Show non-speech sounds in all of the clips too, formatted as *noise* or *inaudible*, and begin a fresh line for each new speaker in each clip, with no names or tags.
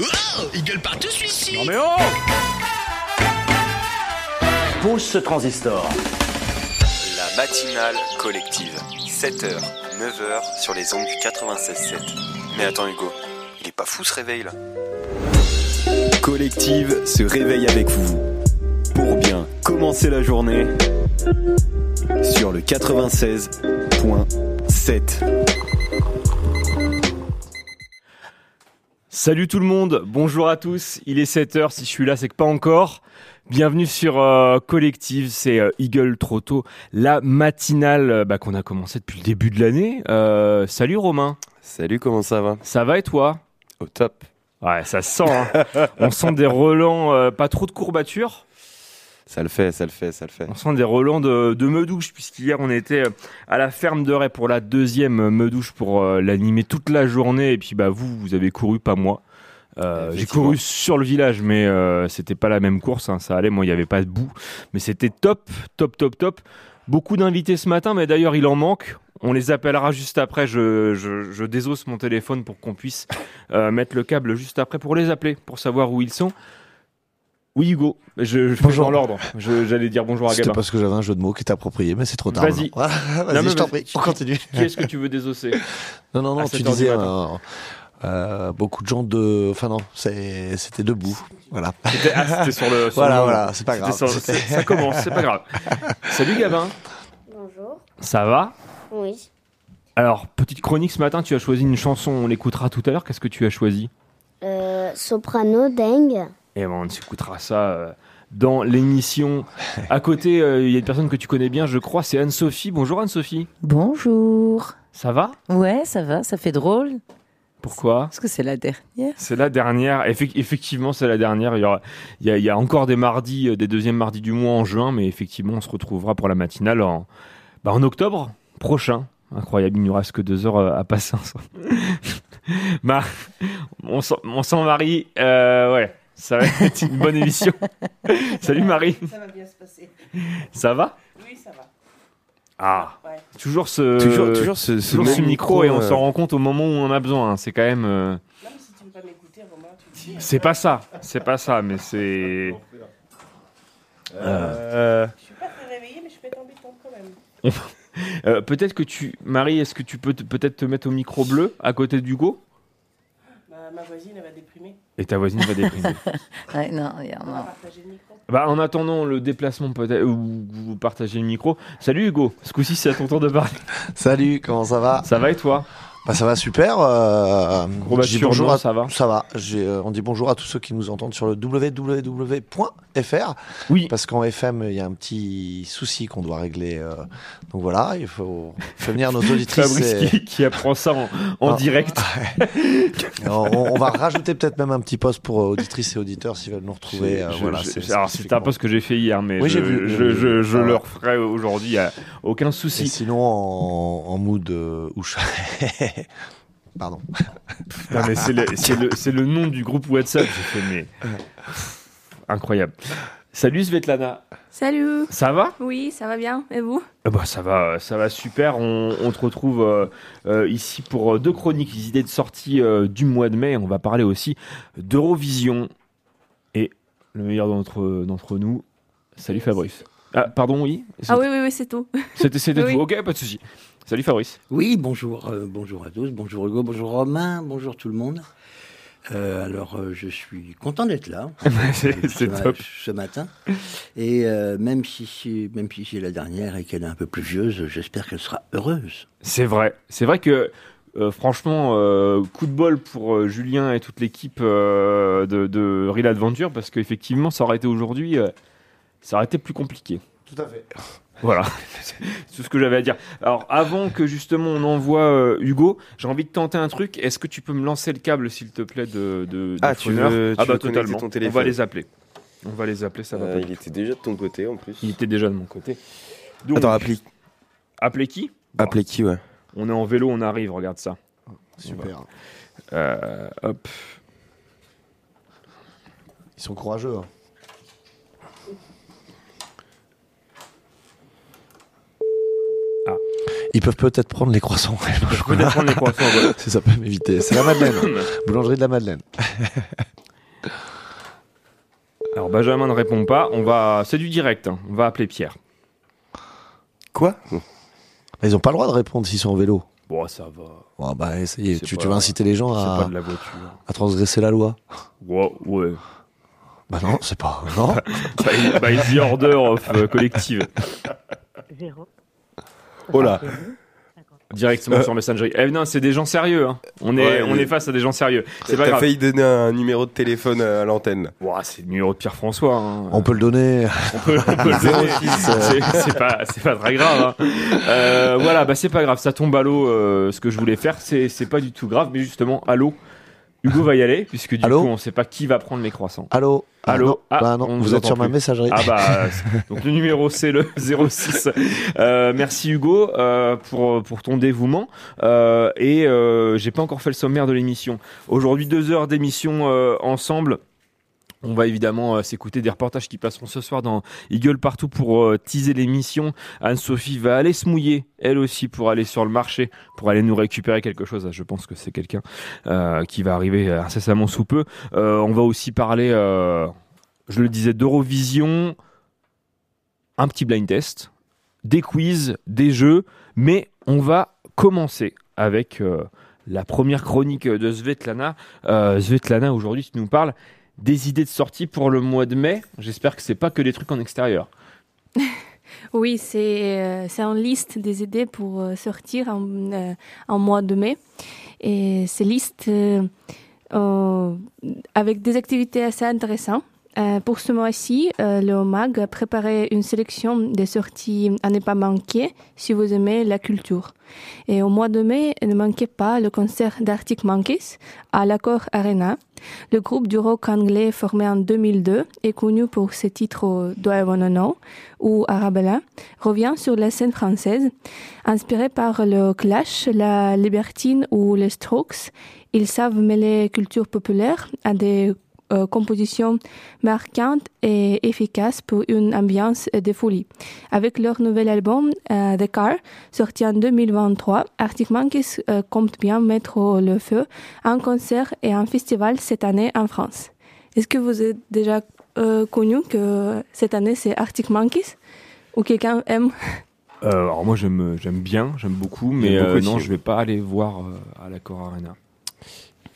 Oh, Il gueule partout celui-ci
Non mais oh
Pousse ce transistor.
La matinale collective. 7h, 9h sur les ondes du 96.7. Mais attends Hugo, il est pas fou ce réveil là Collective se réveille avec vous. Pour bien commencer la journée sur le 96.7.
Salut tout le monde, bonjour à tous, il est 7h, si je suis là c'est que pas encore. Bienvenue sur euh, Collective, c'est euh, Eagle trop tôt, la matinale euh, bah, qu'on a commencé depuis le début de l'année. Euh, salut Romain,
Salut, comment ça va
ça va et toi
Au top.
Ouais, ça sent, hein. on sent des relents, euh, pas trop de courbatures,
Ça le fait, ça le fait, ça le fait.
on sent des relents de, de meudouche, puisqu'hier on était euh, à la ferme de Ray pour la deuxième euh, meudouche pour euh, l'animer toute la journée, et puis bah vous, vous avez couru, pas moi. Euh, J'ai
Effectivement.
couru sur le village, mais euh, c'était pas la même course. hein, ça allait, moi, il n'y avait pas de bout. Mais c'était top, top, top, top. Beaucoup d'invités ce matin, mais d'ailleurs, il en manque. On les appellera juste après. Je, je, je désosse mon téléphone pour qu'on puisse euh, mettre le câble juste après pour les appeler, pour savoir où ils sont. Oui, Hugo. Je, je fais
Bonjour.
dans l'ordre. Je- J'allais dire bonjour à
C'était
Gabin.
parce que j'avais un jeu de mots qui était approprié, mais c'est trop tard.
Vas-y.
maintenant. *laughs* Voilà, Vas-y,
Non, mais
je t'en
vas-y.
prie. On continue.
Qui est-ce que tu veux désosser
*laughs* Non, non,
À
non,
sept
tu
heures du
disais
matin.
euh, euh, beaucoup de gens de. Enfin, non, c'est- c'était debout. Voilà.
C'était ah, c'était
*laughs*
sur le. sur
Voilà,
le-
voilà, c'est pas
c'était
grave. *laughs*
sur-
C'était-
c'est- ça commence, c'est
*laughs*
pas grave. Salut Gabin.
Bonjour.
Ça va
Oui.
Alors, petite chronique ce matin, tu as choisi une chanson, on l'écoutera tout à l'heure. Qu'est-ce que tu as choisi
Euh, soprano, dingue.
Eh ben, on s'écoutera ça euh,
*laughs*
dans l'émission. À côté, euh, il y a une personne que tu connais bien, je crois, c'est Anne-Sophie. Bonjour Anne-Sophie.
Bonjour.
Ça va
Ouais, ça va, ça fait drôle.
Pourquoi
Parce que c'est la dernière.
c'est la dernière, Effec- effectivement c'est la dernière, il y, aura- il y a, il y a encore des mardis, euh, des deuxièmes mardis du mois en juin, mais effectivement on se retrouvera pour la matinale en, bah, en octobre prochain. Incroyable, il n'y aura que deux heures euh, à passer ensemble. *laughs* bah, on s'en- on s'en marie, euh, ouais, ça va être une bonne émission. Salut Marie,
Ça va bien se passer.
ça va
Oui, ça va.
Ah,
Ouais.
toujours ce...
toujours, toujours ce, ce
toujours
même
ce micro et on
euh,
s'en rend compte au moment où on en a besoin. hein. C'est quand même, euh,
Non, mais si tu veux pas m'écouter, Romain, tu le dis. hein.
c'est pas ça, c'est pas ça, mais c'est. Euh,
Je suis pas très réveillée, mais je peux être embêtante quand même.
Euh, peut-être que tu, Marie, est-ce que tu peux te- peut-être te mettre au micro bleu à côté d'Hugo
Bah, Ma, ma voisine, elle va déprimer.
et ta voisine va déprimer.
*laughs* Ouais, non, regarde,
On va
non.
partager le micro.
bah, en attendant le déplacement peut-être ou vous partagez le micro. Salut Hugo, ce coup-ci c'est à ton tour de parler.
Salut, comment ça va
Ça va et toi
bah, Ça va super. euh,
Gros
je dis
sur
bonjour
non,
à
ça va.
Ça va. J'ai, euh, on dit bonjour à tous ceux qui nous entendent sur le www.fr.
Oui.
Parce qu'en FM, il y a un petit souci qu'on doit régler. euh, donc voilà, il faut faire venir nos auditrices.
*laughs* Fabrice
et-
qui, qui apprend ça en, en
Ah. *laughs*
direct.
on, on va rajouter peut-être même un petit poste pour euh, auditrices et auditeurs s'ils veulent nous retrouver. euh,
Je-
voilà,
je-
c'est
alors c'était
spécifiquement.
un post que j'ai fait hier, mais
Oui,
je,
j'ai vu.
je, je- je
Ah.
le referai aujourd'hui, y a euh, aucun
Et
souci.
sinon, en, en mood euh, ouche. *laughs* Pardon.
*laughs* Non, mais c'est le, c'est le- c'est le nom du groupe WhatsApp. J'ai fait, mais *laughs* incroyable. Salut Svetlana,
Salut
ça va
Oui, ça va bien, et vous
Ah bah, ça va, ça va super. On, on te retrouve euh, euh, ici pour euh, deux chroniques, les idées de sortie euh, du mois de mai. On va parler aussi d'Eurovision et le meilleur d'entre d'entre nous. Salut Fabrice. Ah pardon, oui.
Ah oui, oui, oui, c'est tout.
C'était
*laughs*
c'était
Oui.
tout. Ok, pas de souci. Salut Fabrice.
Oui, bonjour, euh, bonjour à tous, bonjour Hugo, bonjour Romain, bonjour tout le monde. Euh, alors, euh, je suis content d'être
*laughs*
là Euh,
C'est
ce,
c'est
ma-
top.
ce matin. Et euh, même si c'est même si c'est la dernière et qu'elle est un peu pluvieuse, j'espère qu'elle sera heureuse.
C'est vrai. C'est vrai que euh, franchement, euh, coup de bol pour euh, Julien et toute l'équipe euh, de, de Real Adventure parce qu'effectivement, ça aurait été aujourd'hui, euh, ça aurait été plus compliqué.
Tout à fait.
*laughs*
Voilà, c'est tout ce que j'avais à dire. Alors, avant que justement on envoie euh, Hugo, j'ai envie de tenter un truc. Est-ce que tu peux me lancer le câble, s'il te plaît, de, de
Ah,
du
tu
phoneur
veux- tu
Ah bah
veux connecter
totalement.
ton
on
téléphone.
va les appeler. On va les appeler, ça va.
euh,
pas
il
du tout.
était déjà de ton côté en plus.
Il était déjà de mon côté. Donc,
Attends, appli-
appeler qui
appeler qui, ouais
On est en vélo, on arrive. Regarde ça.
Super.
Euh, hop.
Ils sont courageux. hein.
Ah.
Ils peuvent peut-être prendre les croissants.
*laughs*
*laughs*
Je vais prendre les croissants. voilà. *laughs*
Si ça peut m'éviter. C'est la Madeleine. Boulangerie de la Madeleine.
Alors, Benjamin ne répond pas. On va, c'est du direct. hein. On va appeler Pierre.
Quoi
Bah, Ils ont pas le droit de répondre s'ils sont en vélo.
Bon, ça va.
Bon, bah, essayez.
C'est
Tu, tu
pas-
vas inciter les gens
C'est pas
à,
de la voiture.
à transgresser la loi.
Wow, Bah, ouais.
Bah non, c'est pas.
*laughs*
Non.
by, by the order of euh, collective.
Oh là
Directement
Euh.
sur Messengerie. Eh non, c'est des gens sérieux. hein. On est,
Ouais,
on
mais-
est face à des gens sérieux. C'est pas
T'as
grave.
failli donner un numéro de téléphone à l'antenne.
Ouah, c'est le numéro de Pierre François. hein.
On peut le donner.
On peut, on peut
*laughs*
le donner.
06, euh.
C'est- C'est pas, c'est pas très grave. hein. Euh, voilà, bah c'est pas grave. Ça tombe à l'eau. euh, ce que je voulais faire, c'est, c'est pas du tout grave, mais justement à l'eau. Hugo va y aller, puisque du
Allô
coup, on sait pas qui va prendre les croissants.
Allô Ah
Allô
non,
Ah,
bah non,
on vous
vous êtes sur
entend
ma
plus.
messagerie.
Ah
*laughs*
bah, c'est- donc le numéro c'est le *laughs* 06. Euh, merci Hugo euh, pour, pour ton dévouement. Euh, et euh, j'ai pas encore fait le sommaire de l'émission. Aujourd'hui, deux heures d'émission euh, ensemble. On va évidemment euh, s'écouter des reportages qui passeront ce soir dans Eagle partout pour euh, teaser l'émission. Anne-Sophie va aller se mouiller, elle aussi, pour aller sur le marché, pour aller nous récupérer quelque chose. Ah, Je pense que c'est quelqu'un euh, qui va arriver incessamment sous peu. Euh, on va aussi parler, euh, je le disais, d'Eurovision, un petit blind test, des quiz, des jeux, mais on va commencer avec euh, la première chronique de Svetlana. Euh, Svetlana, aujourd'hui, tu nous parles des idées de sortie pour le mois de mai. J'espère que c'est pas que des trucs en extérieur.
Oui, c'est euh, c'est une liste des idées pour euh, sortir en, euh, en mois de mai. Et ces listes euh, euh, avec des activités assez intéressantes. Euh, pour ce mois-ci, euh, le MAG a préparé une sélection des sorties à ne pas manquer si vous aimez la culture. Et au mois de mai, ne manquez pas le concert d'Arctic Monkeys à l'Accor Arena. Le groupe du rock anglais formé en 2002 est connu pour ses titres euh, Do I Wanna Know ou Arabella, revient sur la scène française. Inspiré par le Clash, la Libertine ou les Strokes, ils savent mêler culture populaire à des euh, compositions marquantes et efficaces pour une ambiance de folie. Avec leur nouvel album euh, The Car, sorti en 2023, Arctic Monkeys euh, compte bien mettre le feu à un concert et à un festival cette année en France. Est-ce que vous êtes déjà euh, connu que cette année c'est Arctic Monkeys ou quelqu'un aime
Euh, alors moi j'aime j'aime bien, j'aime beaucoup, mais
J'aime beaucoup
euh,
aussi,
non,
oui.
je vais pas aller voir euh, à la Cor Arena.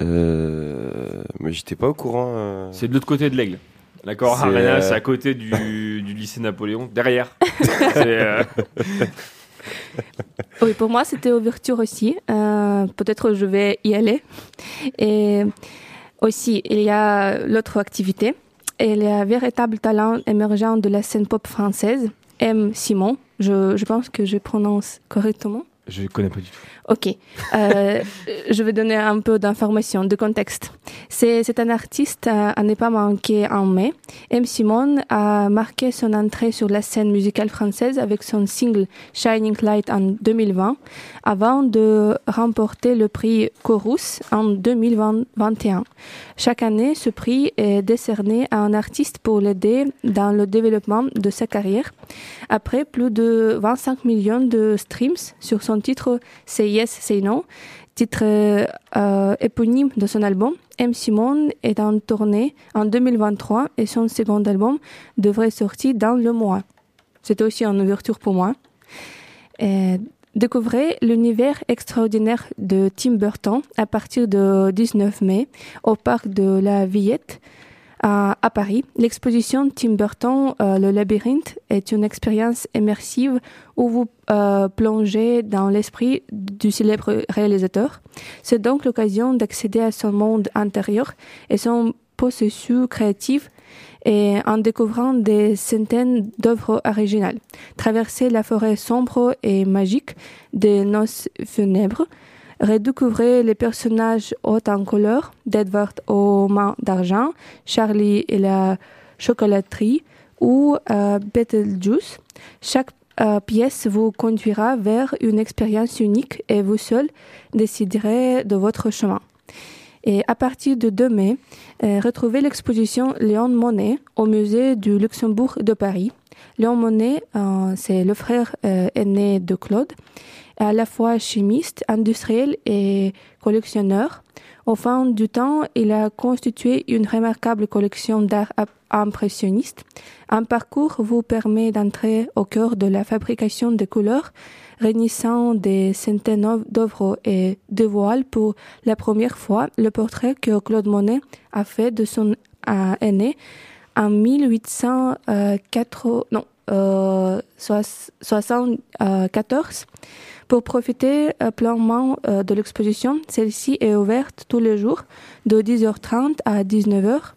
Euh... Mais j'étais pas au courant. euh.
C'est de l'autre côté de l'aigle. La Cor
C'est,
Arena,
euh,
c'est à côté du, du lycée Napoléon, *laughs* derrière. C'est, euh,
Oui, pour moi c'était ouverture aussi. Euh, Peut-être je vais y aller. Et aussi, il y a l'autre activité. Et le véritable talent émergent de la scène pop française, M. Simon. Je, je pense que je prononce correctement.
Je connais pas du tout.
Ok. Euh, je vais donner un peu d'informations, de contexte. C'est c'est un artiste euh, à ne pas manquer en mai. M. Simon a marqué son entrée sur la scène musicale française avec son single Shining Light en 2020, avant de remporter le prix Chorus en 2021. Chaque année, ce prix est décerné à un artiste pour l'aider dans le développement de sa carrière. Après plus de 25 millions de streams sur son titre Say Yes, Say No, titre euh, euh, éponyme de son album. M. Simon est en tournée en 2023 et son second album devrait sortir dans le mois. C'était aussi une ouverture pour moi. Et découvrez l'univers extraordinaire de Tim Burton à partir du 19 mai au parc de la Villette à, à Paris. L'exposition Tim Burton, euh, le labyrinthe, est une expérience immersive où vous euh, plongez dans l'esprit du célèbre réalisateur. C'est donc l'occasion d'accéder à son monde intérieur et son processus créatif et en découvrant des centaines d'œuvres originales. Traverser la forêt sombre et magique des noces funèbres, redécouvrir les personnages hauts en couleur d'Edward aux mains d'argent, Charlie et la chocolaterie ou euh, Beetlejuice. Chaque euh, pièce vous conduira vers une expérience unique et vous seul déciderez de votre chemin. Et à partir de 2 mai, euh, retrouvez l'exposition Léon Monet au musée du Luxembourg de Paris. Léon Monet, euh, c'est le frère euh, aîné de Claude, à la fois chimiste, industriel et collectionneur. Au fin du temps, il a constitué une remarquable collection d'art ap- impressionniste. Un parcours vous permet d'entrer au cœur de la fabrication des couleurs, réunissant des centaines d'oeuvres- d'œuvres et dévoile pour la première fois le portrait que Claude Monet a fait de son euh, aîné en 1894. Non. euh, soix- 74 pour profiter euh, pleinement euh, de l'exposition, celle-ci est ouverte tous les jours de 10h30 à 19h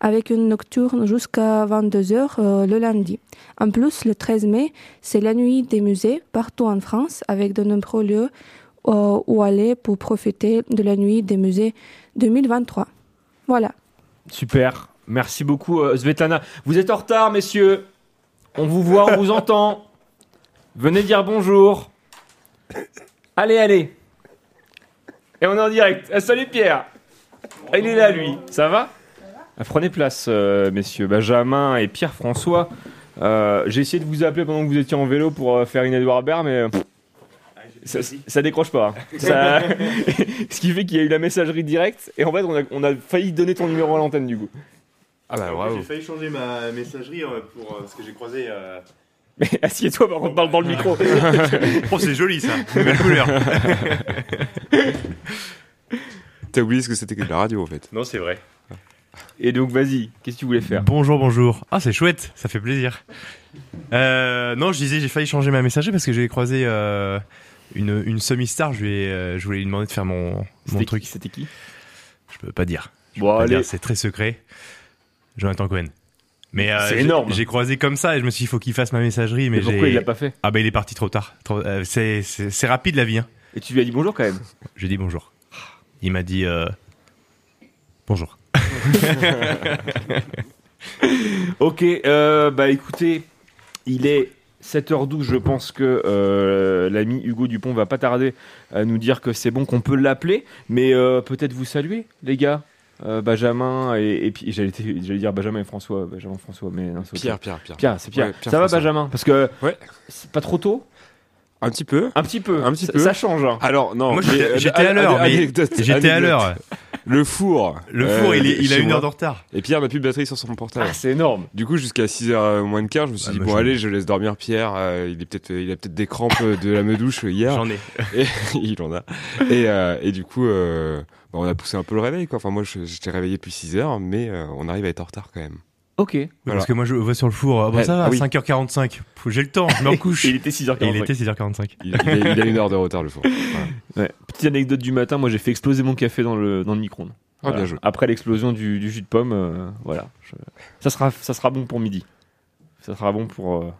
avec une nocturne jusqu'à 22h euh, le lundi. En plus, le 13 mai, c'est la nuit des musées partout en France avec de nombreux lieux euh, où aller pour profiter de la nuit des musées 2023. Voilà.
Super. Merci beaucoup, euh, Svetlana. Vous êtes en retard, messieurs. On vous voit, on vous entend. Venez dire bonjour. Allez, allez. Et on est en direct. Ah, salut Pierre. Il est là, lui. Ça va Ah, Prenez place, euh, messieurs. Benjamin et Pierre-François. Euh, J'ai essayé de vous appeler pendant que vous étiez en vélo pour euh, faire une Edouard Baird, mais euh, pff, ça, ça décroche pas. Ça- *laughs* Ce qui fait qu'il y a eu la messagerie directe et en fait on a, on a failli donner ton numéro à l'antenne du coup. Ah bah bravo.
J'ai failli changer ma messagerie euh, pour, euh, parce que j'ai croisé. euh,
Mais assieds-toi, on parle dans le micro.
*laughs* oh, c'est joli ça, belle couleur.
T'as oublié ce que c'était que de la radio en fait. Ah.
non, c'est vrai.
Et donc vas-y, qu'est-ce que tu voulais faire
Bonjour, bonjour. Ah, c'est chouette, ça fait plaisir. Euh, non, je disais, j'ai failli changer ma messagerie parce que j'ai croisé euh, une, une semi-star. Je, lui ai, euh, je voulais lui demander de faire mon, mon
C'était
truc.
qui- C'était qui
Je peux pas dire. Je
Bon,
peux pas
allez.
dire, C'est très secret. Jonathan Cohen. Mais euh,
C'est
j'ai-
énorme.
J'ai croisé comme ça et je me suis dit, il faut qu'il fasse ma messagerie. Mais,
Mais pourquoi
j'ai-
il l'a pas fait
Ah, bah il est parti trop tard. Trop- euh, c'est- c'est c'est rapide la vie. Hein.
Et tu lui as dit bonjour quand même.
J'ai dit bonjour. Il m'a dit euh,
*laughs*
bonjour.
*laughs* Ok, euh, bah écoutez, il est 7h12, je pense que euh, l'ami Hugo Dupont va pas tarder à nous dire que c'est bon, qu'on peut l'appeler, mais euh, peut-être vous saluer, les gars. Euh, Benjamin et, et puis j'allais j'allais dire Benjamin et François, Benjamin François, mais non, c'est ok.
Pierre, Pierre, Pierre.
Pierre, c'est Pierre.
Ouais, Pierre
Ça va
François.
Benjamin Parce que
Ouais.
c'est pas trop tôt
Un petit peu.
Un petit peu.
Un petit
ça,
peu.
Ça change. hein.
Alors non.
Moi,
mais-
j'étais- j'étais à
ane-
l'heure,
ane-
mais-
anecdote,
J'étais à
anecdote.
l'heure.
Le four.
Le
Euh,
four, il, est- il a
chez
une
moi.
heure de retard.
Et Pierre n'a plus de batterie sur son portable.
Ah, c'est énorme.
Du coup, jusqu'à 6h moins de quart, je me suis
Ah,
dit,
bah,
bon,
je-
allez, je laisse dormir Pierre. euh, il, est peut-être, il a peut-être des crampes euh, de la meudouche hier.
J'en ai.
Et, *laughs* il en a. Et, euh, et du coup, euh, bah, on a poussé un peu le réveil. Quoi. Enfin, moi, je- j'étais réveillé depuis 6h, mais euh, on arrive à être en retard quand même.
Ok.
Oui,
Voilà.
Parce que moi, je vois sur le four. Ah, bah, ça
Ah,
va,
oui.
5h45. Pff, J'ai le temps, je
*laughs*
me recouche.
Il
Et
était 6h45.
il était 6h45.
Il, il a, il a une heure de retard, le four. Voilà.
Ouais. Petite anecdote du matin, moi j'ai fait exploser mon café dans le, dans le micro-ondes.
Ah, bien
Voilà.
joué.
Après l'explosion du, du jus de pomme, euh, voilà. Je- Ça, sera, ça sera bon pour midi. Ça sera bon pour, euh,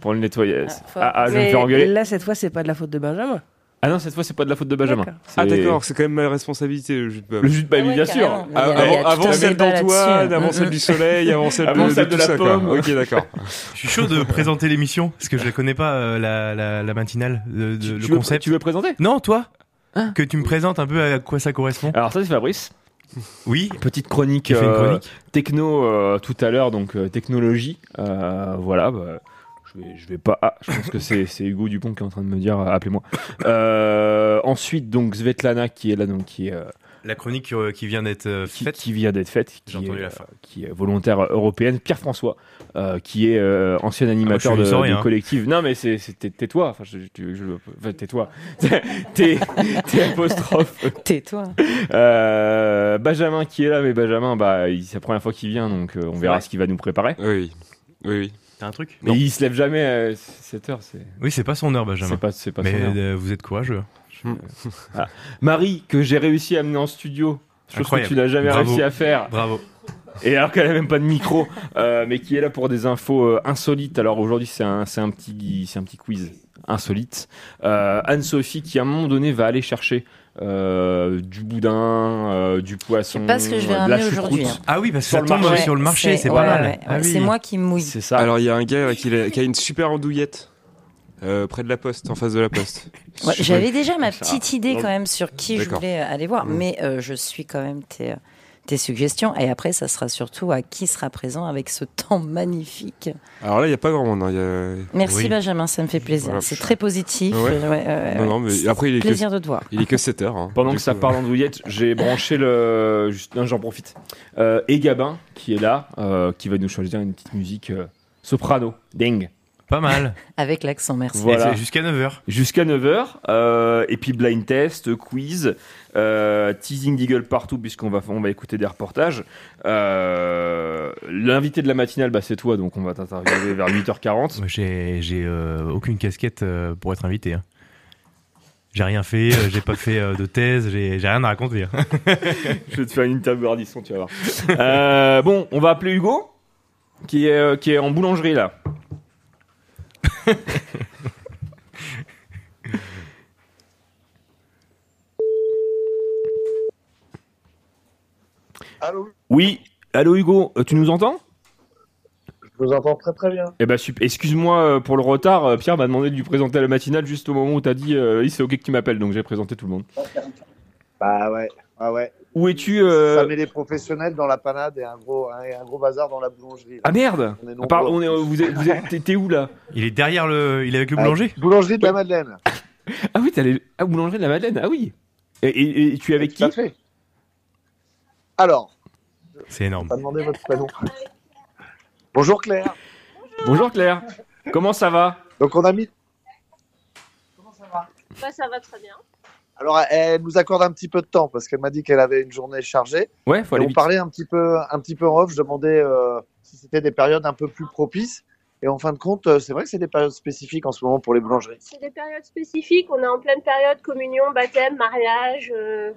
pour le nettoyage.
Ah, faut-
Ah, ah, je vais me
Mais
faire engueuler.
Là, cette fois, c'est pas de la faute de Benjamin.
Ah non, cette fois c'est pas de la faute de Benjamin.
D'accord.
C'est-
Ah, d'accord, c'est quand même ma responsabilité, le jus de pomme.
Le jus de pomme, bien sûr.
carrément.
Ah,
Il y a- il y a
Avant,
tout
avant
un
celle
débat
d'Antoine,
là-dessus.
avant
Mm,
celle
mm. *laughs*
du soleil, avant celle
Avant
de,
celle de
tout
la
ça, quoi.
pomme.
Ok,
*laughs*
d'accord.
Je suis chaud de présenter l'émission parce que je la connais pas, euh, la, la, la matinale, le,
Tu,
le
tu veux,
concept.
tu veux présenter Hein
Non, toi Que tu me présentes un peu à quoi ça correspond.
Alors ça c'est Fabrice.
Oui,
Petite chronique,
qui fait une
euh,
chronique.
techno euh, tout à l'heure, donc euh, technologie. Euh, voilà, bah, je, vais, je vais pas. Ah, je pense que c'est c'est Hugo Dupont qui est en train de me dire euh, appelez-moi. Euh, ensuite, donc Svetlana qui est là, donc qui est. euh,
La chronique euh, qui vient d'être euh,
qui,
faite.
qui vient d'être faite, qui,
J'ai entendu
est,
la fin.
euh, qui est volontaire européenne, Pierre François, euh, qui est euh, ancien animateur
Ah, moi, je suis
de,
désolé,
de
hein.
collectif. Non, mais c'est c'est- tais- tais-toi. Enfin, je- tu- je- enfin, tais-toi. *laughs* T'es- T'es t'es apostrophe.
Tais-toi.
Euh, Benjamin qui est là, mais Benjamin, bah, il- c'est la première fois qu'il vient, donc euh, on verra
vrai.
ce qu'il va nous préparer.
Oui, oui, oui.
T'as un truc
Mais il se lève jamais euh, à 7 heures. C'est
Oui, c'est pas son heure, Benjamin.
c'est pas, c'est pas
Mais
son heure. Hmm.
euh, vous êtes courageux.
Ah. Marie que j'ai réussi à amener en studio. Chose que
Incroyable.
tu n'as jamais
Bravo.
réussi à faire.
Bravo.
Et alors qu'elle a même pas de micro, euh, mais qui est là pour des infos euh, insolites. Alors aujourd'hui, c'est un, c'est un, petit, c'est un petit quiz insolite. Euh, Anne-Sophie, qui à un moment donné va aller chercher euh, du boudin, euh, du poisson,
pas ce que je vais
euh, de
ramener
la
aujourd'hui, hein.
choucroute.
Ah oui, parce que
Sur
ça
le
tombe
marché.
euh, sur le marché, c'est
ouais,
pas
ouais,
mal.
ouais, ouais.
Ah oui.
C'est moi qui mouille.
C'est ça.
Alors il y a un gars là, qui, l'a- qui a une super andouillette euh, près de la poste, en face de la poste.
*laughs* Ouais,
Je sais
J'avais déjà ma
ça.
petite idée
Non.
quand même sur qui je
D'accord.
voulais euh, aller voir,
Mm.
mais euh, je suis quand même tes, euh, tes suggestions. Et après, ça sera surtout à qui sera présent avec ce *laughs* temps magnifique.
Alors là, il n'y a pas grand monde. hein, il y a-
Merci Benjamin, ça me fait plaisir.
Voilà.
C'est très positif.
Ouais.
Euh, ouais, ouais,
Non,
ouais.
non, mais après, il est
plaisir
que-
de te voir.
Il est que 7 heures. hein.
Pendant
Du
que ça
coup,
parle en douillette, j'ai branché le. juste- non, j'en profite. Euh, et Gabin, qui est là, euh, qui va nous choisir une petite musique euh, soprano. Ding.
Pas mal.
Avec l'accent, merci.
Voilà.
Et c'est Jusqu'à 9h.
Jusqu'à 9h. et puis blind test, quiz, euh, teasing d'Eagle partout, puisqu'on va, on va écouter des reportages. Euh, L'invité de la matinale, bah, c'est toi, donc on va t'interviewer vers 8h40.
Moi, *laughs* J'ai j'ai, euh, aucune casquette euh, pour être invité. hein. J'ai rien fait, euh, j'ai pas fait euh, de thèse, j'ai j'ai rien à raconter. hein.
Je vais te faire une interview hardisson, tu vas voir. Euh, bon, on va appeler Hugo, qui est, euh, qui est en boulangerie là.
Allô
Oui, allô Hugo, euh, tu nous entends
Je vous entends très très bien.
Eh ben, sup- excuse-moi euh, pour le retard. euh, Pierre m'a demandé de lui présenter la matinale juste au moment où t'as dit euh, Oui, c'est ok que tu m'appelles, donc j'ai présenté tout le monde.
Bah ouais, ah ouais.
Où es-tu euh,
Ça met les professionnels dans la panade et un gros, un, et un gros bazar dans la boulangerie. là.
Ah merde
On est
Ah, pardon,
nombreux.
on est, euh, vous êtes- vous êtes- t'es- T'es où là
Il est derrière le. Il est avec le
Ah,
boulanger
Boulangerie de la Madeleine.
Ah oui, t'es allé à boulangerie de la Madeleine, ah oui Et, et- et tu es avec qui
Alors,
C'est
on
énorme.
va demander votre prénom. Bonjour Claire.
Bonjour Claire. Comment ça va
Donc on a mis.
ça va très bien.
Alors elle nous accorde un petit peu de temps parce qu'elle m'a dit qu'elle avait une journée chargée.
Ouais, faut
Et
aller
on
vite.
parlait un petit peu, un petit peu en off. Je demandais euh, si c'était des périodes un peu plus propices. Et en fin de compte, euh, c'est vrai que c'est des périodes spécifiques en ce moment pour les boulangeries.
C'est des périodes spécifiques. On est en pleine période communion, baptême, mariage. euh,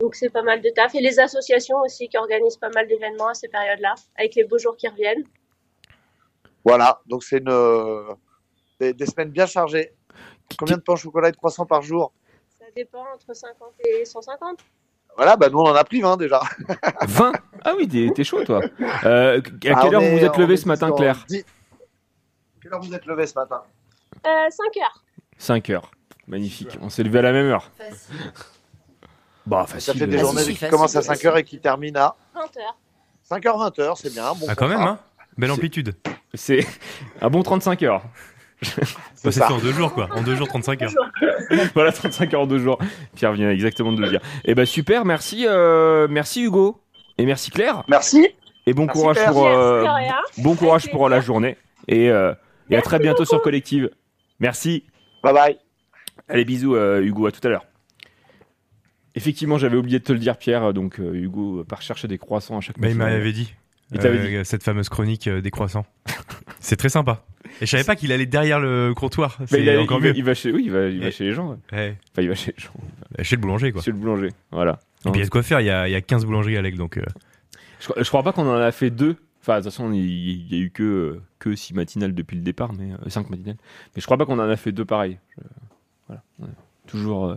Donc c'est pas mal de taf. Et les associations aussi qui organisent pas mal d'événements à ces périodes-là, avec les beaux jours qui reviennent.
Voilà, donc c'est une, euh, des, des semaines bien chargées. Combien de pains au chocolat et de croissants par jour
Ça dépend entre 50 et 150.
Voilà, bah nous on en a pris 20 déjà.
20 Ah oui, t'es t'es chaud
*laughs*
toi. Euh, à quelle
Ah, on
heure vous
est-
vous êtes
on est
levé ce matin,
sur
Claire
dix- Quelle heure vous êtes levé ce matin
5 Euh, heures.
5 heures. Magnifique. On s'est levé à la même heure. Bah, facile.
Ça fait des
euh,
journées qui commencent à 5h et qui terminent à
20 heures.
5h, 20h, c'est bien. Bon
Ah, quand même,
contrat.
hein Belle amplitude.
C'est un bon 35 heures.
Bah, C'est ça en deux jours, quoi. En deux jours, 35 heures.
*laughs* voilà, 35 heures de jour. Pierre vient exactement de le dire. Eh ben super, merci, euh, merci Hugo et merci Claire.
Merci.
Et bon
Merci,
courage
Claire.
pour euh,
Merci, de rien.
bon courage pour la journée et, euh, et à très bientôt sur Collective. Merci.
Bye bye.
Allez bisous euh, Hugo, à tout à l'heure. Effectivement, j'avais oublié de te le dire Pierre, donc euh, Hugo euh, part chercher des croissants à chaque.
Bah, il
matin.
m'avait dit.
Il t'avait
Euh, Cette fameuse chronique euh, des croissants. C'est très sympa. Et je savais pas qu'il allait derrière le comptoir.
Bah,
C'est
il, a-
encore
il va-
mieux.
il va chez, oui, il va, il va
Et-
chez les gens. ouais.
Ouais. Bah,
Enfin, il va chez les gens.
Chez le boulanger, quoi.
Chez le boulanger, voilà.
Et puis il y a de quoi faire, il y a, il y a 15 boulangeries à l'aigle, donc. euh,
Je, crois- je crois pas qu'on en a fait deux. Enfin, de toute façon, il il y, a eu que, euh, que six matinales depuis le départ, mais 5 matinales. Mais je crois pas qu'on en a fait deux pareils. Je- voilà. Ouais. Toujours. euh,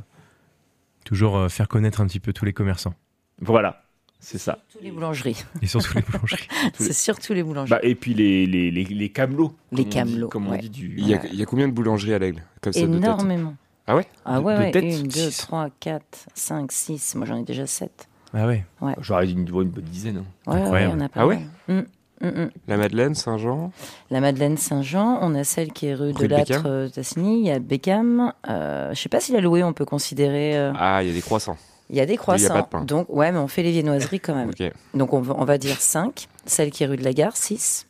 Toujours euh, faire connaître un petit peu tous les commerçants.
voilà. C'est ça.
Tous les boulangeries.
Et surtout les boulangeries.
Tous
*laughs*
les-
C'est surtout les boulangeries.
Bah, et puis les, les, les, les camelots.
Les
comme on dit-
camelots,
Comme on
ouais.
dit du.
Il y, a, il y a combien de boulangeries à l'aigle comme ça, de tête
Énormément.
Ah ouais
Ah
De-
ouais,
de
ouais.
tête
une, deux,
Six.
trois, quatre, cinq, six. Moi, j'en ai déjà sept.
Ah ouais.
Ouais.
J'aurais dit une, une bonne dizaine. hein.
Ouais, ouais, Incroyable. on a pas
Ah ouais
mal. Mm, mm, mm.
La Madeleine, Saint-Jean
La Madeleine Saint-Jean, on a celle qui est rue
Rue
de
de Beckham.
Latre Tassigny, il y a Beckham. Euh, je sais pas si la louée, on peut considérer. euh,
Ah, il y a des croissants.
Il y a des croissants.
Il y a pas de pain.
Donc, ouais, mais on fait les viennoiseries quand même.
Ok.
Donc, on va, on va dire 5. Celle qui est rue de la Gare, 6.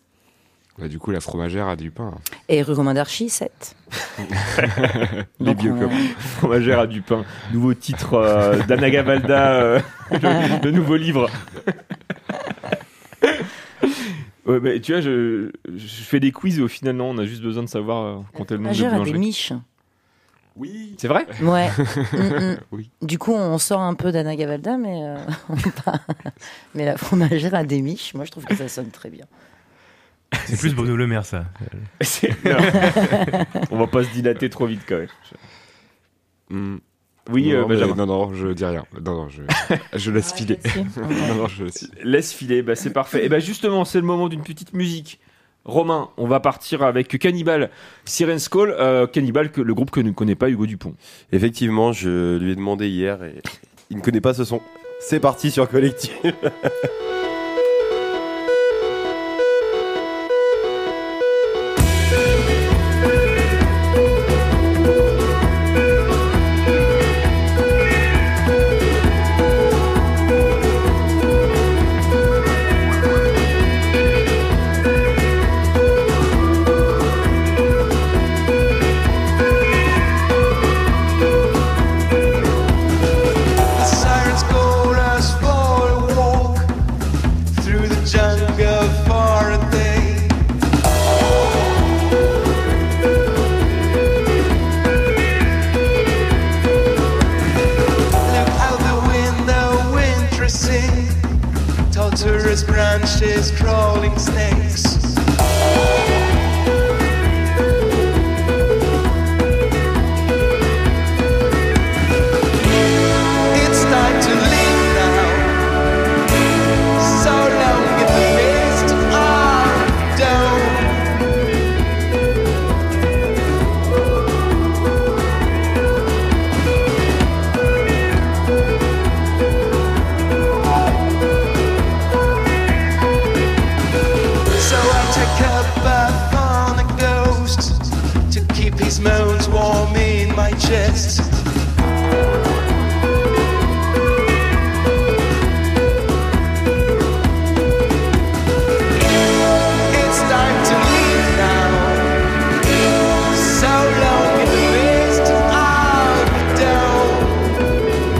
Bah, du coup, la fromagère a du pain. hein.
Et rue Romain Ah, d'Archie,
*laughs*
7.
*laughs* Les biocops. Fromagère à du pain. Nouveau titre euh, d'Anna Gavalda, euh, *laughs* le, le nouveau livre. *laughs* ouais, mais tu vois, je, je fais des quiz et au final, non, on a juste besoin de savoir euh, compter le nombre de
Majeur à des
boulangeries.
miches.
C'est vrai *laughs*
*laughs* Ouais. Mm, mm.
Oui.
Du coup, on sort un peu d'Anna Gavalda, mais, euh, on *laughs* part- mais la fromagère à des miches, moi, je trouve que ça sonne très bien.
C'est plus Bruno Le Maire, ça.
C'est-
*laughs*
non. on va pas se dilater trop vite quand même.
Hmm.
Oui,
non,
euh,
non, mais-
Benjamin.
Non, non, je dis rien. Non, non, je, je laisse filer.
*laughs*
*laughs* non, non, je laisse
Laisse filer, bah, c'est parfait. Et bah justement, c'est le moment d'une petite musique. Romain, on va partir avec Cannibal, Siren's Call, euh, Cannibal, que, le groupe que ne connaît pas Hugo Dupont.
Effectivement, je lui ai demandé hier et il ne connaît pas ce son. C'est parti sur Collectif.
*laughs*
The sirens call us for a walk through the jungle for a day. Look out the window, winter sing. Tall tourist branches, crawling snakes. It's time to leave now. So long it is are down. So I take a bath on a ghost to keep his moans warm in my chest. It's time to leave now. So long it is out down.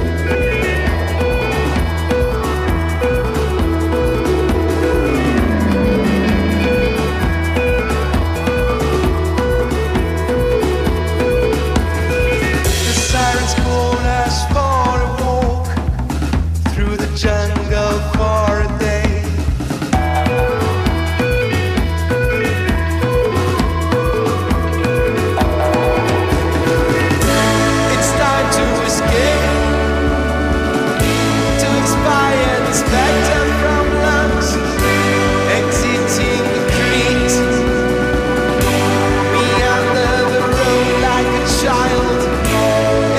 The sirens call us for a walk through the jungle for a day. It's time to escape, to expire the spectre from lungs, exiting the creek, be under the road like a child.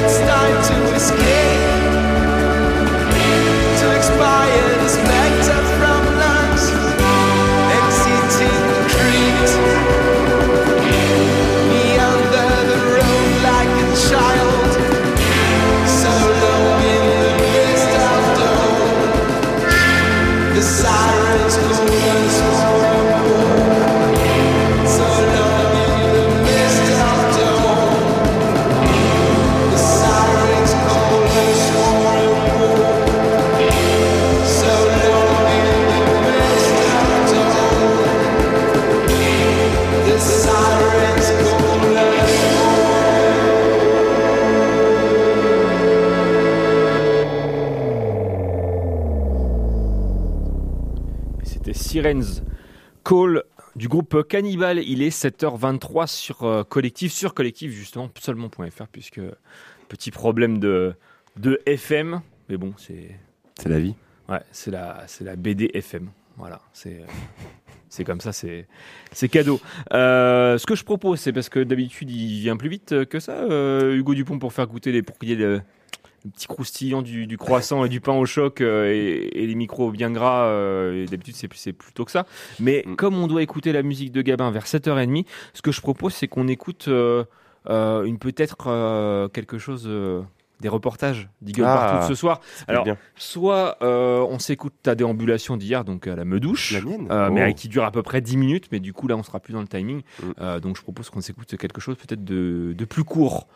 It's time to escape, to expire the spectre from lungs, exiting the creek. The sirens call us home.
C'était Sirens Call du groupe Cannibal. Il est 7h23 sur euh, Collectif, sur Collectif justement, seulement.fr, puisque petit problème de, de FM, mais bon, c'est.
C'est la vie.
Ouais, c'est la, c'est la BD FM. Voilà, c'est. *laughs* euh, C'est comme ça, c'est c'est cadeau. Euh, ce que je propose, c'est parce que d'habitude il vient plus vite que ça, euh, Hugo Dupont, pour faire goûter les pour qu'il y ait le, le petit croustillant du, du croissant et du pain au choc euh, et, et les micros bien gras. euh, et D'habitude c'est plus- c'est plutôt que ça. Mais
Mm.
comme on doit écouter la musique de Gabin vers 7h30, ce que je propose, c'est qu'on écoute euh, euh, une peut-être euh, quelque chose. euh, des reportages d'Eagle
Ah,
partout ce soir.
c'était
Alors,
bien.
soit euh, on s'écoute ta déambulation d'hier, donc à la Meudouche, euh, mais
Oh. Mm.
avec- qui dure à peu près 10 minutes, mais du coup là on sera plus dans le timing. Euh, donc je propose qu'on s'écoute quelque chose peut-être de, de plus court.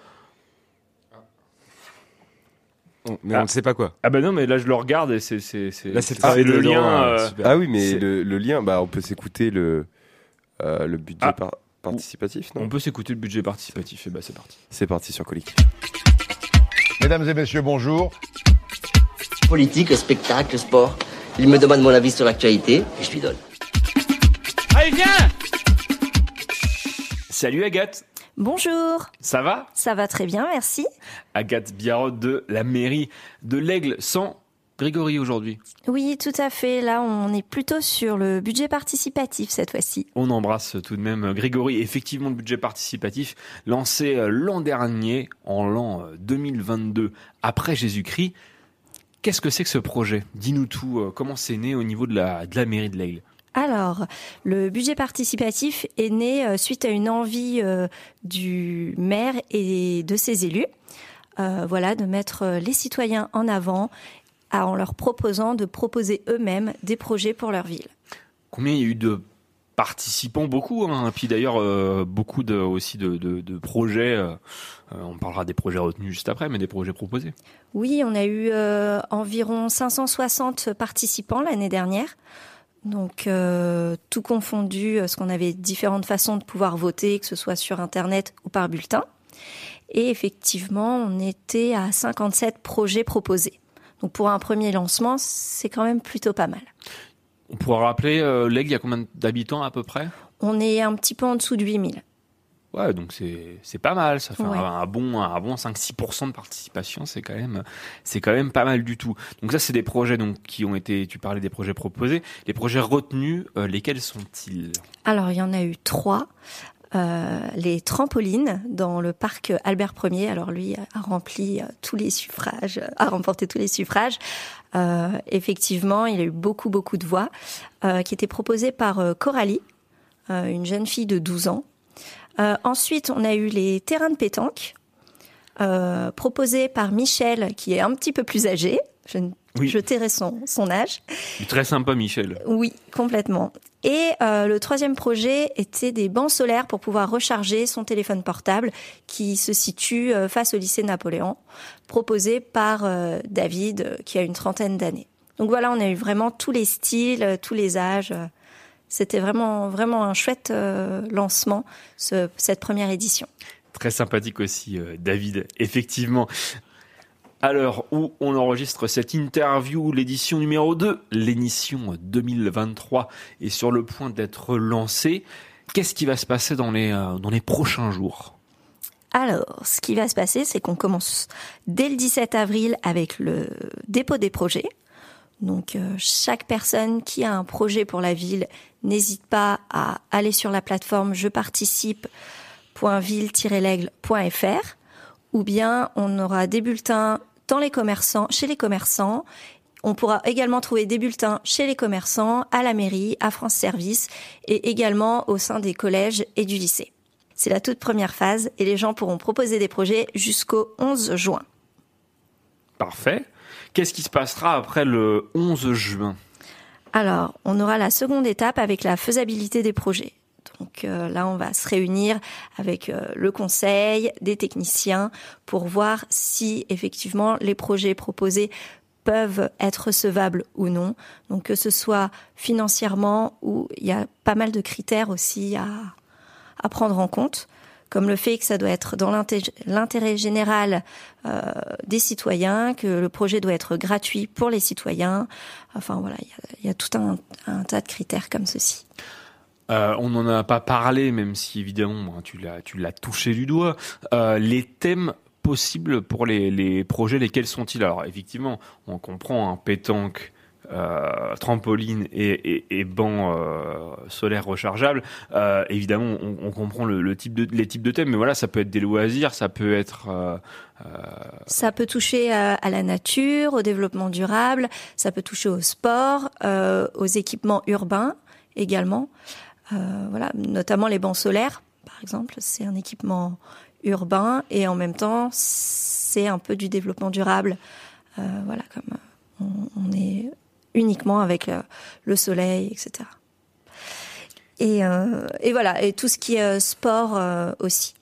Oh, mais on ne sait pas quoi.
Ah bah non, mais là je le regarde et c'est c'est- c'est-
Là, c'est le
c'est
travail
le
de Laurent,
lien.
euh,
euh,
super.
Ah oui, mais
c'est-
le, le lien, bah, on peut s'écouter le, euh, le budget par- participatif, non
Ah. On peut s'écouter le budget participatif, et bah c'est parti.
C'est parti sur Collectif.
Mesdames et messieurs, bonjour. Politique, le spectacle, le sport. Il me demande mon avis sur l'actualité et je lui donne.
Allez, viens Salut Agathe,
Bonjour,
ça va
ça va très bien, merci.
Agathe Biarrot de la mairie de l'Aigle sans Grégory aujourd'hui.
Oui, tout à fait. Là, on est plutôt sur le budget participatif cette fois-ci.
On embrasse tout de même Grégory. Effectivement, le budget participatif lancé euh, l'an dernier, en l'an euh, 2022, après Jésus-Christ. Qu'est-ce que c'est que ce projet Dis-nous tout. euh, comment c'est né au niveau de la, de la mairie de l'Aigle
Alors, le budget participatif est né euh, suite à une envie euh, du maire et de ses élus, euh, voilà, de mettre euh, les citoyens en avant à- en leur proposant de proposer eux-mêmes des projets pour leur ville.
Combien il y a eu de participants Beaucoup. Hein. Puis d'ailleurs, euh, beaucoup de, aussi de, de- de projets. euh, euh, on parlera des projets retenus juste après, mais des projets proposés.
Oui, on a eu euh, environ 560 participants l'année dernière. Donc, euh, tout confondu, parce qu'on avait différentes façons de pouvoir voter, que ce soit sur Internet ou par bulletin. Et effectivement, on était à 57 projets proposés. Donc, pour un premier lancement, c'est quand même plutôt pas mal.
On pourra rappeler, euh, l'Aigle, il y a combien d'habitants à peu près
On est un petit peu en dessous de 8000.
Ouais, donc c'est c'est pas mal, ça fait un-
Ouais.
un, bon un bon 5 6 de participation, c'est quand même c'est quand même pas mal du tout. Donc ça c'est des projets donc qui ont été tu parlais des projets proposés, les projets retenus euh, lesquels sont-ils
Alors, il y en a eu trois. Euh, les trampolines dans le parc Albert Ier. Alors lui a rempli euh, tous les suffrages, euh, a remporté tous les suffrages. Euh, effectivement, il a eu beaucoup beaucoup de voix euh, qui étaient proposées par euh, Coralie, euh, une jeune fille de 12 ans. Euh, ensuite, on a eu les terrains de pétanque euh, proposés par Michel, qui est un petit peu plus âgé. Je, ne-
Oui.
je tairai son, son âge.
Très sympa Michel.
Oui, complètement. Et euh, le troisième projet était des bancs solaires pour pouvoir recharger son téléphone portable qui se situe euh, face au lycée Napoléon, proposé par euh, David euh, qui a une trentaine d'années. Donc voilà, on a eu vraiment tous les styles, euh, tous les âges. euh, C'était vraiment, vraiment un chouette euh, lancement, ce- cette première édition.
Très sympathique aussi euh, David effectivement. À l'heure où on enregistre cette interview, l'édition numéro 2, l'édition 2023 est sur le point d'être lancée. Qu'est-ce qui va se passer dans les euh, dans les prochains jours
Alors, ce qui va se passer, c'est qu'on commence dès le 17 avril avec le dépôt des projets. Donc, euh, chaque personne qui a un projet pour la ville n'hésite pas à aller sur la plateforme je participe.ville-l'aigle.fr ou bien on aura des bulletins dans les commerçants, chez les commerçants. On pourra également trouver des bulletins chez les commerçants, à la mairie, à France Service et également au sein des collèges et du lycée. C'est la toute première phase et les gens pourront proposer des projets jusqu'au 11 juin.
Parfait. Qu'est-ce qui se passera après le 11 juin
Alors, on aura la seconde étape avec la faisabilité des projets. Donc euh, là, on va se réunir avec euh, le conseil, des techniciens, pour voir si effectivement les projets proposés peuvent être recevables ou non. Donc que ce soit financièrement ou il y a pas mal de critères aussi à, à prendre en compte, comme le fait que ça doit être dans l'inté- l'intérêt général euh, des citoyens, que le projet doit être gratuit pour les citoyens. Enfin voilà, il y a- il y, a tout un, un tas de critères comme ceci.
Euh, On n'en a pas parlé, même si évidemment bon, tu l'as tu l'as touché du doigt. Euh, les thèmes possibles pour les, les projets, lesquels sont-ils Alors effectivement, on comprend un pétanque. euh, trampoline et, et, et banc euh, solaire rechargeable. Euh, évidemment, on, on comprend le, le type de, les types de thèmes, mais voilà, ça peut être des loisirs, ça peut être euh, euh,
Ça peut toucher euh, à la nature, au développement durable, ça peut toucher au sport, euh, aux équipements urbains également. Euh, voilà, notamment les bancs solaires, par exemple, c'est un équipement urbain et en même temps, c'est un peu du développement durable. Euh, voilà, comme euh, on, on est uniquement avec euh, le soleil, etc. Et, euh, et voilà, et tout ce qui est euh, sport euh, aussi.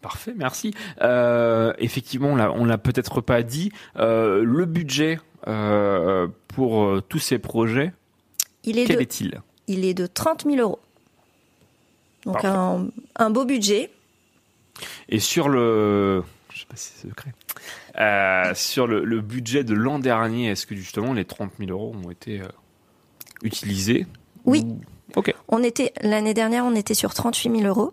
Parfait, merci. Euh, effectivement, on l'a- on l'a peut-être pas dit. euh, le budget euh, pour euh, tous ces projets,
Il est
quel
de-
est-il
Il est de 30 000 euros. Donc un, un beau budget.
Et sur le, je sais pas si c'est secret, Euh, sur le, le budget de l'an dernier, est-ce que justement les 30 000 euros ont été euh, utilisés
Oui.
Ok.
On était l'année dernière, on était sur 38 000 euros.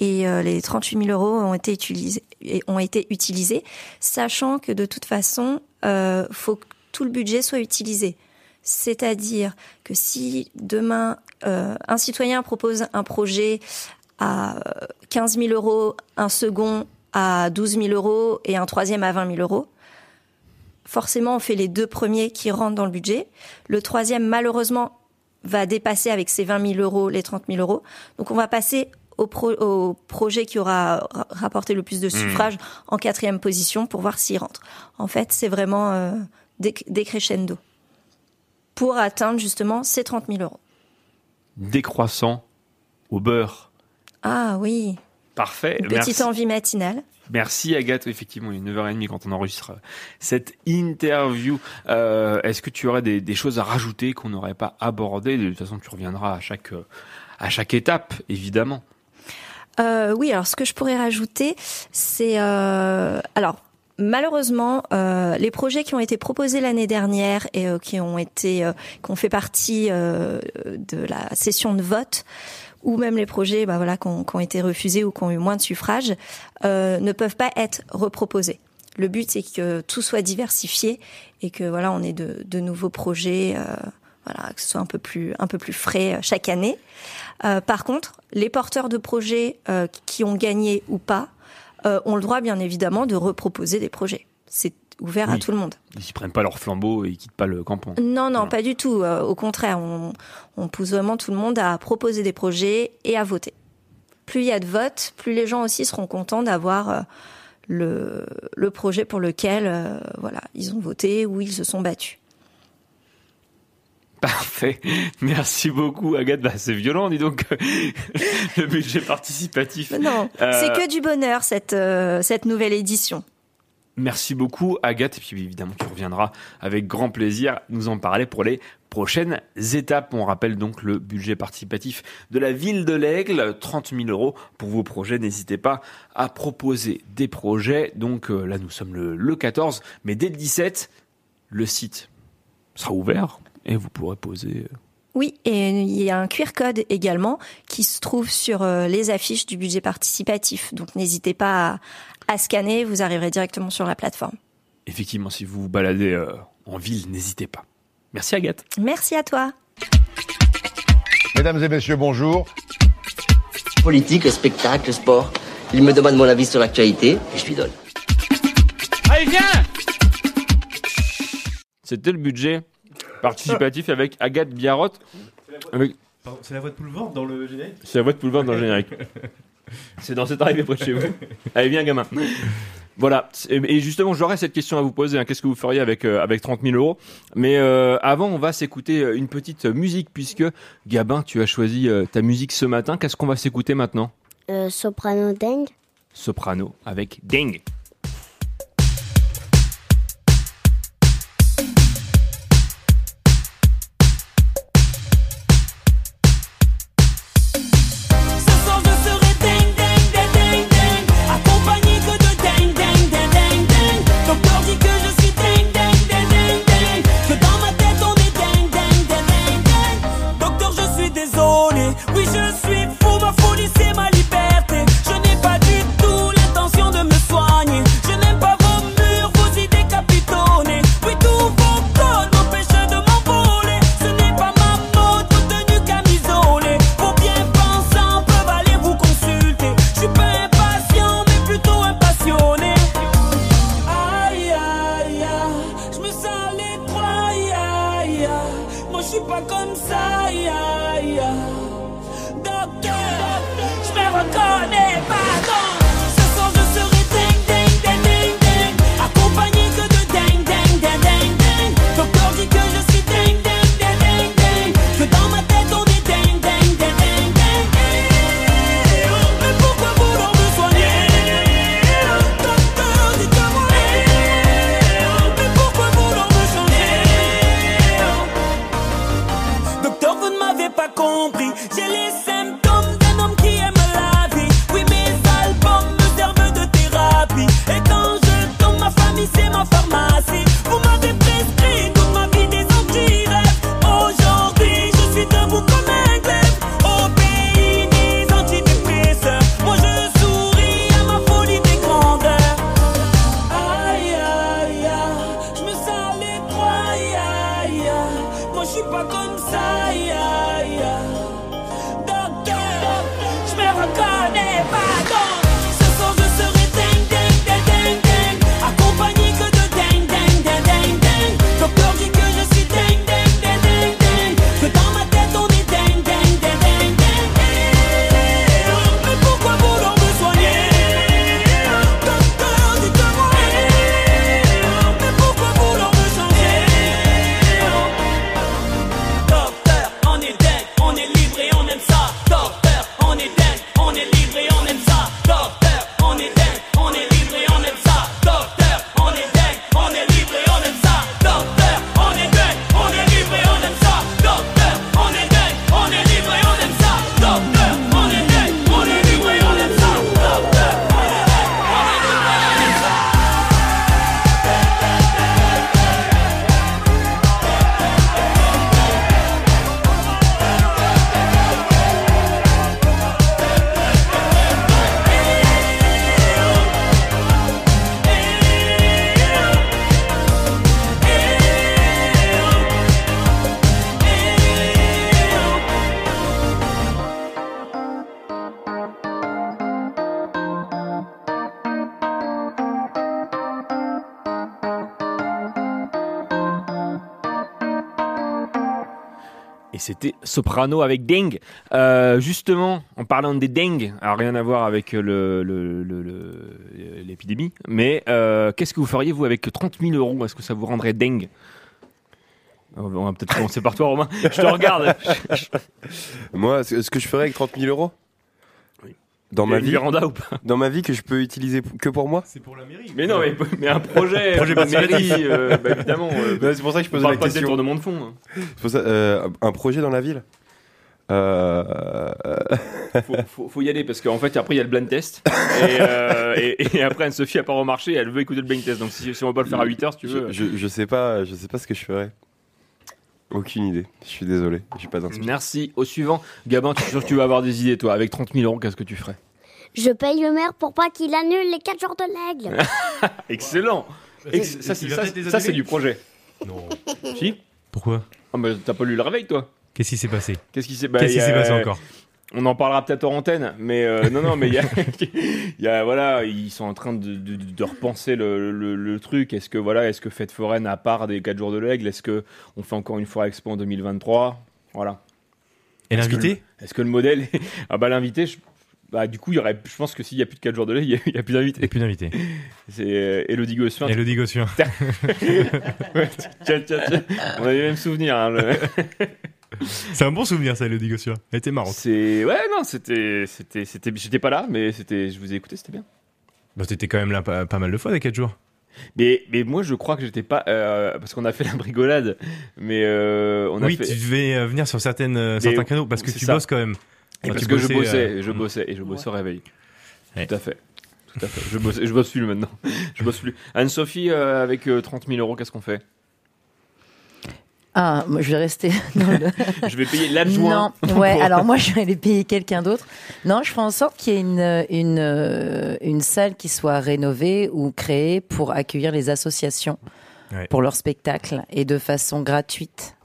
Et euh, les 38 000 euros ont été utilisés, et ont été utilisés sachant que de toute façon, euh, faut que tout le budget soit utilisé. C'est-à-dire que si demain euh, un citoyen propose un projet à euh, 15 000 euros, un second à 12 000 euros et un troisième à 20 000 euros, forcément, on fait les deux premiers qui rentrent dans le budget. Le troisième, malheureusement, va dépasser avec ses 20 000 euros les 30 000 euros. Donc, on va passer au, pro- au projet qui aura ra- rapporté le plus de suffrages en quatrième position pour voir s'il rentre. En fait, c'est vraiment euh, déc- décrescendo pour atteindre justement ces 30 000 euros.
Décroissant au beurre.
Ah oui,
Parfait.
une petite
Merci.
envie matinale.
Merci Agathe, effectivement, il est 9h30 quand on enregistre euh, cette interview. Euh, Est-ce que tu aurais des, des choses à rajouter qu'on n'aurait pas abordées De toute façon, tu reviendras à chaque, euh, à chaque étape, évidemment.
Euh, oui, alors ce que je pourrais rajouter, c'est euh, alors malheureusement euh, les projets qui ont été proposés l'année dernière et euh, qui ont été euh, qui ont fait partie euh, de la session de vote ou même les projets bah voilà qui ont, qui ont été refusés ou qui ont eu moins de suffrages euh, ne peuvent pas être reproposés. Le but c'est que tout soit diversifié et que voilà on ait de, de nouveaux projets. euh, voilà, que ce soit un peu plus, un peu plus frais euh, chaque année. Euh, par contre, les porteurs de projets euh, qui ont gagné ou pas euh, ont le droit, bien évidemment, de reproposer des projets. C'est ouvert à
Oui.
tout le monde.
Ils prennent pas leur flambeau et ils quittent pas le campon.
Non, non, pas du tout. Euh, au contraire, on, on pousse vraiment tout le monde à proposer des projets et à voter. Plus il y a de votes, plus les gens aussi seront contents d'avoir euh, le, le projet pour lequel euh, voilà, ils ont voté ou ils se sont battus.
Parfait. Merci beaucoup Agathe. Bah, c'est violent, dis donc. *laughs* le budget participatif.
Mais Non, *laughs* c'est
Euh,
que du bonheur cette, euh, cette nouvelle édition.
Merci beaucoup Agathe, et puis évidemment tu reviendras avec grand plaisir nous en parler pour les prochaines étapes. On rappelle donc le budget participatif de la ville de l'Aigle, 30 000 euros pour vos projets. N'hésitez pas à proposer des projets. Donc euh, là nous sommes le, le 14, mais dès le 17, le site sera ouvert et vous pourrez poser... euh,
Oui, et il y a un QR code également qui se trouve sur euh, les affiches du budget participatif. Donc n'hésitez pas à, à scanner, vous arriverez directement sur la plateforme.
Effectivement, si vous vous baladez euh, en ville, n'hésitez pas. Merci Agathe.
Merci à toi.
Mesdames et messieurs, bonjour. Politique, spectacle, sport. Il me demande mon avis sur l'actualité et je lui donne.
Allez, viens C'était le budget participatif avec Agathe Biarrotte. Avec-
C'est la voix de Poulevard dans le générique
C'est la voix de Poulevard dans le générique. C'est dans cette arrivée près de chez vous. Allez, viens, gamin. Voilà. Et et justement, j'aurais cette question à vous poser. hein. Qu'est-ce que vous feriez avec, euh, avec 30 000 euros Mais euh, avant, on va s'écouter euh, une petite musique, puisque Gabin, tu as choisi euh, ta musique ce matin. Qu'est-ce qu'on va s'écouter maintenant
Euh, soprano dingue.
Soprano avec Ding.
Ce soir je serai ding ding ding ding ding Accompagné que de ding ding ding ding ding Docteur dit que je suis ding ding ding ding ding Que dans ma tête on est ding ding ding ding ding Docteur je suis désolé Oui je suis fou, ma folie c'est ma liberté Je n'ai pas du tout l'intention de me soigner Je n'aime pas vos murs, vos idées capitonnées Oui tous vos codes m'empêchent de m'envoler Ce n'est pas ma mode, vos tenues camisolées Vos bien pensants peuvent aller vous consulter Je suis pas impatient mais plutôt impassionné Aïe aïe aïe, je me sens les trois aïe aïe Moi je suis pas comme ça aïe aïe Docteur, je me reconnais pardon Ce soir je serai ding ding ding ding ding Accompagné que de ding ding ding ding ding Docteur dit que je suis ding ding ding ding ding Que dans ma tête on est ding ding ding ding ding Eh, oh, Mais pourquoi vouloir me soigner Docteur dites-moi eh, oh, Mais pourquoi vouloir me changer Oh, Docteur, vous ne m'avez pas compris. J'ai les symptômes d'un homme qui aime la vie. Oui, mes albums me servent de thérapie. Et quand je tombe, ma famille, c'est ma pharmacie. Vous m'avez prescrit toute ma vie des anti-rêves. Aujourd'hui, je suis debout comme un glaive. Au pays des antidépresseurs. Moi, je souris à ma folie des grandeurs. Aïe, aïe, aïe, je me sens les trois, aïe, aïe, aïe. Moi, je suis pas comme ça, aïe, aïe, aïe. Docteur, je me reconnais pas, donc. Ce soir, je serai ding, ding, ding, ding, ding. Accompagné que de ding, ding, ding, ding,
Et c'était Soprano avec Deng. Euh, justement, en parlant des Deng, alors rien à voir avec le- le- le- le- l'épidémie, mais euh, qu'est-ce que vous feriez, vous, avec 30 000 euros Est-ce que ça vous rendrait Deng on va on va peut-être commencer par toi, Romain. Je te regarde.
Moi, ce ce que je ferais avec 30 000 euros Dans
Il y
ma
a une
vie.
véranda ou pas
Dans ma vie que je peux utiliser p- que pour moi
C'est pour la mairie.
*laughs* Mais non, mais, mais un projet.
Projet
une mairie,
participatif.
euh, bah, évidemment. euh,
Non, c'est pour ça que je
on
posais
parle
la
pas de
question.
détournement de fonds. hein.
C'est pour ça, euh, un projet dans la ville Euh, euh,
faut,
*laughs*
faut- faut y aller parce qu'en fait après il y a le blind test et, euh, et- et après Anne-Sophie elle part au marché et elle veut écouter le blind test donc si, si on va pas le faire à 8h si tu veux
Je, je sais pas, je sais pas ce que je ferais. Aucune idée. Je suis désolé, j'ai pas d'inspiration.
merci au suivant Gabin tu, sûr que tu vas avoir des idées toi avec 30 000 euros qu'est-ce que tu ferais
Je paye le maire pour pas qu'il annule les 4 jours de l'aigle.
excellent Ex- ça c'est
Bah, Il va
ça,
peut-être les
ça, c'est
annuler.
du projet non *laughs* si
Pourquoi
Ah, mais t'as pas lu le réveil toi
Qu'est-ce qui s'est passé
Qu'est-ce qui s'est
Qu'est-ce qui
il y a-
s'est passé encore
On en parlera peut-être en antenne, mais euh, non, non, mais il y a, *laughs* il y a, voilà, ils sont en train de, de- de repenser le, le- le truc. Est-ce que voilà, est-ce que fête foraine à part des 4 jours de l'aigle, est-ce que on fait encore une fois expo en 2023 Voilà.
Et
Est-ce que
l'invité
le- Est-ce que le modèle est- Ah bah l'invité, je- bah du coup, il y aurait, je pense que s'il y a plus de 4 jours de l'aigle, *laughs* il y a- il y, a plus d'invité.
Plus d'invité.
C'est euh, Elodie Gossuin.
Elodie
*laughs*
Gossuin.
Ouais, tiens, tiens, tiens. On a les mêmes souvenirs.
*laughs*
hein, le-
*laughs* C'est un bon souvenir, ça, Elodie Gossuin. Elle était marrante.
C'est ouais non c'était c'était c'était j'étais pas là mais c'était je vous ai écouté c'était bien.
Bah, t'étais quand même là pas, pas mal de fois des 4 jours.
Mais mais moi je crois que j'étais pas euh, parce qu'on a fait la brigolade mais euh, on a
oui,
fait
tu devais euh, venir sur certaines, euh,
Mais-
certains canaux parce que
c'est
tu
ça.
bosses quand même.
Et
Enfin,
parce
tu
que je
bossais,
bossais
euh,
je bossais et je bossais au réveil. Tout à fait. Tout à fait. Je bosse je bosse plus maintenant. Je bosse plus. Anne-Sophie euh, avec euh, 30 000 euros qu'est-ce qu'on fait
Ah, moi, je vais rester dans le...
*laughs* Je vais payer l'adjoint.
Non, ouais, alors moi je vais aller payer quelqu'un d'autre. Non, je ferai en sorte qu'il y ait une, une, euh, une salle qui soit rénovée ou créée pour accueillir les associations
Ouais.
pour leur spectacle et de façon gratuite.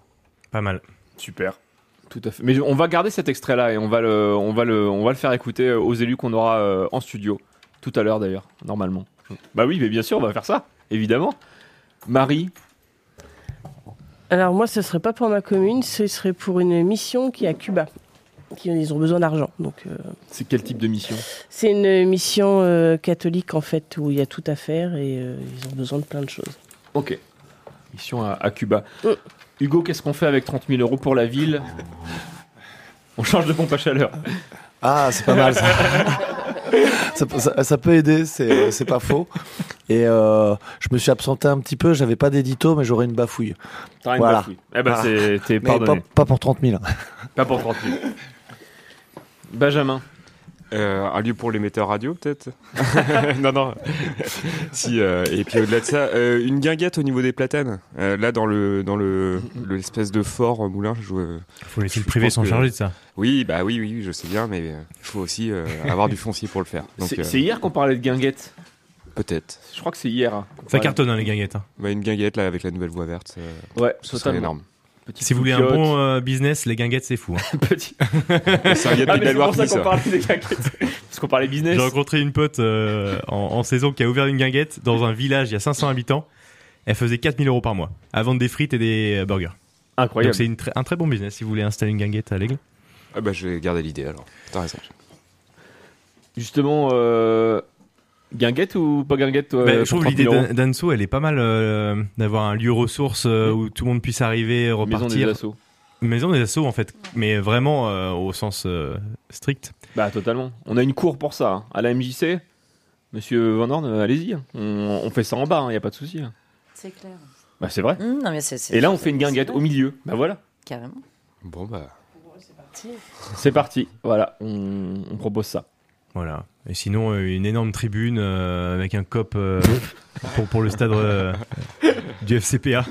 Pas mal.
Super. Tout à fait. Mais on va garder cet extrait là et on va le on va le on va le faire écouter aux élus qu'on aura euh, en studio tout à l'heure d'ailleurs normalement. Bah oui, mais bien sûr, on va faire ça évidemment. Marie,
Alors moi, ce serait pas pour ma commune, ce serait pour une mission qui est à Cuba. Qui, euh, ils ont besoin d'argent. Donc, euh,
c'est quel type de mission
c'est une mission euh, catholique en fait où il y a tout à faire et euh, ils ont besoin de plein de choses.
Ok. Mission à, à Cuba. Hugo, qu'est-ce qu'on fait avec 30 000 euros pour la ville On change de pompe à chaleur.
Ah, c'est pas mal ça. ça, peut- ça- ça peut aider, c'est c'est pas faux. Et euh, je me suis absenté un petit peu, j'avais pas d'édito, mais j'aurais une bafouille.
T'aurais une bafouille. Eh ben, c'est- t'es
Mais
pardonné.
Pas, pas pour 30 000.
Pas pour 30 000. Benjamin.
Euh, un lieu pour l'émetteur radio, peut-être *laughs* Non, non. *laughs* si, euh, et puis au-delà de ça, euh, une guinguette au niveau des platanes. Euh, là, dans le dans le l'espèce de fort euh, moulin, je.
Faut laisser le privé s'en charger de ça.
Oui, bah oui, oui, je sais bien, mais il faut aussi euh, *laughs* avoir du foncier pour le faire. Donc,
C'est
euh,
c'est hier qu'on parlait de guinguette.
Peut-être.
Je crois que c'est hier.
Ça cartonne, hein, les guinguettes. hein.
Bah, une guinguette là avec la nouvelle voie verte. euh,
Ouais,
ce serait
totalement.
énorme.
Si vous voulez un
coquillotte.
bon euh, business, les guinguettes, c'est fou. hein.
*laughs* Petit.
Ça vient de
Ah, mais c'est
Middelloire
pour ça
Pizza.
qu'on parlait des
*laughs*
guinguettes. Parce qu'on parlait business.
J'ai rencontré une pote euh, en, en saison qui a ouvert une guinguette dans un village il y a 500 habitants. Elle faisait 4000 euros par mois à vendre des frites et des euh, burgers.
Incroyable.
Donc c'est une tr- un très bon business si vous voulez installer une guinguette à l'aigle.
Ah bah je vais garder l'idée alors. T'as raison.
Justement, euh, guinguette ou pas guinguette toi
Bah, je
pour
trouve
30
l'idée
000 euros
d'An- d'Anso, elle est pas mal euh, d'avoir un lieu ressource euh, où tout le monde puisse arriver, repartir.
des assos.
Maison des assos en fait, mais vraiment euh, au sens euh, strict.
Bah totalement. On a une cour pour ça. hein. À la MJC, monsieur Van Horn, euh, allez-y. hein. On, on fait ça en bas, il n'y a pas de souci. hein.
C'est clair.
Bah c'est vrai.
Mmh,
non, mais c'est- c'est-
Et là, on fait une guinguette au milieu. Bah voilà.
Carrément.
Bon bah.
C'est parti. Voilà, on, on propose ça.
Voilà. Et sinon, euh, une énorme tribune euh, avec un cop
*laughs*
euh, pour, pour le stade euh, du
*laughs*
FCPA.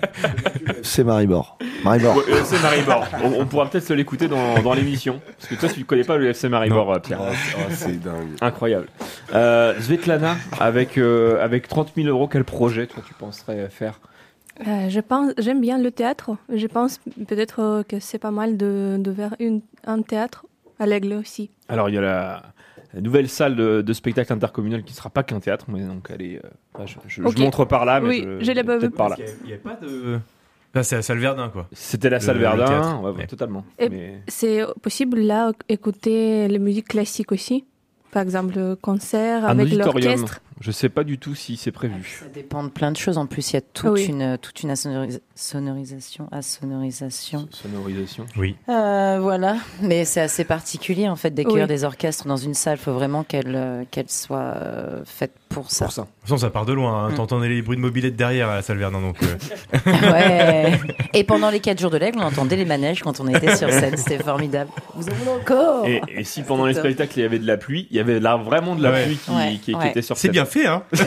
*laughs* C'est Maribor. Maribor.
Ouais, euh, FC
*laughs*
Maribor. On, on pourra peut-être se l'écouter dans, dans l'émission. Parce que toi, tu connais pas le FC Maribor, euh, Pierre.
c'est dingue.
Incroyable. Euh, Svetlana, avec, euh, avec 30 000 euros, quel projet, toi, tu penserais faire
Euh, je pense, j'aime bien le théâtre. Je pense peut-être euh, que c'est pas mal de, de faire une, un théâtre à l'aigle aussi.
Alors, il y a la, la nouvelle salle de, de spectacle intercommunal qui ne sera pas qu'un théâtre, mais donc elle est. euh, bah, je, je- je
Ok.
montre par là, mais
Oui,
je,
je l'ai pas
peut-être
vu.
par là.
Il n'y a, pas de. Là, c'est la salle Verdun, quoi.
C'était la
Le-
salle
le
Verdun,
théâtre.
ouais, ouais, totalement.
Et
Mais-
C'est possible là écouter les musiques classiques aussi, par exemple le concert
Un
avec
auditorium,
l'orchestre.
je sais pas du tout si c'est prévu.
Ah, Ça dépend de plein de choses. En plus, il y a toute
Oui.
une, toute une assonorisa- sonorisation. assonorisation.
Sonorisation.
Oui.
Euh, voilà, mais c'est assez particulier en fait d'accueillir
Oui.
des orchestres dans une salle. Il faut vraiment qu'elle euh, qu'elle soit euh, faite pour ça.
Pour ça.
De toute façon, ça part de loin. hein.
Mm.
T'entendais les bruits de mobilette derrière à la salle Verdun, donc. euh.
*laughs*
*laughs*
Ouais.
*laughs*
Et pendant les 4 jours de l'aigle, on entendait les manèges quand on était sur scène. C'était formidable. Vous en voulez encore
Et, et si pendant les
top.
spectacles il y avait de la pluie, il y avait là vraiment de la
Ouais.
pluie qui,
Ouais,
qui- qui
ouais.
était sur
C'est
scène.
bien fait, hein
*laughs*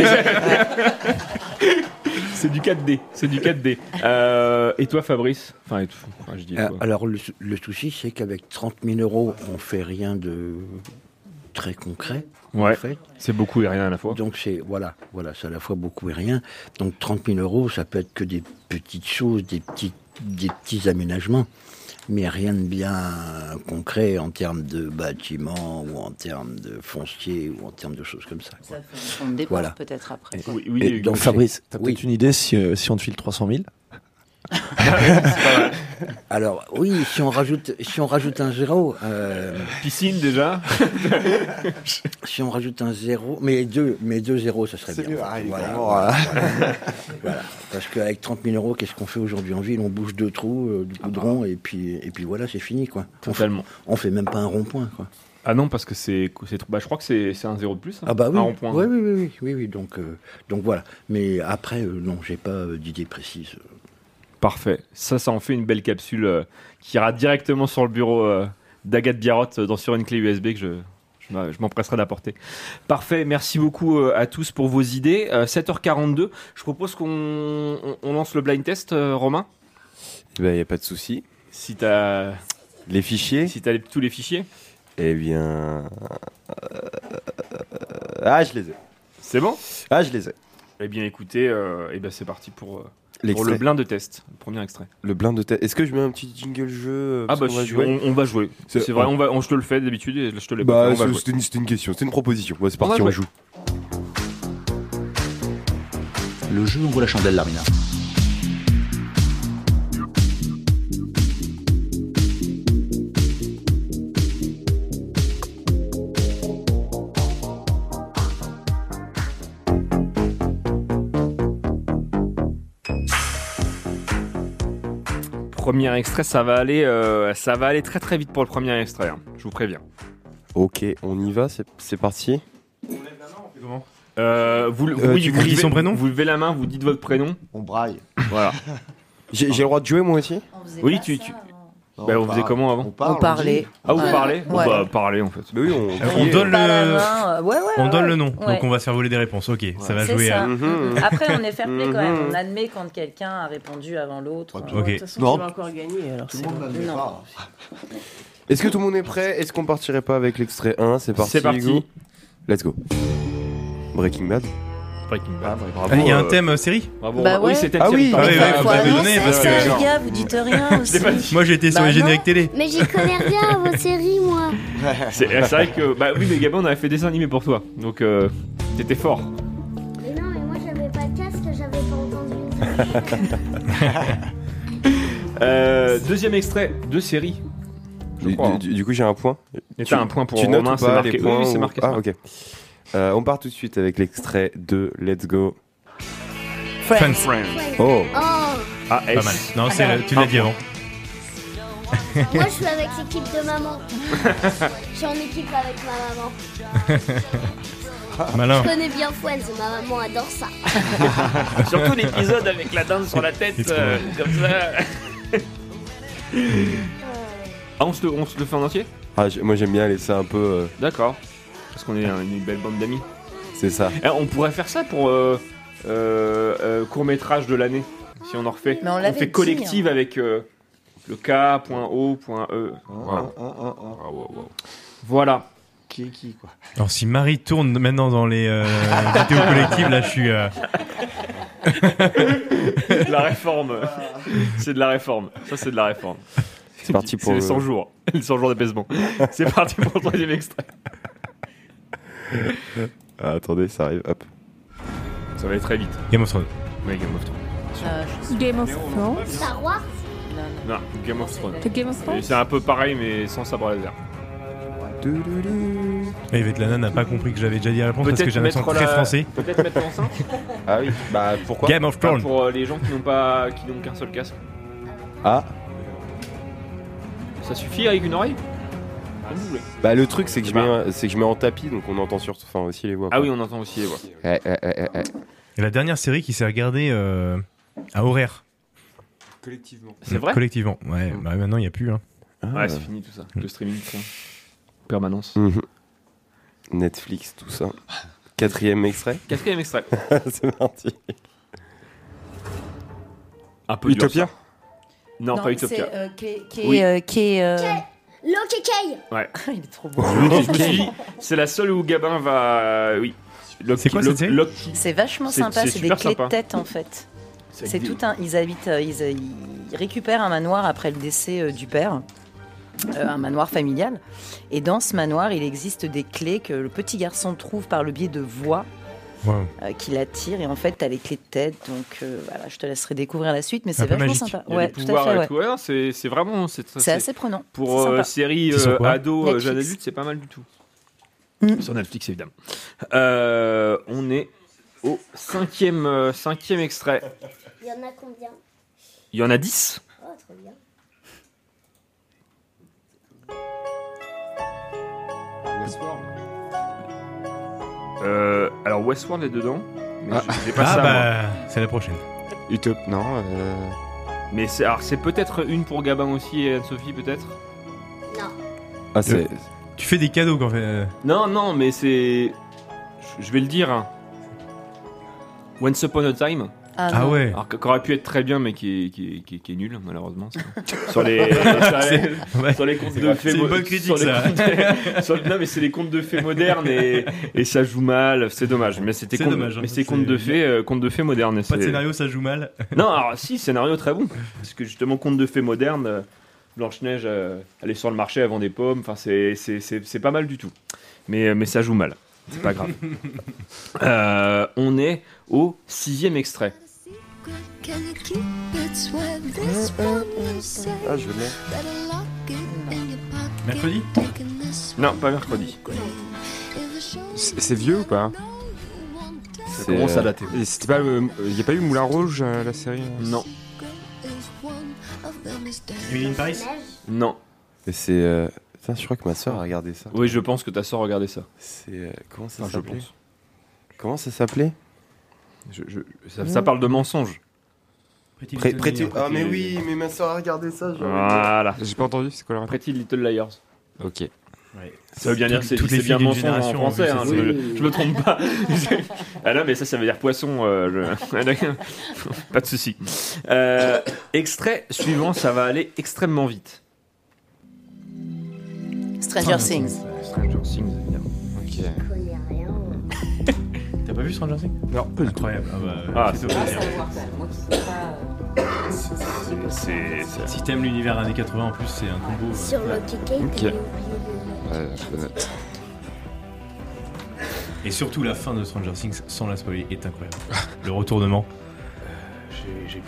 C'est du 4D, c'est du 4D. Euh, et toi Fabrice Enfin, et toi, enfin, je dis
Euh,
toi.
alors, le, sou- le souci, c'est qu'avec 30 000 euros, on fait rien de très concret.
Ouais, c'est beaucoup et rien à la fois.
Donc, c'est, voilà, voilà, c'est à la fois beaucoup et rien. Donc, 30 000 euros, ça peut être que des petites choses, des petits, des petits aménagements, mais rien de bien concret en termes de bâtiments ou en termes de foncier ou en termes de choses comme ça. quoi.
On dépense peut-être après.
Et-
Oui,
et
Donc Fabrice, t'as peut-être une idée si, euh, si on te file 300 000
Alors oui, si on rajoute, si on rajoute un zéro. euh,
Piscine déjà.
*laughs* si on rajoute un zéro, mais deux, mais deux zéros, ça serait
C'est
bien.
mieux, ah, il est
voilà,
vraiment, *laughs*
voilà,
hein.
voilà. Voilà. Parce qu'avec 30 000 euros, qu'est-ce qu'on fait aujourd'hui en ville On bouge deux trous, euh, du goudron, et puis, et puis voilà, c'est fini quoi. On fait-
Ah bah. Totalement.
On fait même pas un rond-point quoi.
Ah non, parce que c'est. c'est trop- Bah, je crois que c'est c'est un zéro de plus. hein.
Ah bah oui,
Un rond-point.
oui, oui, oui, oui, oui, oui, donc, euh, donc voilà. Mais après, euh, non, j'ai pas euh, d'idée précise.
Parfait. Ça, ça en fait une belle capsule euh, qui ira directement sur le bureau euh, d'Agathe Biarrot euh, dans, sur une clé USB que je, je m'a- je m'empresserai d'apporter. Parfait. Merci beaucoup euh, à tous pour vos idées. Euh, 7h42. Je propose qu'on on- on lance le blind test, euh, Romain.
Il n'y Eh ben, a pas de souci.
Si t'as
Les fichiers
si t'as les- tous les fichiers.
Eh bien. euh, Ah, je les ai.
C'est bon
Ah, je les ai.
Eh bien, écoutez, euh, eh ben, c'est parti pour, euh, pour
L'extrait.
le blind de test. Le premier extrait.
Le blind de tête. Est-ce que je mets un petit jingle jeu euh,
Ah
parce
bah
qu'on
si, on, on va jouer. C'est vrai, on va, on- je te le fais d'habitude et je te l'ai
Bah,
pas fait. On va
c'est-
jouer.
c'était une, c'était une question, c'était une proposition. Bah, c'est
On va
parti, on,
jouer.
joue.
Le jeu ouvre la chandelle, Larmina.
Premier extrait, ça va aller, euh, ça va aller très très vite pour le premier extrait. hein. Je vous préviens.
Ok, on y va, c'est c'est parti.
Euh, vous, le-
Euh,
oui,
tu
vous
me dis
levez-
son prénom
Vous levez la main, vous dites votre prénom.
On braille.
Voilà.
*laughs* J'ai j'ai le droit de jouer moi aussi
Oui, tu. tu...
avant.
Bah,
Non,
on,
on
faisait
parle.
comment avant
On parle, On on dit. parlait.
Ah, vous
Ouais.
parlez Bon,
Ouais.
Bah, parlez en fait.
Mais oui, on,
On donne
Pas la
le.
main, euh, ouais, ouais,
On
ouais,
donne
ouais.
le nom,
Ouais.
donc on va faire voler des réponses. Ok, ça va
C'est
jouer. hein.
ça.
à-
Mhm.
Mm-hmm.
Après, on est fair play quand même. On
Mhm.
admet quand quelqu'un a répondu avant l'autre.
Ouais,
Euh,
Ok.
De toute façon,
Non.
tu vas encore gagner. Alors c'est bon.
Non.
Est-ce que tout le monde est prêt Est-ce qu'on partirait pas avec l'extrait 1 C'est parti.
C'est parti.
Hugo Let's go. Breaking Bad.
Breaking Bad.
Ah, Il y a un thème euh, série
Bravo.
Bah ouais.
Oui, c'était
Ah
une série,
oui.
Ah
pardon.
oui,
Bah,
oui, vous
faut
m'avez
annoncer
donné parce
ça,
que.
les
Les gars, vous dites rien aussi.
Moi j'étais sur
Bah
les génériques
non.
*laughs*
télé.
Mais j'y connais rien vos séries, moi.
C'est c'est vrai que. Bah oui, mais Gabin, on avait fait dessin animé pour toi. Donc, euh, t'étais fort.
Mais non, mais moi j'avais pas de casque, j'avais pas entendu.
Euh, deuxième extrait de série. Je
Du,
crois,
du-
hein.
du- du coup, j'ai un point.
Et
Tu-
t'as un point pour
tu notes
Romain,
ou
c'est
pas
marqué.
les
Oui,
points
oui, c'est
ou-
marqué,
Ah,
c'est
ok. Euh, on part tout de suite avec l'extrait de Let's Go.
Friends.
Oh.
Ah,
Pas mal. Non, c'est le- tu l'as dit avant.
moi je suis avec l'équipe de maman.
hein. *laughs*
Je suis en équipe avec ma maman.
Malin.
*laughs*
Je connais bien Friends, ma maman adore ça.
Surtout l'épisode avec la dinde sur la tête, euh, comme ça. Ah, on se, le, on se le fait en entier
Ah, j'ai- moi, j'aime bien laisser un peu. euh,
D'accord. Parce qu'on est un- une belle bande d'amis.
c'est ça.
Eh, on pourrait faire ça pour euh, euh, euh, court-métrage de l'année, si on en refait.
Mais on l'avait dit,
fait
hein.
collective avec euh, le K.O.E. E.
Ah.
Voilà. Ah, Voilà.
Qui est qui quoi
Alors si Marie tourne maintenant dans les
*laughs*
euh, vidéos collectives, là je suis. euh,
de *laughs* la réforme. C'est de la réforme. Ça, c'est de la réforme.
C'est parti pour
C'est les
le-
100 jours. *laughs* Les 100 jours d'apaisement. C'est parti pour le troisième extrait.
*laughs* Ah, attendez, ça arrive. Hop.
Ça va aller très vite.
Game of Thrones.
Ouais, Game of Thrones.
Game of Thrones.
Star Wars
Non, Game of Thrones.
The Game of Thrones
Et C'est un peu pareil, mais sans sabre laser.
Et Svetlana n'a pas compris que j'avais déjà dit la réponse parce
Peut-être
que j'ai un accent
mettre
très
la-
français.
Peut-être mettre l'enceinte *laughs* Ah oui, bah pourquoi
Game of Thrones.
Pas Pour euh, les gens qui n'ont pas, qui n'ont qu'un seul casque.
Ah,
Ça suffit avec une oreille Comme vous voulez.
bah le truc c'est que, je mets, c'est que je mets en tapis donc on entend surtout enfin, aussi les voix. Eh,
Ah oui, on entend aussi les voix.
Ouais, ouais, ouais, ouais, ouais.
Et la dernière série qui s'est regardée euh, à horaire.
Collectivement.
C'est vrai Ah.
Collectivement. Ouais, bah maintenant il n'y a plus. hein.
Ouais, c'est fini tout ça. Le streaming, tout ça. Permanence.
Mhm. Netflix, tout ça. Quatrième extrait *laughs*
Quatrième extrait.
c'est parti.
Un
peu dur,
Utopia Non, pas
c'est
Utopia.
euh, qui qui
Oui.
est, euh, qui est, euh,
Ouais.
*laughs* Il est trop beau.
Je me suis dit, c'est la seule où Gabin va. euh, Oui. C'est
quoi cette série
C'est vachement
C'est-
sympa,
c'est
c'est des
super
clés
sympa.
de tête en fait.
*laughs* C'est
C'est
des-
tout un. Ils habitent, euh, ils, euh, ils récupèrent un manoir après le décès euh, du père, euh, un manoir familial. Et dans ce manoir, il existe des clés que le petit garçon trouve par le biais de voix
Wow.
euh, qui l'attirent. Et en fait, t'as les clés de tête. Donc euh, voilà, je te laisserai découvrir la suite, mais c'est
peu
vachement
magique.
sympa.
Il y a
Ouais,
des
tout à
pouvoirs
fait.
et
ouais.
tout. Ouais, non, c'est c'est vraiment.
C'est assez prenant.
Pour
C'est
euh,
sympa.
série
C'est sur
euh,
quoi
ado, euh, jeune
Netflix.
adulte, c'est pas mal du tout.
Mm.
Sur Netflix, évidemment. Euh, on est au cinquième, euh, cinquième extrait.
Il y en a combien
Il y en a 10
Oh, trop bien.
Euh, alors Westworld est dedans, mais
Ah.
je- j'ai pas
Ah,
ça.
bah,
moi.
c'est la prochaine.
Utop, non. euh, Mais c'est alors c'est peut-être une pour Gabin aussi et Anne-Sophie peut-être.
Ah, c'est-
Euh, Tu fais des cadeaux quand euh, fait.
Non, non, mais c'est. Je- Je vais le dire. hein. Once Upon a Time.
Ah Ah non. ouais.
Alors que- qu'aurait pu être très bien, mais qui est, qui est- qui est- qui est nul malheureusement. ça. *laughs* sur les
C'est-
sur,
ouais.
sur les contes
C'est
de
grave.
fées.
C'est une
mo-
bonne critique,
sur les
ça.
contes- sur- non, mais c'est les contes de fées modernes et, et ça joue mal. C'est dommage. Mais c'était
C'est
contes-
dommage, hein.
Mais c'est contes de
C'est-
fées, euh, contes de fées modernes. et
Pas de
c'est-
scénario, ça joue mal.
*laughs* non, alors si, scénario très bon. Parce que justement, conte de fées moderne, euh, Blanche-Neige, euh, elle est sur le marché, elle vend des pommes, enfin c'est- c'est c'est- c'est pas mal du tout. Mais, euh, mais ça joue mal, c'est pas grave. Euh, on est au sixième extrait.
Can you keep it sweat? This one will say.
Ah, je l'ai.
Better lock it in your pocket.
Mercredi
Taking this
Non, pas mercredi.
C'est c'est vieux ou pas
Ça commence à dater.
Il n'y a pas eu Moulin Rouge, euh, la série
Non.
is one of them is dead.
Non.
Et c'est. euh, Putain, je crois que ma soeur a regardé ça.
Oui, je pense que ta soeur regardait ça.
C'est. euh, Comment ça
Enfin, je
s'appelait
pense.
Comment ça s'appelait
Je- je- ça, ça parle de mensonges.
Pretty Pré- Little Pretty- Liars. Ah, mais oui, mais ma soeur a regardé ça.
Ah,
Voilà.
J'ai pas entendu, c'est quoi la
Pretty Little Liars.
Ok.
Ça veut bien dire que c'est
Toutes les
c'est bien
filles d'une
mensonge en
génération ont vu
français,
cette
hein,
série.
je, je me trompe
*laughs*
pas. *laughs* ah non, mais ça, ça veut dire poisson. euh, je- *laughs* pas de souci. Euh, extrait suivant, ça va aller extrêmement vite.
Stranger Things.
Stranger Things, évidemment. Ok. *laughs*
T'as pas vu Stranger Things
Non,
Incroyable. Ah,
Ah,
bah,
c'est-
c'est dommage.
C'est. c'est-
Si t'aimes l'univers années 80 en plus, c'est un combo. euh,
Sur le ticket,
Ok.
t'as oublié le nom.
*laughs*
Et surtout, la fin de Stranger Things, sans la spoiler, est
*laughs*
incroyable. Le retournement.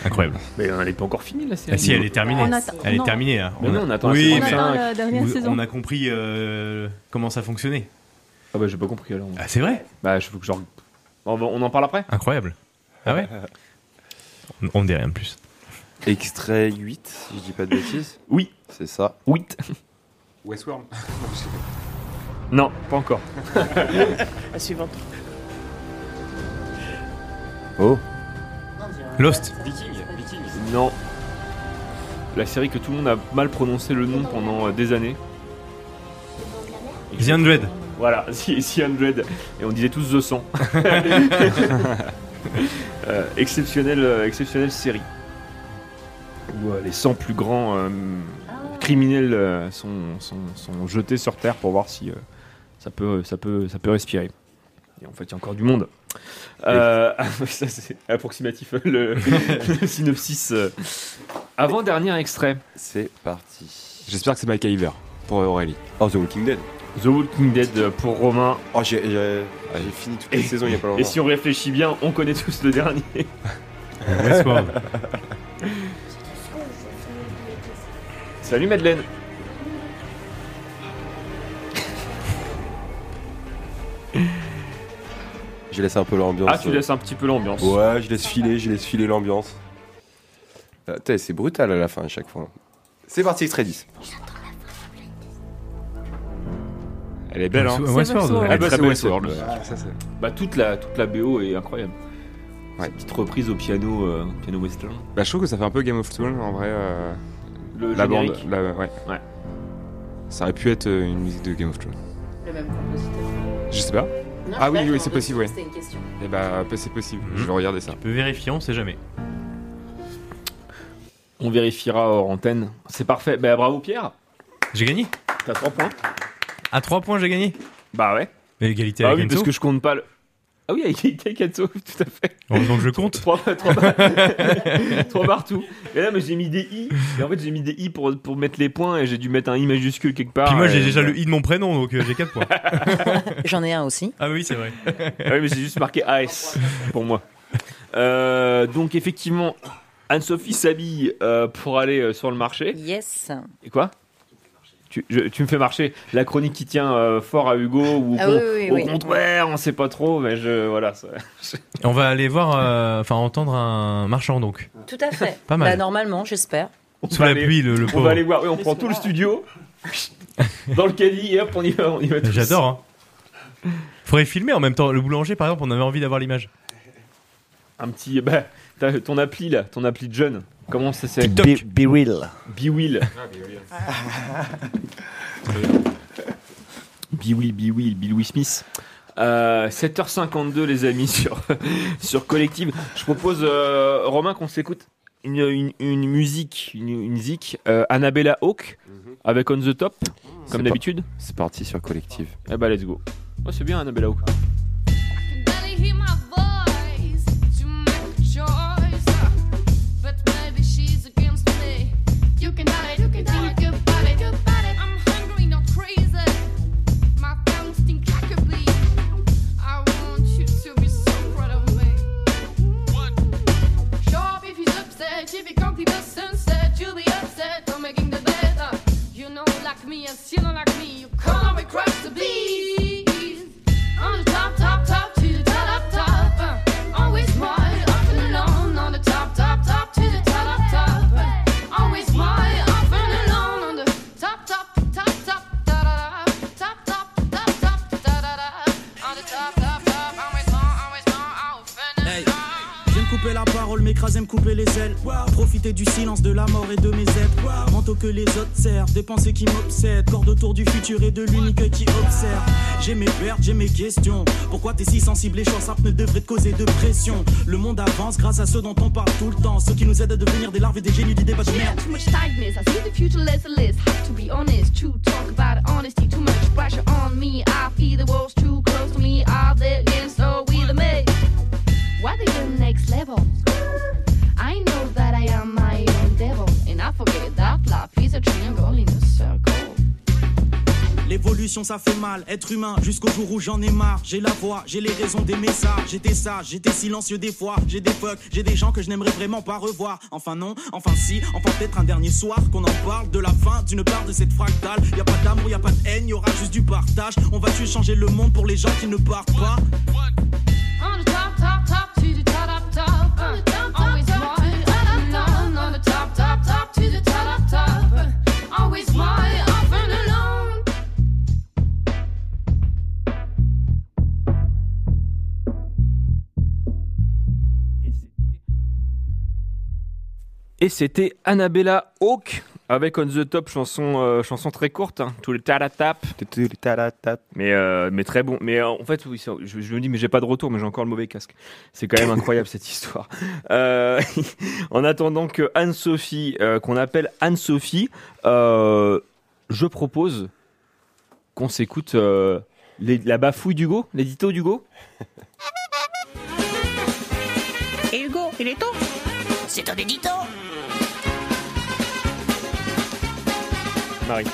Incroyable.
Mais elle n'est pas encore finie la série.
Ah si, elle est terminée.
On attend-
Elle
non.
est terminée. hein.
Mais
a-
non, on attend la
oui,
saison
mais-
On attend la
dernière
vous-
saison.
On a compris euh, comment ça fonctionnait.
Ah bah j'ai pas compris alors.
Ah c'est vrai
Bah je veux que genre. On, va- on en parle après
Incroyable. Ah ouais On- On ne dit rien de plus.
Extrait 8, si je dis pas de bêtises.
Oui.
C'est ça.
8.
*laughs* Westworld.
*laughs* Non, pas
*laughs*
encore. *laughs*
La suivante.
Oh.
Lost.
Viking. Viking.
Non. La série que tout le monde a mal prononcé le nom pendant euh, des années.
The 100.
Voilà, *laughs* The 100. Et on disait tous
*laughs*
The 100. Euh, exceptionnelle, euh, exceptionnelle série. Où euh, les 100 plus grands euh, criminels euh, sont, sont, sont jetés sur Terre pour voir si euh, ça, peut, ça, peut, ça peut respirer. Et en fait, il y a encore du monde. Euh, *laughs* ça, c'est approximatif euh, le, le synopsis. euh. Avant-dernier extrait.
C'est parti.
J'espère que c'est MacGyver pour Aurélie.
Oh, The Walking Dead.
The Walking Dead pour Romain.
Oh, j'ai j'ai- j'ai fini toutes les saisons il y a pas longtemps.
Et si on réfléchit bien, on connaît tous le dernier.
Westworld.
Salut Madeleine.
Je laisse un peu l'ambiance. euh.
Ah, tu laisses un petit peu l'ambiance.
Ouais, je laisse filer, je laisse filer l'ambiance. Ah, t'es- c'est brutal à la fin à chaque fois. C'est parti, extrait 10.
Elle est belle, hein.
C'est Westworld. Elle
Ah,
est
bah,
très
c'est
belle,
Westworld.
cette-
ouais.
ça, c'est-
Bah, toute la, toute la BO est incroyable. Cette Petite reprise au piano, euh, piano western.
Bah, je trouve que ça fait un peu Game of Thrones en vrai. euh,
Le
la bande.
générique.
la- ouais. Ça aurait pu être euh, une musique de Game of Thrones.
Le même compositeur.
Je sais pas.
Non,
ah
je sais
oui,
pas, je
oui,
m'en
c'est
doute,
possible, ouais.
c'était une question.
Et bah, c'est possible. Je vais regarder ça.
Peut Mhm. vérifier, on sait jamais.
On vérifiera hors antenne. C'est parfait. Bah, bravo Pierre.
J'ai gagné.
T'as 3 points.
À 3 points, j'ai gagné.
Bah ouais.
Mais égalité
Ah
avec
oui, parce
Enzo.
que je compte pas le. Ah oui, avec avec Katsu, *laughs* tout à fait.
Heureusement que je compte.
3,
*laughs*
partout. Et là, mais j'ai mis des i. Et en fait, j'ai mis des i pour, pour mettre les points et j'ai dû mettre un i majuscule quelque part.
Puis moi, j'ai
Et-
déjà le i de mon prénom, donc euh, j'ai 4 points.
J'en ai un aussi.
Ah oui, c'est vrai.
Ah oui, mais j'ai juste marqué AS pour moi. Euh, donc, effectivement, Anne-Sophie s'habille euh, pour aller euh, sur le marché.
Yes.
Et quoi tu, je- tu me fais marcher la chronique qui tient euh, fort à Hugo ou
Ah
au-
oui, oui,
au
oui.
contraire, on sait pas trop, mais je voilà. ça-
On va aller voir, euh, enfin entendre un marchand donc.
Tout à fait.
*laughs* Pas mal.
Bah, normalement, j'espère.
Sous la pluie, le, le
on
pauvre.
va aller voir. Oui, on prend tout
*laughs*
le studio dans le caddie et hop, on y va, on y va tous.
J'adore. Hein. Faudrait filmer en même temps. Le boulanger, par exemple, on avait envie d'avoir l'image.
Un petit bah, t'as ton appli là, ton appli de jeune. Comment ça s'appelle
Be, real.
Be-Will.
Ah,
Be-Will, Be-Will, Be-Will Smith. Euh, 7h52 les amis *laughs* sur, sur Collective. Je propose, euh, Romain, qu'on s'écoute une, une- une musique, une, une zik, euh, Annabella Hawk avec On The Top,
Mhm. C'est
comme
par-
d'habitude.
C'est parti sur Collective.
Eh bah let's go. Oh, c'est bien Annabella Hawk.
barely hear my voice to make a choice. But maybe she's against me. You can have it, you can think about it, about it. I'm hungry, not crazy. My tongue stinks like a bee. I want you to be so proud of me. Sharp if he's upset, if he can't leave the sunset, you'll be upset. I'm making the bed up. You know, like me, and still don't like me. You can't across the beat. On the top, top, top, to the top, top, top. Uh, Always smile, up and alone. On the top, top, top, to the top, top, top. Uh, Always smile, up and alone. On the top, top, top, top, da da da. Top, top, top, top, da da da. On the top, top, top. Always smile, always smile, up and alone.
Je viens de couper la parole, m'écraser, me couper les ailes. Profiter du silence, de la mort et de mes aides. Manteau que les autres servent, des pensées qui m'obsèdent. Corde autour du futur et de l'unique qui observe. J'ai mes pertes, j'ai mes questions. Pourquoi t'es si sensible Les chances ne devraient te causer de pression. Le monde avance grâce à ceux dont on parle tout le temps. Ceux qui nous aident à devenir des larves et des génies du débat de
Yeah,
merde.
too much tightness. I see the future less a list. Have to be honest, true talk about honesty. Too much pressure on me. I feel the world's too close to me. Out there again, so we the mix. What are your next level? I know that I am my own devil, and I forget that life is a triangle in a circle.
L'évolution ça fait mal, être humain jusqu'au jour où j'en ai marre. J'ai la voix, j'ai les raisons des messages. J'étais sage, j'étais silencieux des fois. J'ai des fucks, j'ai des gens que je n'aimerais vraiment pas revoir. Enfin non, enfin si, enfin peut-être un dernier soir qu'on en parle de la fin d'une part de cette fractale. Y a pas d'amour, y a pas de haine, y aura juste du partage. On va tu changer le monde pour les gens qui ne partent pas.
On the top, top, top to the top, top, top. On the top, top, always top to the top, top. On the top, top, top to the top, top, top. Always my up and alone.
Et c'était Annabella Hawk avec On the Top, chanson, euh, chanson très courte, hein, tout le taratap. Mais, euh, mais très bon. Mais euh, en fait, oui, ça- je, je me dis, mais j'ai pas de retour, mais j'ai encore le mauvais casque. C'est quand même incroyable cette histoire. Euh, *laughs* en attendant que Anne-Sophie, euh, qu'on appelle Anne-Sophie, euh, je propose qu'on s'écoute euh, les- la bafouille d'Hugo, l'édito d'Hugo.
Et Hugo, il est temps C'est un édito
Marie.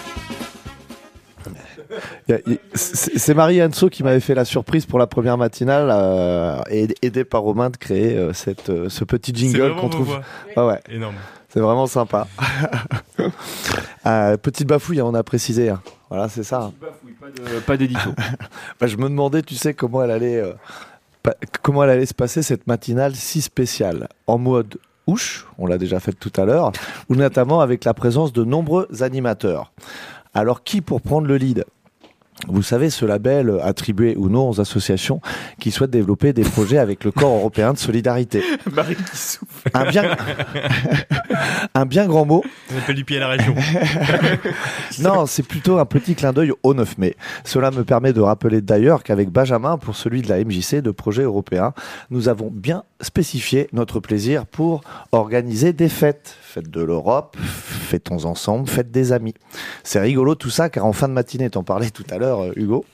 Y a- y- C'est c'est Marie Anso qui m'avait fait la surprise pour la première matinale, euh, et- aidée par Romain de créer euh, cette, euh, ce petit jingle
vraiment
qu'on
vos
trouve.
voix.
Ah ouais.
Énorme.
C'est vraiment sympa. *laughs* Euh, petite bafouille, hein, on a précisé. hein. Voilà, c'est ça.
Euh, pas d'édito.
*laughs* Bah, je me demandais, tu sais, comment elle allait, euh, pa- comment elle allait se passer cette matinale si spéciale, en mode ouche, on l'a déjà fait tout à l'heure, ou notamment avec la présence de nombreux animateurs. Alors qui pour prendre le lead vous savez, ce label euh, attribué ou non aux associations qui souhaitent développer des projets avec le corps européen de solidarité.
Bah,
Marie qui souffle.
Un Ah,
*laughs*
bien, un bien grand mot,
Ça s'appelle du pied à la région.
non, c'est plutôt un petit clin d'œil au 9 mai. Cela me permet de rappeler d'ailleurs qu'avec Benjamin, pour celui de la MJC de projet européen, nous avons bien spécifié notre plaisir pour organiser des fêtes. Fête de l'Europe, fêtons ensemble, fête des amis. C'est rigolo tout ça, car en fin de matinée, t'en parlais tout à l'heure, euh, Hugo.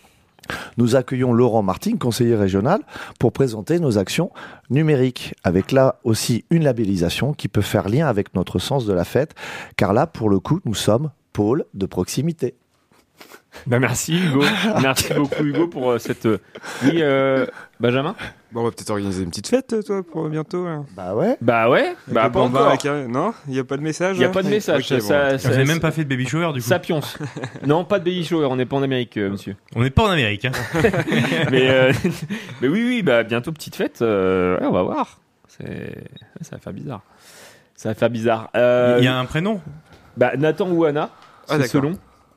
Nous accueillons Laurent Martin, conseiller régional, pour présenter nos actions numériques, avec là aussi une labellisation qui peut faire lien avec notre sens de la fête, car là, pour le coup, nous sommes pôle de proximité.
Bah, merci Hugo. Merci beaucoup Hugo pour euh, cette. euh, Oui, euh, Benjamin
Bon, on va peut-être organiser une petite fête, toi, pour bientôt. hein.
Bah ouais.
Bah ouais. Bah
Avec
pas
le bambin
encore.
avec un- Non, il n'y a pas de message.
Il n'y a
là
pas de message.
Ok, bon.
ça, ça- ça-
fait de baby shower du coup.
Ça pionce. *laughs* non, pas de baby shower. On n'est pas en Amérique, euh, monsieur.
On n'est pas en Amérique. hein.
*laughs* mais, euh, *laughs* mais oui, oui, bah, bientôt petite fête. euh, ouais, on va voir. C'est- ouais, Ça va faire bizarre. Ça va faire bizarre. Euh,
Il y a un prénom
bah, Nathan ou Anna.
Ah,
c'est
d'accord.
selon.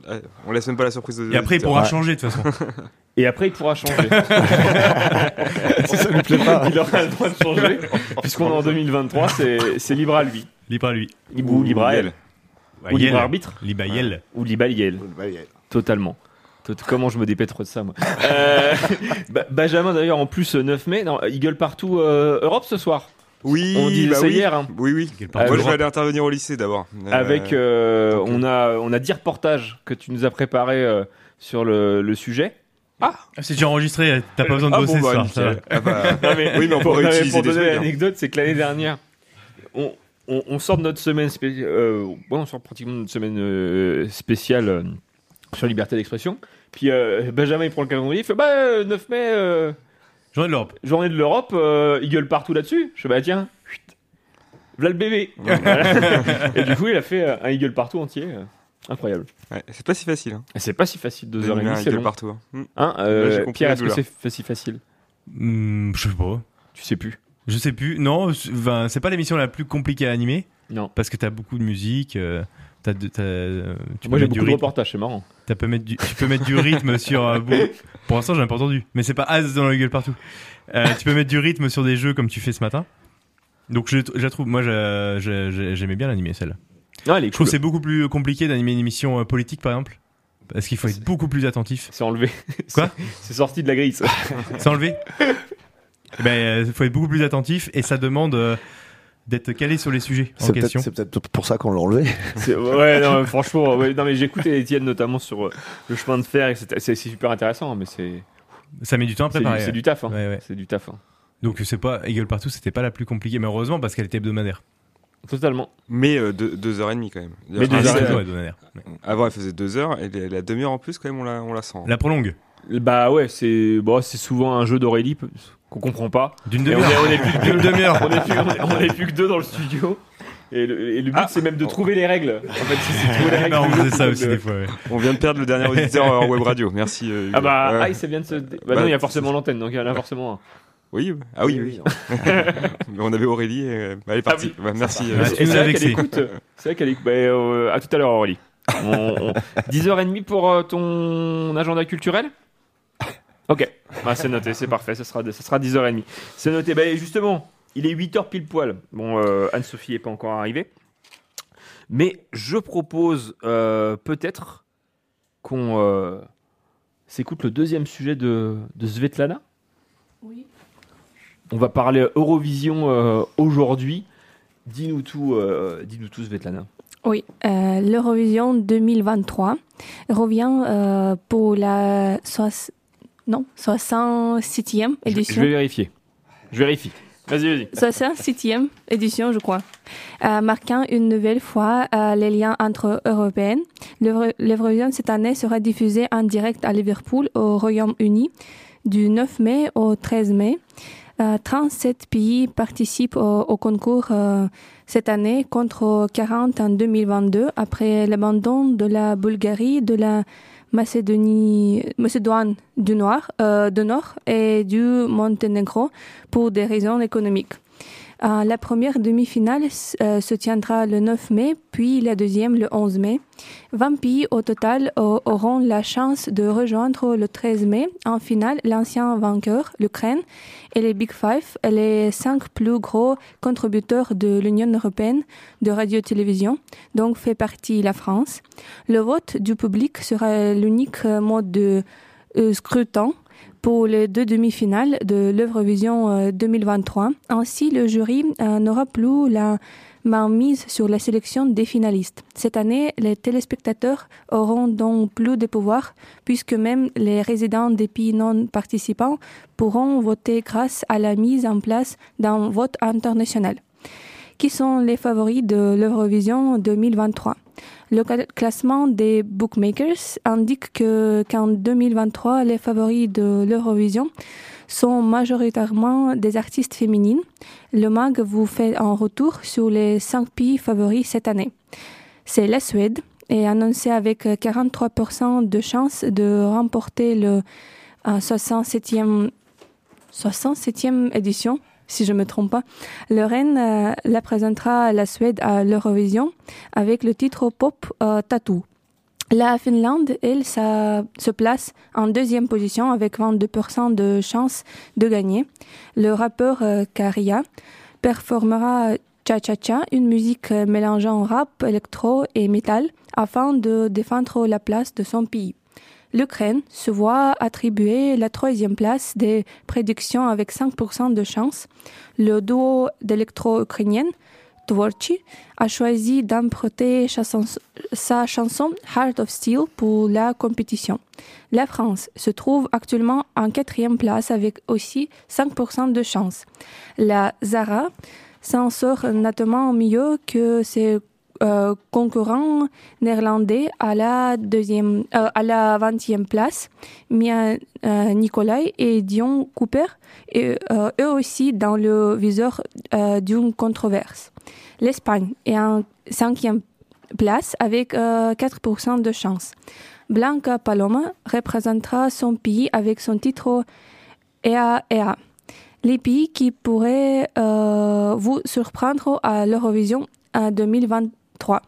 Ouais, On laisse même pas la surprise. aux
Et après, il
auditeurs.
pourra changer de toute façon.
*laughs* Et après, il pourra
*laughs*
changer.
Si ça lui plaît pas.
Il aura le droit de changer. Puisqu'on est en 2023, c'est c'est libre à lui.
Libre à lui.
Ou, libre à elle.
Bah,
Ou
Yel.
libre arbitre.
Libre à Yel.
Ou libre à Yel. Totalement. Tot- Comment je me dépêtre de ça, moi Euh, *laughs* Ba- Benjamin, d'ailleurs, en plus, euh, 9 mai, non, il gueule partout euh, Europe ce soir.
Oui,
on dit
bah
ça
oui.
hier. hein.
Oui, oui.
part
Moi, je
d'Europe.
vais aller intervenir au lycée d'abord. Euh,
Avec, euh, on a, on a 10 reportages que tu nous as préparés euh, sur le, le sujet.
C'est déjà enregistré, t'as pas besoin de
Ah bon,
bosser
bah,
ce soir.
nickel.
ça va.
Ah bah,
*laughs*
Non, mais
oui, mais on
pour,
pourrait
non, mais
utiliser
pour
des
donner
trucs, hein.
l'anecdote, c'est que l'année dernière, on, on- on sort de notre semaine, spé- euh, ouais, on sort pratiquement de notre semaine euh, spéciale euh, sur liberté d'expression. Puis euh, Benjamin il prend le calendrier, il fait bah euh, 9 mai.
journée de l'Europe.
Journée de l'Europe, euh, il gueule partout là-dessus. Je fais bah tiens, chut, voilà le bébé.
*laughs*
Voilà. Et du coup, il a fait euh, un il gueule partout entier. euh, Incroyable.
c'est pas si facile. hein.
C'est pas si facile, deux
Il
heures et
met un
demie,
il
c'est
gueule
long.
partout, hein. Mm.
Hein, euh,
Là, j'ai compris
Pierre,
la
est-ce que
douleur.
c'est fa- si facile
Hmm, je sais pas.
Tu sais plus.
Je sais plus. Non, c'est ben, c'est pas l'émission la plus compliquée à animer.
Non.
Parce que t'as beaucoup de musique. euh, t'as de- t'as, euh, tu
Moi,
peux mettre
j'ai
du
beaucoup de
rythme.
reportages, c'est marrant.
T'as peux mettre du, tu peux mettre du rythme
*laughs*
sur. euh, bon, pour l'instant, j'ai pas entendu. Mais c'est pas as dans la gueule partout. Euh, tu peux mettre du rythme sur des jeux comme tu fais ce matin. Donc, je, je la trouve. Moi, je- je- je- j'aimais bien l'animer celle-là.
Ah, elle est
je trouve
cool.
que c'est beaucoup plus compliqué d'animer une émission euh, politique, par exemple. Parce qu'il faut être beaucoup plus attentif.
C'est enlevé.
Quoi
*laughs* C'est sorti de la grille. ça.
*laughs* C'est enlevé Il Ben, euh, faut être beaucoup plus attentif et ça demande euh, d'être calé sur les sujets en
C'est peut-être
question.
c'est peut-être pour ça qu'on l'a enlevé.
*laughs*
C'est- ouais, non, mais franchement, ouais, non, mais j'écoutais Étienne notamment sur euh, le chemin de fer, etc. C'est c'est super intéressant, mais c'est.
Ça met du temps à
c'est
préparer,
C'est
ouais.
du taf, hein.
Ouais, ouais.
C'est du taf, hein.
Donc c'est pas Eagle partout, c'était pas la plus compliquée, mais heureusement parce qu'elle était hebdomadaire.
Totalement.
Mais euh, deux, deux heures et demie quand même.
Mais deux
Ah,
heures et
c'est-
demie, ouais, deux heures.
Avant, elle faisait deux heures et la la demi-heure en plus, quand même, on la, on la sent. hein.
La prolongue.
Bah ouais, c'est bon, c'est souvent un jeu d'Aurélie p- qu'on comprend pas.
D'une
Et
demi-heure.
On est, on est plus que deux.
D'une demi-heure.
On est plus, on est- on est plus que deux dans le studio. Et le, et le but, c'est même de trouver les règles. En fait, c'est-
*laughs*
c'est trouver les règles.
Ah. Non, on
du
faisait
jeu
ça
plutôt
aussi
que
des
de-
fois, ouais.
On vient de perdre le dernier auditeur en web radio. Merci. euh, Hugo.
Ah bah,
Ouais.
ah, ça vient de se. Bah, non,
Bah,
il y a forcément l'antenne, donc il y en a forcément un.
Oui, ah oui, oui. Mais *laughs* on avait Aurélie. et- bah,
Ah
elle est partie. Bah, merci. euh,
C'est vrai qu'elle écoute. C'est vrai qu'elle écoute. bah, euh, à tout à l'heure, Aurélie. On- on- 10h30 pour euh, ton agenda culturel Ok. Ah, c'est noté, c'est parfait. Ça sera, ça sera 10h30. C'est noté. Bah, justement, il est 8h pile poil. Bon, euh, Anne-Sophie n'est pas encore arrivée. Mais je propose euh, peut-être qu'on euh, s'écoute le deuxième sujet de, de Svetlana. On va parler Eurovision euh, aujourd'hui. Dis-nous tout, euh, dis-nous tout, Svetlana.
Oui, euh, l'Eurovision 2023 revient euh, pour la soix- non, 66e
Je-
édition.
Je vais vérifier. Je vérifie. Vas-y, vas-y.
67e édition, je crois, euh, marquant une nouvelle fois euh, les liens entre européennes. L'Euro- L'Eurovision cette année sera diffusée en direct à Liverpool, au Royaume-Uni, du 9 mai au 13 mai. Euh, 37 pays participent au, au concours euh, cette année contre 40 en 2022 après l'abandon de la Bulgarie, de la Macédonie, Macédoine du Noir, euh, du Nord et du Monténégro pour des raisons économiques. Euh, la première demi-finale euh, se tiendra le 9 mai, puis la deuxième le 11 mai. 20 pays au total euh, auront la chance de rejoindre le 13 mai en finale l'ancien vainqueur, l'Ukraine, et les Big Five, les cinq plus gros contributeurs de l'Union européenne de radio-télévision, dont fait partie la France. Le vote du public sera l'unique euh, mode de euh, scrutin pour les deux demi-finales de l'Eurovision euh, 2023. Ainsi, le jury euh, n'aura plus la mainmise sur la sélection des finalistes. Cette année, les téléspectateurs auront donc plus de pouvoir, puisque même les résidents des pays non participants pourront voter grâce à la mise en place d'un vote international. Qui sont les favoris de l'Eurovision 2023 le cla- classement des bookmakers indique que qu'en 2023, les favoris de l'Eurovision sont majoritairement des artistes féminines. Le MAG vous fait un retour sur les cinq pays favoris cette année. C'est la Suède, et annoncée avec 43% de chances de remporter le euh, 67e 67e édition, si je ne me trompe pas. Lorraine euh, la présentera la Suède à l'Eurovision avec le titre pop euh, Tattoo. La Finlande, elle, ça, se place en deuxième position avec 22% de chances de gagner. Le rappeur euh, Karia performera euh, Cha-Cha-Cha, une musique euh, mélangeant rap, électro et métal, afin de défendre la place de son pays. L'Ukraine se voit attribuer la troisième place des prédictions avec 5% de chance. Le duo d'électro-ukrainienne, Tvorchi, a choisi d'emprunter chanson- sa chanson Heart of Steel pour la compétition. La France se trouve actuellement en quatrième place avec aussi 5% de chance. La Zara s'en sort nettement mieux que ses euh, concurrent néerlandais à la deuxième, euh, à la 20e place, Mia euh, Nicolai et Dion Cooper, et, euh, eux aussi dans le viseur euh, d'une controverse. L'Espagne est en cinquième place avec euh, 4% de chance. Blanca Paloma représentera son pays avec son titre E EA EA. Les pays qui pourraient euh, vous surprendre à l'Eurovision en 2023.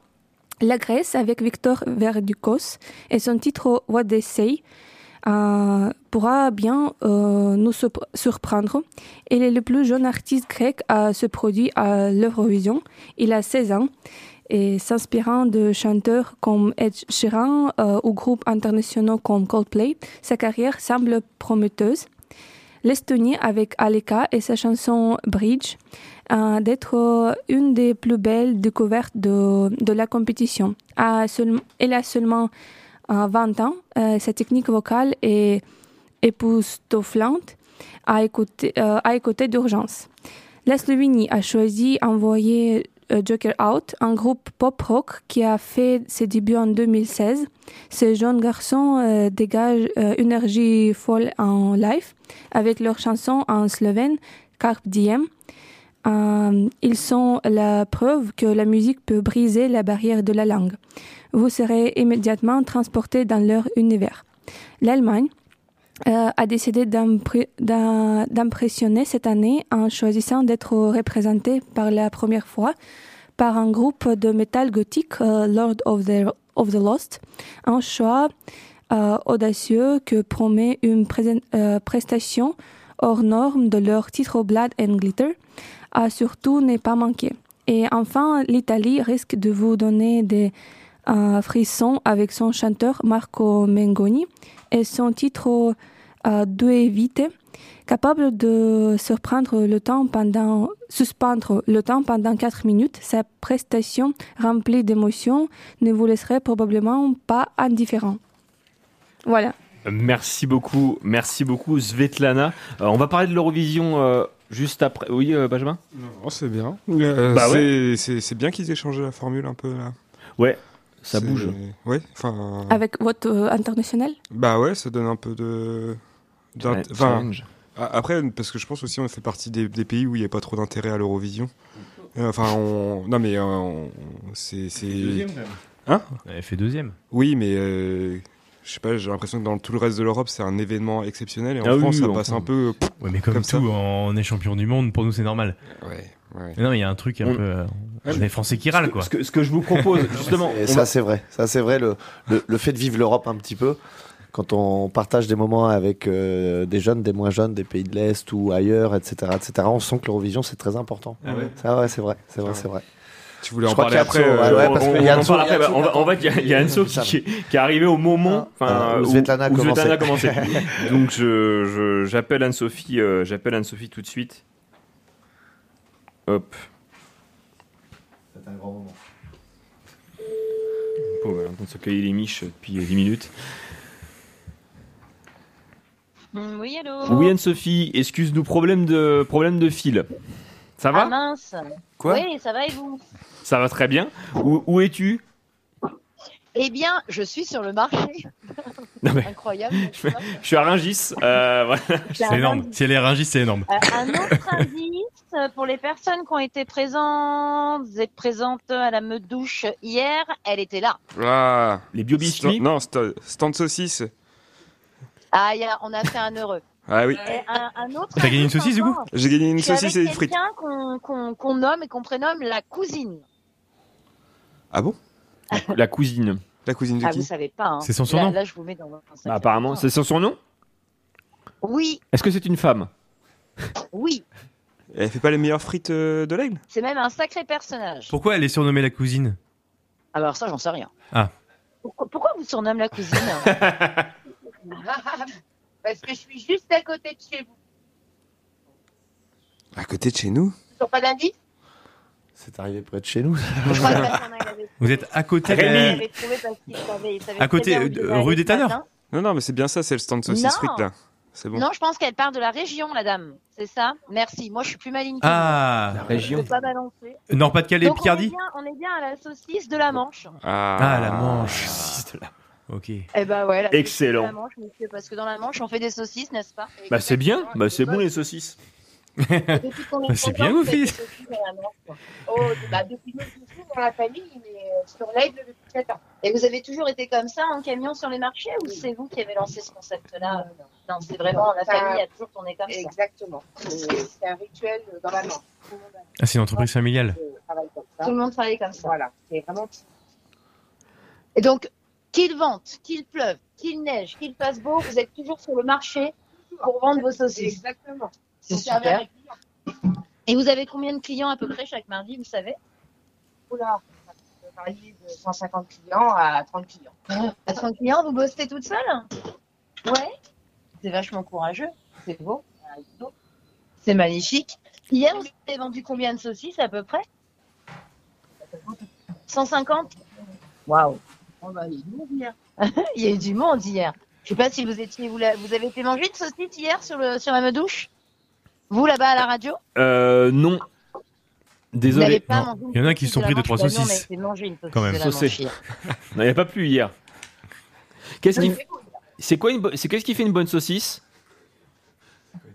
La Grèce avec Victor Verdukos et son titre What They Say euh, pourra bien euh, nous surp- surprendre. Il est le plus jeune artiste grec à se produire à l'Eurovision. Il a 16 ans et s'inspirant de chanteurs comme Ed Sheeran euh, ou groupes internationaux comme Coldplay, sa carrière semble prometteuse l'Estonie avec Aleka et sa chanson Bridge euh, d'être euh, une des plus belles découvertes de, de la compétition. À seul- elle a seulement euh, 20 ans, euh, sa technique vocale est époustouflante à écouter, euh, à écouter d'urgence. La Slovénie a choisi d'envoyer euh, Joker Out, un groupe pop-rock qui a fait ses débuts en 2016. Ce jeune garçon euh, dégage euh, une énergie folle en live avec leur chanson en slovène Carpe Diem. Euh, ils sont la preuve que la musique peut briser la barrière de la langue. Vous serez immédiatement transporté dans leur univers. L'Allemagne euh, a décidé d'impré- d'im- d'impressionner cette année en choisissant d'être représenté par la première fois par un groupe de métal gothique, euh, Lord of the, of the Lost, un choix euh, audacieux que promet une présen- euh, prestation hors norme de leur titre Blood and Glitter, à surtout n'est pas manqué. Et enfin, l'Italie risque de vous donner des euh, frissons avec son chanteur Marco Mengoni et son titre euh, Due Vite, capable de surprendre le temps pendant, suspendre le temps pendant 4 minutes. Sa prestation remplie d'émotions ne vous laisserait probablement pas indifférent. Voilà.
Merci beaucoup, merci beaucoup Svetlana. Euh, on va parler de l'Eurovision euh, Juste après. Oui, euh, Benjamin
Non, c'est bien.
Bah
c'est, c'est- c'est bien qu'ils aient changé la formule un peu là.
Ouais,
ça
bouge.
Ouais, enfin.
Avec vote euh, international
Bah ouais, ça donne un peu de. d'int-
Ouais,
enfin,
challenge.
a- Après, parce que je pense aussi on fait partie des, des pays où il n'y a pas trop d'intérêt à l'Eurovision.
Mm.
Euh, Enfin, on. Non mais euh, on- c'est. c'est-
deuxième, quand même.
Hein
Elle fait deuxième.
Oui, mais. euh, Je sais pas, j'ai l'impression que dans tout le reste de l'Europe, c'est un événement exceptionnel et en
Ah oui,
France,
oui,
ça
en
passe un
France.
peu. euh,
Ouais, mais comme,
ça.
tout, on est champion du monde, pour nous c'est normal.
Ouais,
Non, mais il y a un truc un
On-
peu. euh,
Ouais,
on est Français qui râlent, quoi.
*laughs*
*laughs*
Et ça, c'est vrai. Ça, c'est vrai. Le, le, le fait de vivre l'Europe un petit peu, quand on partage des moments avec euh, des jeunes, des moins jeunes, des pays de l'Est ou ailleurs, etc., etc., on sent que l'Eurovision, c'est très important.
Ah ouais Ah
Ça, ouais, c'est vrai. C'est vrai, c'est vrai.
Tu voulais
en parler après, euh, on- on- on en parle après, bah, on va- en fait, il y a- il y a Anso qui- qui- qui est arrivé au moment
euh,
enfin,
où euh, Svetlana
où Svetlana
commençait. *laughs*
a commencé. Donc je- je- j'appelle Anne-Sophie, euh, j'appelle Anne-Sophie tout de suite. Hop.
C'est un grand moment.
Bon, elle est en train de euh, se cueillir les miches depuis euh, 10 minutes.
Oui, allô
Oui Anne-Sophie, excuse-nous problème de problème de fil. Ça va
Ah mince
Quoi
Oui, ça va et vous
Ça va très bien. Où, où es-tu
Eh bien, je suis sur le marché.
Non,
*laughs*
mais-
Incroyable.
Je suis à Ringis. euh, *laughs* voilà.
C'est à énorme. Rungis.
Si elle est ringiste, c'est énorme.
Euh, un autre indice euh, pour les personnes qui ont été présentes et présentes à la meute douche hier, elle était là.
Ah
Les
biobichis Non, sta- stand saucisse.
Ah, y a- on a fait un heureux.
Ah oui.
Et un, un autre
T'as gagné une
indice
saucisse, du coup
encore.
J'ai gagné une
Je suis
saucisse
avec
et des frites.
quelqu'un qu'on qu'on- qu'on nomme et qu'on prénomme la cousine.
Ah bon
La cousine.
La cousine
Ah, vous savez pas. hein.
C'est son
Là-
surnom
Là, je vous mets dans votre
Bah, Apparemment, c'est son surnom
Oui,
Est-ce que c'est une femme
oui.
Elle fait pas les meilleures frites euh, de l'aigle
C'est même un sacré personnage.
Pourquoi elle est surnommée la cousine
Alors ça, j'en sais rien.
Ah.
Pourquoi, pourquoi vous surnomme la hein cousine
Parce que je suis juste à côté de chez vous.
À côté de chez nous
Ils n'ont pas d'indice
C'est arrivé près de chez
*laughs*
nous.
Vous êtes à Ah. côté
Rémi.
de la-
J'avais trouvé parce qu'il savait- il savait
À
très
côté,
bien où je
euh,
devais aller
rue des
ce matin.
Tanneurs
Non, non, mais c'est bien ça, c'est le stand saucisse
Non.
frites là. C'est bon.
Non, je pense qu'elle part de la région, la dame. C'est ça Merci. Moi, je suis plus maligne. que
Ah
vous.
La région.
Je peux pas balancer.
Nord-Pas-de-Calais,
Donc, on est
Picardie
bien- On est bien à la saucisse de la Manche.
Ah,
la Manche. Ok.
Eh ben ouais. la saucisse
Excellent.
de la Manche, monsieur, parce que dans la Manche, on fait des saucisses, n'est-ce pas
Bah c'est bien, bah c'est bon les saucisses.
Depuis qu'on est
Bah, c'est
content,
bien, mon
on fait des
fils.
saucisses
dans la Manche, quoi. Oh, bah, depuis nous, nous sommes dans la famille, mais euh, sur l'aide depuis 7 ans.
Et vous avez toujours été comme ça en camion sur les marchés ou c'est vous qui avez lancé ce concept-là euh, Non, c'est vraiment la
Ça-
famille a toujours tourné comme ça. Exactement.
C'est un rituel euh, dans la Manche. Tout le monde a-
Ah, c'est une entreprise familiale.
euh, travaille comme ça.
Tout le monde travaille comme ça.
Voilà, c'est vraiment
Et donc, qu'il vente, qu'il pleuve, qu'il neige, qu'il fasse beau, vous êtes toujours sur le marché pour vendre vos saucisses. Exactement. C'est
Pour servir
super.
les
Et vous avez combien de clients à peu près chaque mardi, vous savez Oula, ça peut varier de 150 clients à 30 clients. Ah, À 30 clients, vous bossez toute seule Ouais. C'est vachement courageux, c'est beau. C'est magnifique. Hier, vous avez vendu combien de saucisses à peu près Bah, 150 Waouh Oh bah, il y a du monde hier. *laughs* Il y a eu du monde hier. Je sais pas si vous étiez, vous, la- vous avez été manger une saucisse hier sur, le, sur la meudouche Vous là-bas à la radio
Euh non.
Vous n'avez
Désolé.
pas mangé une
Il y en a
saucisse
qui se sont
la
pris deux,
Manche
trois
Bah non, on a
saucisses.
été manger une saucisse
Quand même.
de la Manche
Saucé.
hier.
*laughs* Non, il n'y a pas plu hier. Qu'est-ce qui
Non,
C'est quoi une bo- c'est qu'est-ce qui fait une bonne saucisse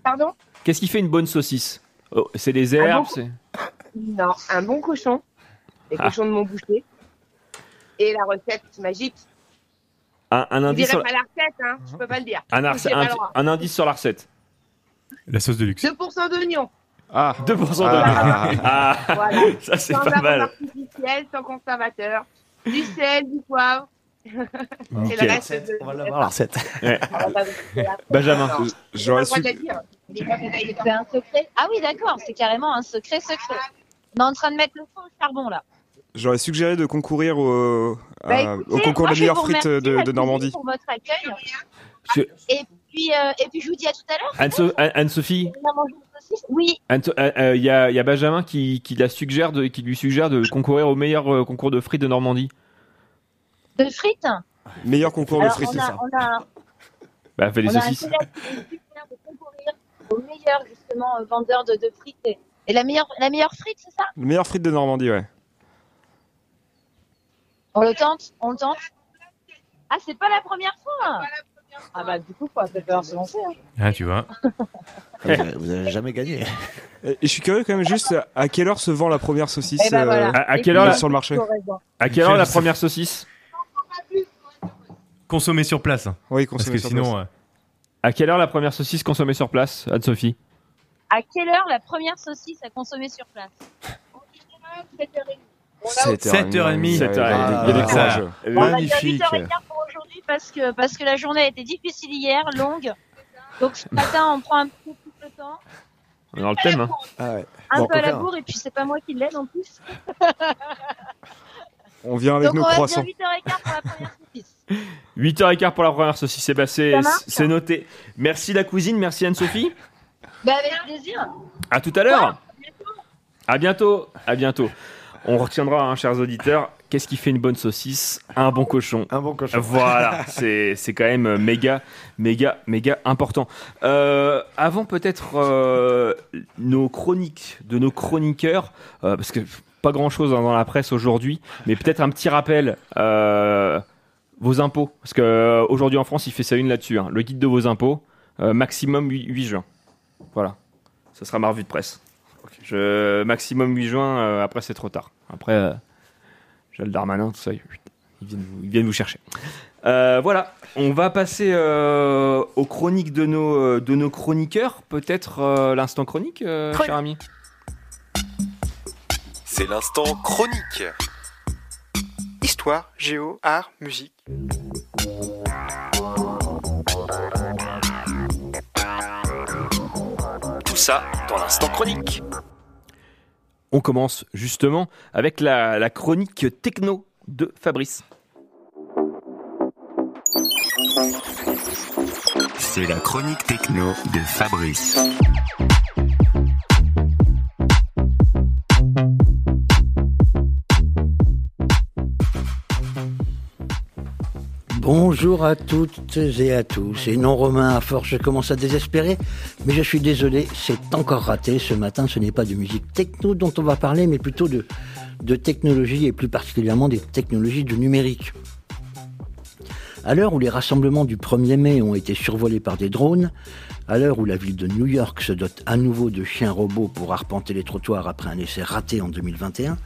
Pardon
Qu'est-ce qui fait une bonne saucisse Oh, c'est les
Ah
herbes,
bon
c'est
*laughs* Non, un bon cochon. Les
Ah.
cochons de mon boucher. Et la recette magique.
un, un
Je dirais
indice sur
pas la recette, hein. Je peux pas le dire.
un,
Je
arce-
dirais pas
un-
le droit.
un indice sur la recette.
La sauce de luxe.
2% d'oignon.
Ah, 2% de
Ah.
Ah,
Voilà.
*laughs* ça c'est
sans
pas
arôme
mal.
artificiel, sans conservateur. Du sel, du
*laughs*
poivre. Et
Nickel.
le reste. de-
Ouais.
On va pas vous dire la recette.
*laughs* Benjamin,
Non.
je-
J'ai pas le
j'aurais
droit de
su-
la dire. Il est pas médaillé d'or.
C'est un secret. Ah oui, d'accord, c'est carrément un secret secret. On est en train de mettre le feu au charbon là.
J'aurais suggéré de concourir Ah, au,
Bah,
à-
écoutez,
au concours
moi,
des
je vous
meilleures frites
remercie,
de,
la
de
cuisine,
Normandie.
Pour votre accueil.
Je-
Et puis, euh, et puis je vous dis à tout à l'heure.
Anne-So- Anne- Anne-Sophie,
On a mangé une saucisse Oui,
Anne- euh, euh, il y, a il y a Benjamin qui, qui la suggère de- qui lui suggère de concourir au meilleur euh, concours de frites de Normandie.
de frites.
Meilleur concours
Alors,
de frites.
on a, on a,
Bah, fais les
on a un
saucisses.
collègue qui est super de concourir au meilleur justement euh, vendeur de, de frites. Et, et la meilleure, la meilleure frite, c'est ça
Le meilleur frites de Normandie, ouais.
On le tente, on le tente. Ah, c'est pas la première fois. Ah bah du coup, faut peut-être se lancer. hein.
Ah, tu vois.
Ah, Vous n'avez jamais gagné. Et je suis curieux quand même juste à quelle heure se vend la première saucisse
Eh ben voilà.
euh,
À- à quelle heure la-
sur le marché
À quelle heure la
première
saucisse
Consommée sur place.
Oui,
Parce que sinon, euh,
À quelle heure la première saucisse consommée sur place, Anne-Sophie
À quelle heure la première saucisse à consommer sur place En général,
7h30. 7h30.
7h30.
Ah,
Il y a des
ça.
courageux.
Bon,
On va dire
Magnifique.
8h15 pour aujourd'hui parce que, parce que la journée a été difficile hier, longue. Donc ce matin, on prend un petit peu plus le temps,
On est dans le thème. Hein.
Ah
un peu à la bourre, et puis c'est pas moi qui l'aide en plus.
On vient
Donc on va dire 8h15 pour la première saucisse.
8h15 pour la première saucisse, eh ben, c'est
Ça marche.
c'est noté. Merci la cousine, merci Anne-Sophie.
Bah, avec plaisir.
À tout à l'heure. À bientôt. À bientôt. On retiendra, hein, chers auditeurs, qu'est-ce qui fait une bonne saucisse Un bon cochon.
Un bon cochon.
Voilà,
*laughs*
c'est c'est quand même euh, méga, méga, méga important. Euh, avant peut-être euh, nos chroniques de nos chroniqueurs, euh, parce que pas grand-chose hein, dans la presse aujourd'hui, mais peut-être un petit rappel. euh, vos impôts, parce que euh, aujourd'hui en France, il fait sa une là-dessus. hein. Le guide de vos impôts, euh, maximum 8, juin. Voilà, ça sera ma revue de presse. Je, maximum 8 juin, euh, après c'est trop tard. Après, euh, j'ai le Darmanin, tout ça, ils ils viennent vous, ils viennent vous chercher. Euh, voilà, on va passer euh, aux chroniques de nos, euh, de nos chroniqueurs. Peut-être euh, l'instant chronique, euh, cher ami
C'est l'instant chronique. Histoire, géo, art, musique.
Tout ça dans l'instant chronique. On commence justement avec la, la chronique techno de Fabrice.
C'est la chronique techno de Fabrice.
Bonjour à toutes et à tous. Et non, Romain, à force, je commence à désespérer. Mais je suis désolé, c'est encore raté. Ce matin, ce n'est pas de musique techno dont on va parler, mais plutôt de, de technologie et plus particulièrement des technologies du numérique. À l'heure où les rassemblements du 1er mai ont été survolés par des drones, à l'heure où la ville de New York se dote à nouveau de chiens robots pour arpenter les trottoirs après un essai raté en 2021,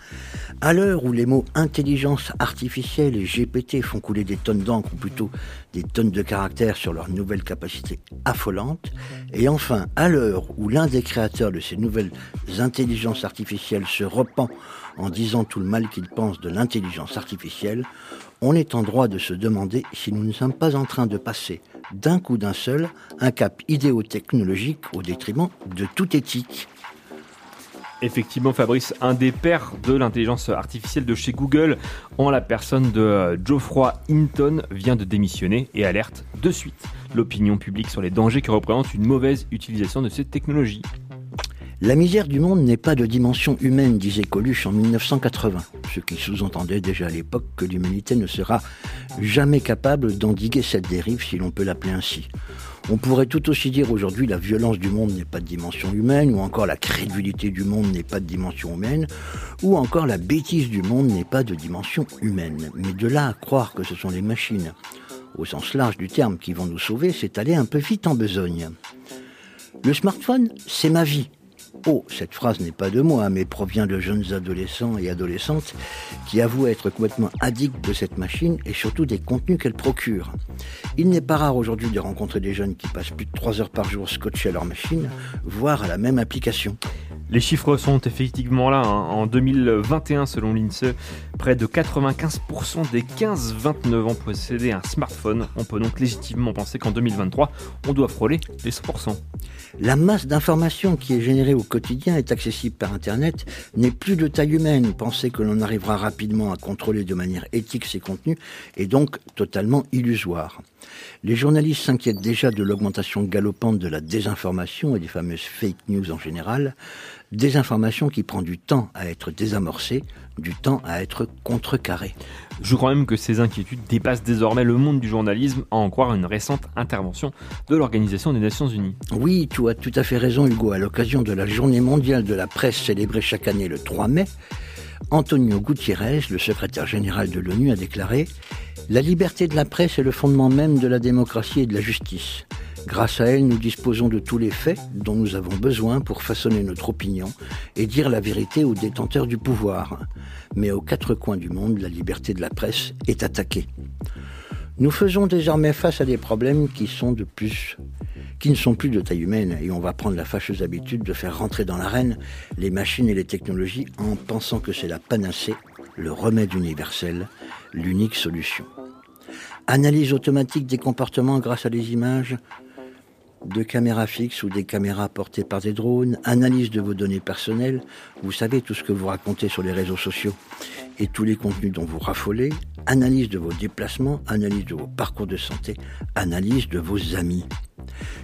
à l'heure où les mots intelligence artificielle et GPT font couler des tonnes d'encre ou plutôt des tonnes de caractères sur leur nouvelle capacité affolante, et enfin à l'heure où l'un des créateurs de ces nouvelles intelligences artificielles se repent en disant tout le mal qu'il pense de l'intelligence artificielle, on est en droit de se demander si nous ne sommes pas en train de passer d'un coup d'un seul un cap idéotechnologique au détriment de toute éthique.
Effectivement, Fabrice, un des pères de l'intelligence artificielle de chez Google, en la personne de euh, Geoffroy Hinton, vient de démissionner et alerte de suite l'opinion publique sur les dangers que représente une mauvaise utilisation de ces technologies.
La misère du monde n'est pas de dimension humaine, disait Coluche en 1980, ce qui sous-entendait déjà à l'époque que l'humanité ne sera jamais capable d'endiguer cette dérive, si l'on peut l'appeler ainsi. On pourrait tout aussi dire aujourd'hui la violence du monde n'est pas de dimension humaine, ou encore la crédulité du monde n'est pas de dimension humaine, ou encore la bêtise du monde n'est pas de dimension humaine. Mais de là à croire que ce sont les machines, au sens large du terme, qui vont nous sauver, c'est aller un peu vite en besogne. Le smartphone, c'est ma vie. Oh, cette phrase n'est pas de moi, hein, mais provient de jeunes adolescents et adolescentes qui avouent être complètement addicts de cette machine et surtout des contenus qu'elle procure. Il n'est pas rare aujourd'hui de rencontrer des jeunes qui passent plus de 3 heures par jour scotchés à leur machine, voire à la même application.
Les chiffres sont effectivement là. hein. En 2021, selon l'INSEE, E, près de 95% des 15-29 ans possédaient un smartphone. On peut donc légitimement penser qu'en 2023, on doit frôler les 100%.
La masse d'informations qui est générée au quotidien est accessible par Internet n'est plus de taille humaine. Penser que l'on arrivera rapidement à contrôler de manière éthique ces contenus est donc totalement illusoire. Les journalistes s'inquiètent déjà de l'augmentation galopante de la désinformation et des fameuses fake news en général. Désinformation qui prend du temps à être désamorcée, du temps à être contrecarrée.
Je crois même que ces inquiétudes dépassent désormais le monde du journalisme, à en croire une récente intervention de l'Organisation des Nations Unies.
Oui, tu as tout à fait raison, Hugo. À l'occasion de la Journée mondiale de la presse célébrée chaque année le 3 mai, Antonio Gutiérrez, le secrétaire général de l'ONU, a déclaré La liberté de la presse est le fondement même de la démocratie et de la justice. Grâce à elle, nous disposons de tous les faits dont nous avons besoin pour façonner notre opinion et dire la vérité aux détenteurs du pouvoir. Mais aux quatre coins du monde, la liberté de la presse est attaquée. Nous faisons désormais face à des problèmes qui sont de plus qui ne sont plus de taille humaine et on va prendre la fâcheuse habitude de faire rentrer dans l'arène les machines et les technologies en pensant que c'est la panacée, le remède universel, l'unique solution. Analyse automatique des comportements grâce à des images de caméras fixes ou des caméras portées par des drones, analyse de vos données personnelles, vous savez tout ce que vous racontez sur les réseaux sociaux et tous les contenus dont vous raffolez, analyse de vos déplacements, analyse de vos parcours de santé, analyse de vos amis.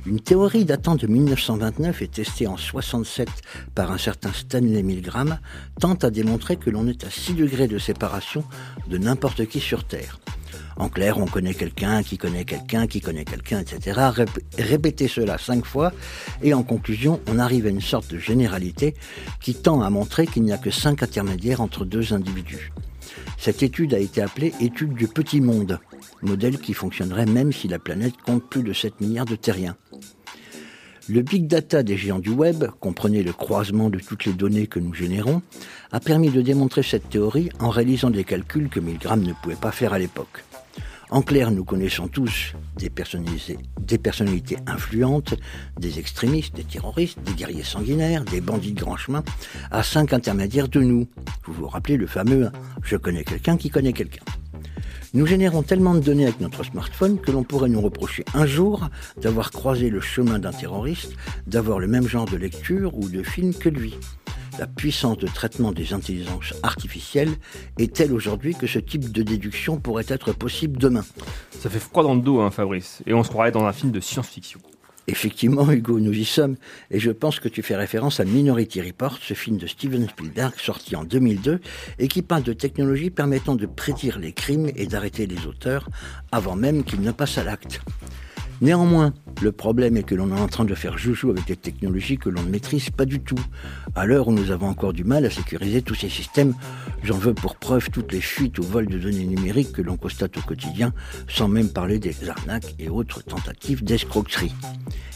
Une théorie datant de 1929 et testée en 67 par un certain Stanley Milgram tente à démontrer que l'on est à 6 degrés de séparation de n'importe qui sur Terre. En clair, on connaît quelqu'un qui connaît quelqu'un qui connaît quelqu'un, etc. Rép- répétez cela cinq fois et en conclusion, on arrive à une sorte de généralité qui tend à montrer qu'il n'y a que cinq intermédiaires entre deux individus. Cette étude a été appelée étude du petit monde, modèle qui fonctionnerait même si la planète compte plus de 7 milliards de terriens. Le big data des géants du web, comprenez le croisement de toutes les données que nous générons, a permis de démontrer cette théorie en réalisant des calculs que Milgram ne pouvait pas faire à l'époque. En clair, nous connaissons tous des personnalités, des personnalités influentes, des extrémistes, des terroristes, des guerriers sanguinaires, des bandits de grand chemin, à cinq intermédiaires de nous. Vous vous rappelez le fameux Je connais quelqu'un qui connaît quelqu'un. Nous générons tellement de données avec notre smartphone que l'on pourrait nous reprocher un jour d'avoir croisé le chemin d'un terroriste, d'avoir le même genre de lecture ou de film que lui. La puissance de traitement des intelligences artificielles est telle aujourd'hui que ce type de déduction pourrait être possible demain.
Ça fait froid dans le dos, hein, Fabrice, et on se croirait dans un film de science-fiction.
Effectivement, Hugo, nous y sommes. Et je pense que tu fais référence à Minority Report, ce film de Steven Spielberg sorti en 2002 et qui parle de technologies permettant de prédire les crimes et d'arrêter les auteurs avant même qu'ils ne passent à l'acte. Néanmoins, le problème est que l'on est en train de faire joujou avec des technologies que l'on ne maîtrise pas du tout. À l'heure où nous avons encore du mal à sécuriser tous ces systèmes, j'en veux pour preuve toutes les fuites ou vols de données numériques que l'on constate au quotidien, sans même parler des arnaques et autres tentatives d'escroquerie.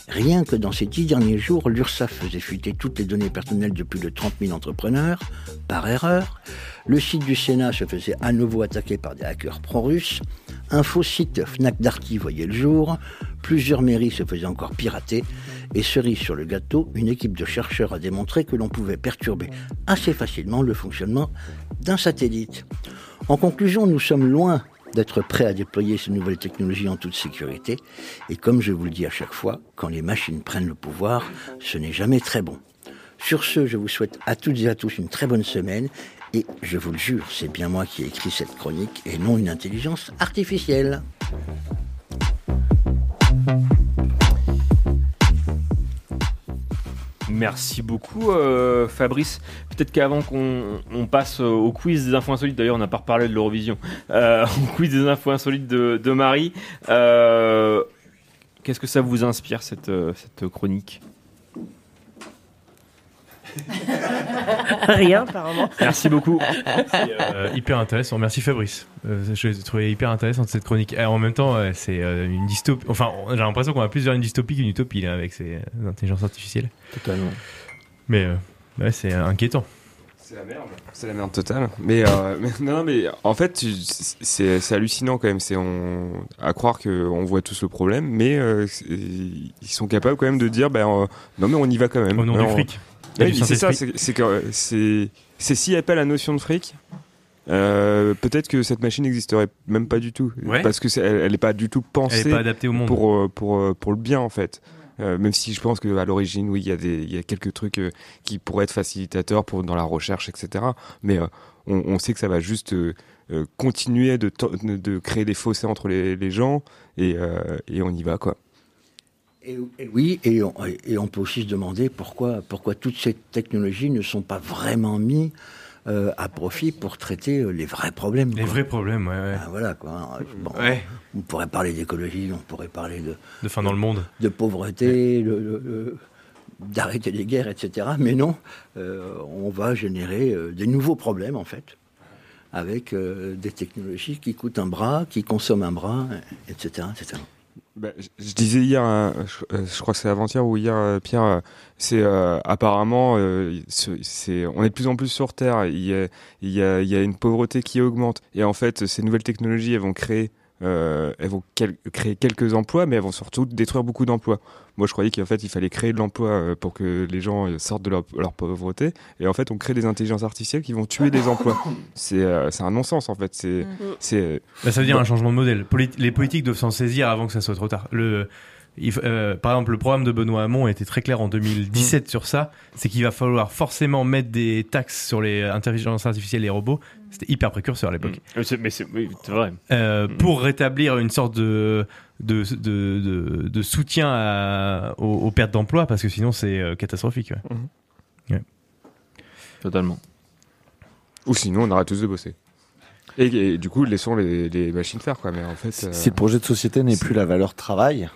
Rien que dans ces dix derniers jours, l'URSSAF faisait fuiter toutes les données personnelles de plus de 30 000 entrepreneurs, par erreur. Le site du Sénat se faisait à nouveau attaquer par des hackers pro-russes. Un faux site Fnac Darty voyait le jour. Plusieurs mairies se faisaient encore pirater. Et cerise sur le gâteau, une équipe de chercheurs a démontré que l'on pouvait perturber assez facilement le fonctionnement d'un satellite. En conclusion, nous sommes loin d'être prêt à déployer ces nouvelles technologies en toute sécurité. Et comme je vous le dis à chaque fois, quand les machines prennent le pouvoir, ce n'est jamais très bon. Sur ce, je vous souhaite à toutes et à tous une très bonne semaine. Et je vous le jure, c'est bien moi qui ai écrit cette chronique et non une intelligence artificielle.
Merci beaucoup, euh, Fabrice. Peut-être qu'avant qu'on on passe au quiz des infos insolites, d'ailleurs, on n'a pas reparlé de l'Eurovision, euh, *laughs* au quiz des infos insolites de, de Marie, euh, qu'est-ce que ça vous inspire, cette, euh, cette chronique
Rien, apparemment.
Merci beaucoup.
Euh, hyper intéressant. Merci Fabrice. Euh, je l'ai trouvé hyper intéressante cette chronique. Et en même temps, euh, c'est euh, une dystopie. Enfin, on- j'ai l'impression qu'on va plus vers une dystopie qu'une utopie là, avec ces euh, intelligences artificielles.
Totalement.
Mais euh, ouais, c'est euh, inquiétant.
C'est la merde. C'est la merde totale. Mais, euh, *laughs* mais- non, non, mais en fait, tu- c'est c'est hallucinant quand même. C'est on, à croire qu'on voit tous le problème, mais euh, c'est- ils sont capables quand même de dire ben, euh, non, mais on y va quand même.
Au nom
Ouais,
du
on-
fric.
Ouais,
Et du
mais c'est ça,
Saint-Esprit.
c'est c'est que euh, c'est c'est s'il n'y a pas la notion de fric. euh, peut-être que cette machine n'existerait même pas du tout
Ouais.
parce que c'est- elle n'est pas du tout pensée
Elle est pas adaptée au monde.
pour euh, pour euh, pour le bien en fait Euh, même si je pense que à l'origine oui il y a des il y a quelques trucs euh, qui pourraient être facilitateurs pour dans la recherche etc mais euh, on, on sait que ça va juste euh, euh, continuer de, to- de créer des fossés entre les, les gens et, euh, et on y va quoi.
Et, et oui, et on, et on peut aussi se demander pourquoi, pourquoi toutes ces technologies ne sont pas vraiment mises euh, à profit pour traiter euh, les vrais problèmes.
Les vrais problèmes, ouais. ouais.
voilà quoi. hein. Bon,
Ouais.
On pourrait parler d'écologie, on pourrait parler de,
De fin dans le monde.
de pauvreté, de- de- de- d'arrêter les guerres, etc. Mais non, euh, on va générer euh, des nouveaux problèmes en fait, avec euh, des technologies qui coûtent un bras, qui consomment un bras, etc. etc.
Bah, je- je disais hier, euh, je, euh, je crois que c'est avant-hier ou hier, euh, Pierre, euh, c'est euh, apparemment, euh, ce- c'est, on est de plus en plus sur Terre. Il y a, il y a, il y a une pauvreté qui augmente. Et en fait, ces nouvelles technologies, elles vont créer, euh, elles vont quel- créer quelques emplois, mais elles vont surtout détruire beaucoup d'emplois. Moi, je croyais qu'en fait, il fallait créer de l'emploi euh, pour que les gens euh, sortent de leur, leur pauvreté. Et en fait, on crée des intelligences artificielles qui vont tuer des emplois. C'est, euh, c'est un non-sens en fait. C'est, c'est. euh,
Bah, ça veut dire
bah-
un changement de modèle. Polit- les politiques doivent s'en saisir avant que ça soit trop tard. Le, il f- euh, par exemple, le programme de Benoît Hamon était très clair en 2017
Mm.
sur ça. C'est qu'il va falloir forcément mettre des taxes sur les intelligences artificielles et les robots. C'était hyper précurseur à l'époque.
Mais c'est- Mais c'est oui, c'est vrai.
Euh, pour rétablir une sorte de, de, de, de- de soutien à- aux, aux pertes d'emploi, parce que sinon c'est euh, catastrophique. ouais.
Totalement.
Ou sinon, on arrête tous de bosser. Et, et du coup, laissons les, les machines faire, quoi. Mais en fait, euh,
Si le projet de société n'est plus la valeur travail,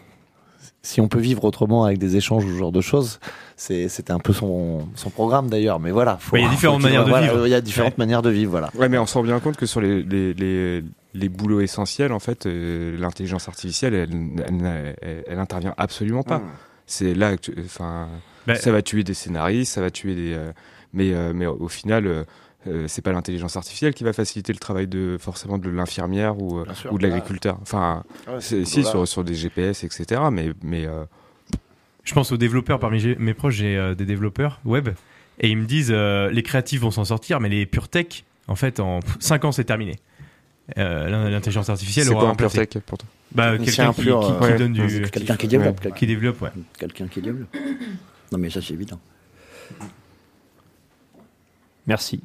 si on peut vivre autrement avec des échanges ou ce genre de choses, c'est- c'était un peu son, son programme d'ailleurs. Mais voilà, *laughs* faut-
Mais il y a différentes
faut qu'il-
manières de
voilà,
vivre.
Il y a différentes manières de vivre, voilà.
ouais, mais on se rend bien compte que sur les, les, les, les boulots essentiels, en fait, euh, l'intelligence artificielle, elle, elle, elle- elle intervient absolument pas.
Mm.
C'est là, que tu- enfin,
Ben-
ça va tuer des scénaristes, ça va tuer des, euh, mais euh, mais au final. euh, euh, c'est pas l'intelligence artificielle qui va faciliter le travail de forcément de l'infirmière ou, euh,
Bien sûr. Bah,
ou de l'agriculteur. Enfin,
Ouais,
c'est-
c'est
si
global.
sur, sur des GPS, etc. Mais mais euh,
Je pense aux développeurs parmi j'ai- mes proches, j'ai euh, des développeurs web et ils me disent euh, les créatifs vont s'en sortir, mais les pure tech, en fait, en 5 ans c'est terminé. Euh, l'in- L'intelligence artificielle
C'est
aura
quoi un
remplacé.
pure tech, pour toi
bah,
Technicien
Quelqu'un qui,
pur,
qui-
euh,
qui
ouais.
donne du.
Quelqu'un qui développe. quelqu'un.
Qui développe, ouais.
Quelqu'un qui développe. Non mais ça c'est évident.
Merci.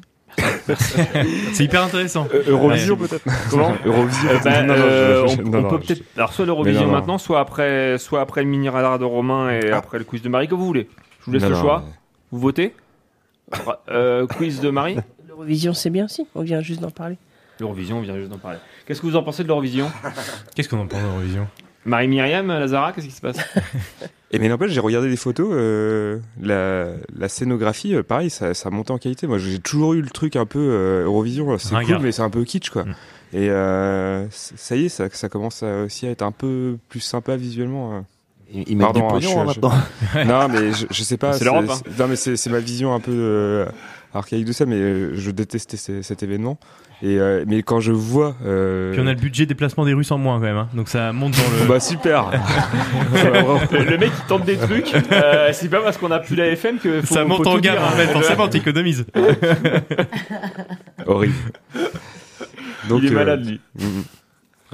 C'est hyper intéressant.
Euh, Eurovision
Ouais.
*laughs*
peut-être.
Comment
Eurovision.
Euh, bah,
Non, non, je-
euh,
je-
on,
non,
on
non,
peut
je-
peut-être. Alors soit
Mais
l'Eurovision
non, non.
maintenant, soit après, soit après le mini radar de Romain et après le quiz de Marie, comme vous voulez. Je vous laisse
Non,
le
non,
choix.
mais-
Vous votez. Ra- euh, quiz de Marie.
L'Eurovision, c'est bien aussi. On vient juste
*laughs*
d'en parler.
L'Eurovision, on vient juste d'en parler. Qu'est-ce que vous en pensez de l'Eurovision
Qu'est-ce qu'on en pense d'Eurovision
Marie-Myriam Lazara, qu'est-ce qui se passe
Et mais n'empêche, j'ai regardé des photos, euh, la, la scénographie, euh, pareil, ça, ça monte en qualité. Moi, j'ai toujours eu le truc un peu euh, Eurovision, c'est cool,
Ringard. Mm.
mais c'est un peu kitsch, quoi. Et euh, c- ça y est, ça, ça commence à aussi à être un peu plus sympa visuellement. euh.
ils mettent du pognon, hein, maintenant.
*laughs* non, mais je, je sais pas.
C'est l'Europe, hein.
c'est- Non, mais c'est c'est ma vision un peu euh, archaïque de ça, mais euh, je détestais ce- cet événement. Et euh, mais quand je vois, euh,
Puis on a le budget déplacement des Russes en moins quand même, hein. donc ça monte dans le. *laughs*
bah super.
le, le mec qui tente des trucs, euh, c'est pas parce qu'on a plus la FM que faut-
ça
faut
monte
tout
en gamme
dire,
en fait,
hein.
forcément
*laughs*
t'économises.
Horrible.
Il est malade, lui.
mm.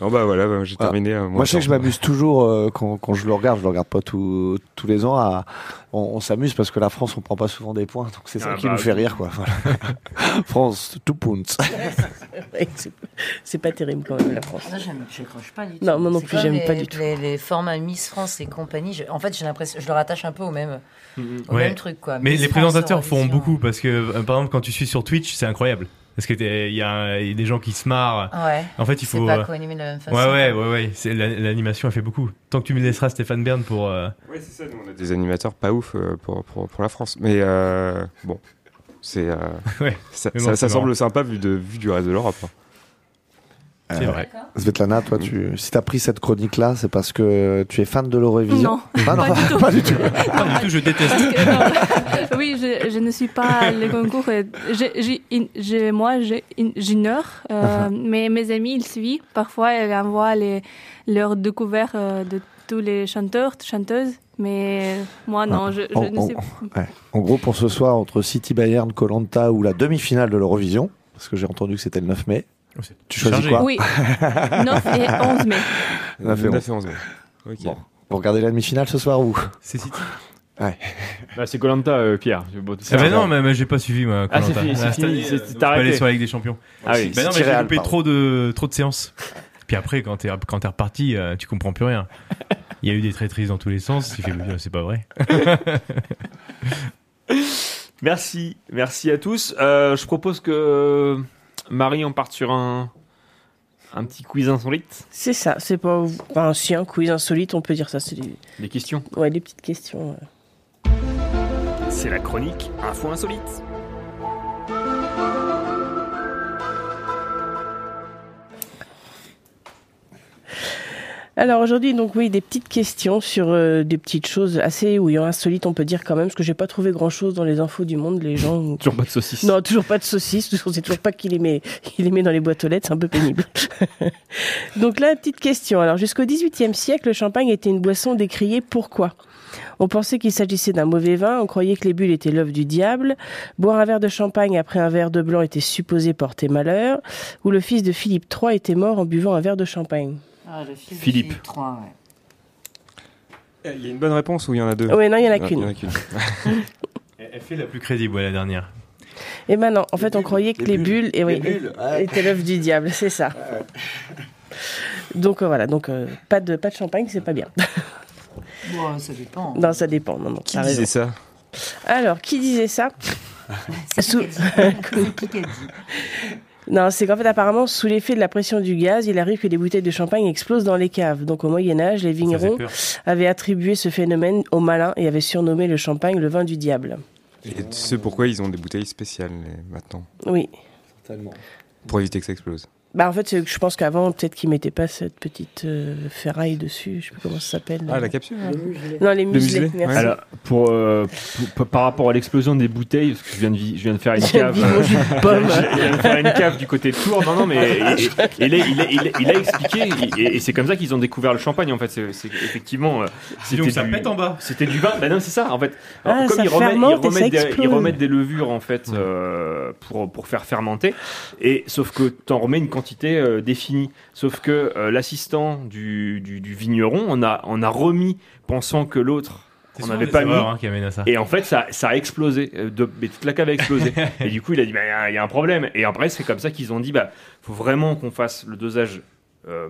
Oh bah voilà, bah, j'ai terminé. euh,
Ah, Moi, je sais que je
sans-
m'amuse toujours euh, quand, quand je le regarde. Je le regarde pas tout- tous les ans. à- on, on s'amuse parce que la France, on prend pas souvent des points, donc c'est ça
Ah
qui
bah,
nous fait
oui.
rire, quoi.
*laughs*
Voilà. France, tout points.
*laughs* Ouais, c'est- c'est pas terrible quand même la France.
Moi, Ah, j'aime- j'accroche pas du tout.
Non, moi non
C'est
plus,
comme
j'aime
les-
pas du tout.
Les, les formats Miss France et compagnie, je- en fait, j'ai l'impression, je le rattache un peu au même, au
Mm-hmm. Ouais.
même truc, quoi.
Mais
Miss
les
France,
présentateurs
Eurovision.
font beaucoup parce que, euh, par exemple, quand tu suis sur Twitch, c'est incroyable. Parce qu'il y, a un- il y a des gens qui se marrent.
Ouais.
En fait, il
C'est
faut.
pas
euh,
co-animé de la même façon.
Ouais, ouais, ouais, ouais. C'est- la- L'animation, elle fait beaucoup. Tant que tu me laisseras Stéphane Bern pour. euh,
on a Des animateurs pas ouf euh, pour, pour, pour la France. Mais euh, bon,
*laughs*
c'est. euh,
Ouais.
Ça,
Mais bon,
ça-
c'est
ça semble
marrant.
sympa vu, de, vu du reste de l'Europe. hein.
C'est vrai.
Euh,
Mm.
Svetlana, toi, tu, si t'as pris cette chronique-là, c'est parce que tu es fan de l'Eurovision
Non,
Ah non,
pas
*laughs*
du tout.
pas du tout.
Pas du tout, je déteste.
*laughs* oui, je, je ne suis pas le concours. euh, j'ai- j'ai une- j'ai- moi, j'ai une- j'ignore, euh, mais mes amis, ils suivent. Parfois, ils envoient les, leurs découvertes euh, de tous les chanteurs, chanteuses, mais moi, Ah non, je, je
En-
ne
en-
sais pas.
Oh, ouais. En gros, pour ce soir, entre City Bayern, Colanta ou la demi-finale de l'Eurovision, parce que j'ai entendu que c'était le 9 mai.
Oh,
Tu choisis
chargé.
quoi *laughs*
Oui. 9 et 11 mai.
9 et 11.
mai. Ok.
Bon. Vous regardez la demi-finale ce soir ou
C'est City.
Ouais. c'est Colanta, euh, Pierre.
Ah bah non, mais, mais j'ai pas suivi moi.
Ah, c'est
Koh-Lanta.
fini, c'est
Ah,
fini,
cette
c'est-
année,
t'as
euh, je suis pas
arrêté.
allé sur la Ligue des Champions.
Ah oui,
Bah non,
c'est
mais j'ai
Real,
loupé
pardon.
trop de trop de séances. Puis après, quand t'es quand t'es reparti, euh, tu comprends plus rien. Il y a eu des traîtrises dans tous les sens. Tu fais, euh, c'est pas vrai.
Merci, merci à tous. Euh, je propose que euh, Marie en parte sur un, un petit quiz insolite.
C'est ça, c'est pas enfin, si un quiz insolite, on peut dire ça. C'est des...
Des questions.
Ouais, des petites questions. ouais.
C'est la chronique Info Insolite.
Alors aujourd'hui, donc oui, des petites questions sur euh, des petites choses assez oui, insolites, on peut dire quand même, parce que j'ai pas trouvé grand chose dans les infos du monde.
*laughs*
Les gens.
toujours pas de saucisses.
Non, toujours pas de saucisses. toujours- On sait toujours pas qui les met, *laughs* qui les met dans les boîtes aux lettres. C'est un peu pénible. *laughs* donc là, petite question. Alors jusqu'au XVIIIe siècle, le champagne était une boisson décriée. Pourquoi on pensait qu'il s'agissait d'un mauvais vin, on croyait que les bulles étaient l'œuvre du diable, boire un verre de champagne après un verre de blanc était supposé porter malheur, ou le fils de Philippe III était mort en buvant un verre de champagne.
Ah, le fils de
Philippe.
Philippe III, ouais.
*laughs* Il y a une bonne réponse ou il y en a deux
Ouais, non, il y en a qu'une.
*laughs* Elle fait la plus crédible, ouais, la dernière.
Eh ben non, en fait, on croyait que les bulles, et oui,
les bulles,
étaient l'œuvre du diable, c'est ça. Donc euh, voilà, donc euh, pas de pas de champagne, c'est pas bien. *laughs*
Bon, ça dépend.
non, ça dépend. Non, non,
Qui
t'as
disait
raison.
ça
Alors, qui disait ça Sous- *laughs* Non, c'est qu'en fait, apparemment, sous l'effet de la pression du gaz, il arrive que les bouteilles de champagne explosent dans les caves. Donc, au Moyen-Âge, les vignerons
peur.
avaient attribué ce phénomène au malin et avaient surnommé le champagne le vin du diable.
Et tu sais pourquoi ils ont des bouteilles spéciales les- maintenant
Oui.
Pour éviter que ça explose.
Bah, en fait, c'est que je pense qu'avant, peut-être qu'ils mettaient pas cette petite euh, ferraille dessus. Je sais plus comment ça s'appelle.
Ah, la capsule, ouais. Le muselet.
Non, les
Le
muselets.
muselet,
merci.
Alors, pour, euh, pour- par rapport à l'explosion des bouteilles, parce que je viens de, vi- je viens de faire une
Je viens de
cave.
vivre
euh,
mon jus de pomme.
*laughs* je viens de faire une cave du côté de Tours. Non, non, mais et- et- et là, il, a, il a- il a expliqué, et, et c'est comme ça qu'ils ont découvert le champagne. En fait, c'est c'est- effectivement, euh,
donc,
c'était
ça
du,
pète en bas.
C'était du vin. Bah non, c'est ça. En fait,
Ah,
comme
ça
ils remettent, ils
fermente et ça
remettent des, ils
explose.
remettent des levures en fait
Mm.
euh, pour pour faire fermenter. Et sauf que t'en remets une quantité euh, définie. Sauf que euh, l'assistant du, du, du vigneron, on a on a remis pensant que l'autre
C'est
on
souvent
n'avait
des
pas mis.
erreurs, hein, qui amènent à ça.
Et en fait, ça, ça a explosé. Euh, De, mais toute la cave a
*laughs*
explosé. et du coup, il a dit, bah, il y a- il y a un problème. Et après, c'est comme ça qu'ils ont dit, bah, faut vraiment qu'on fasse le dosage euh,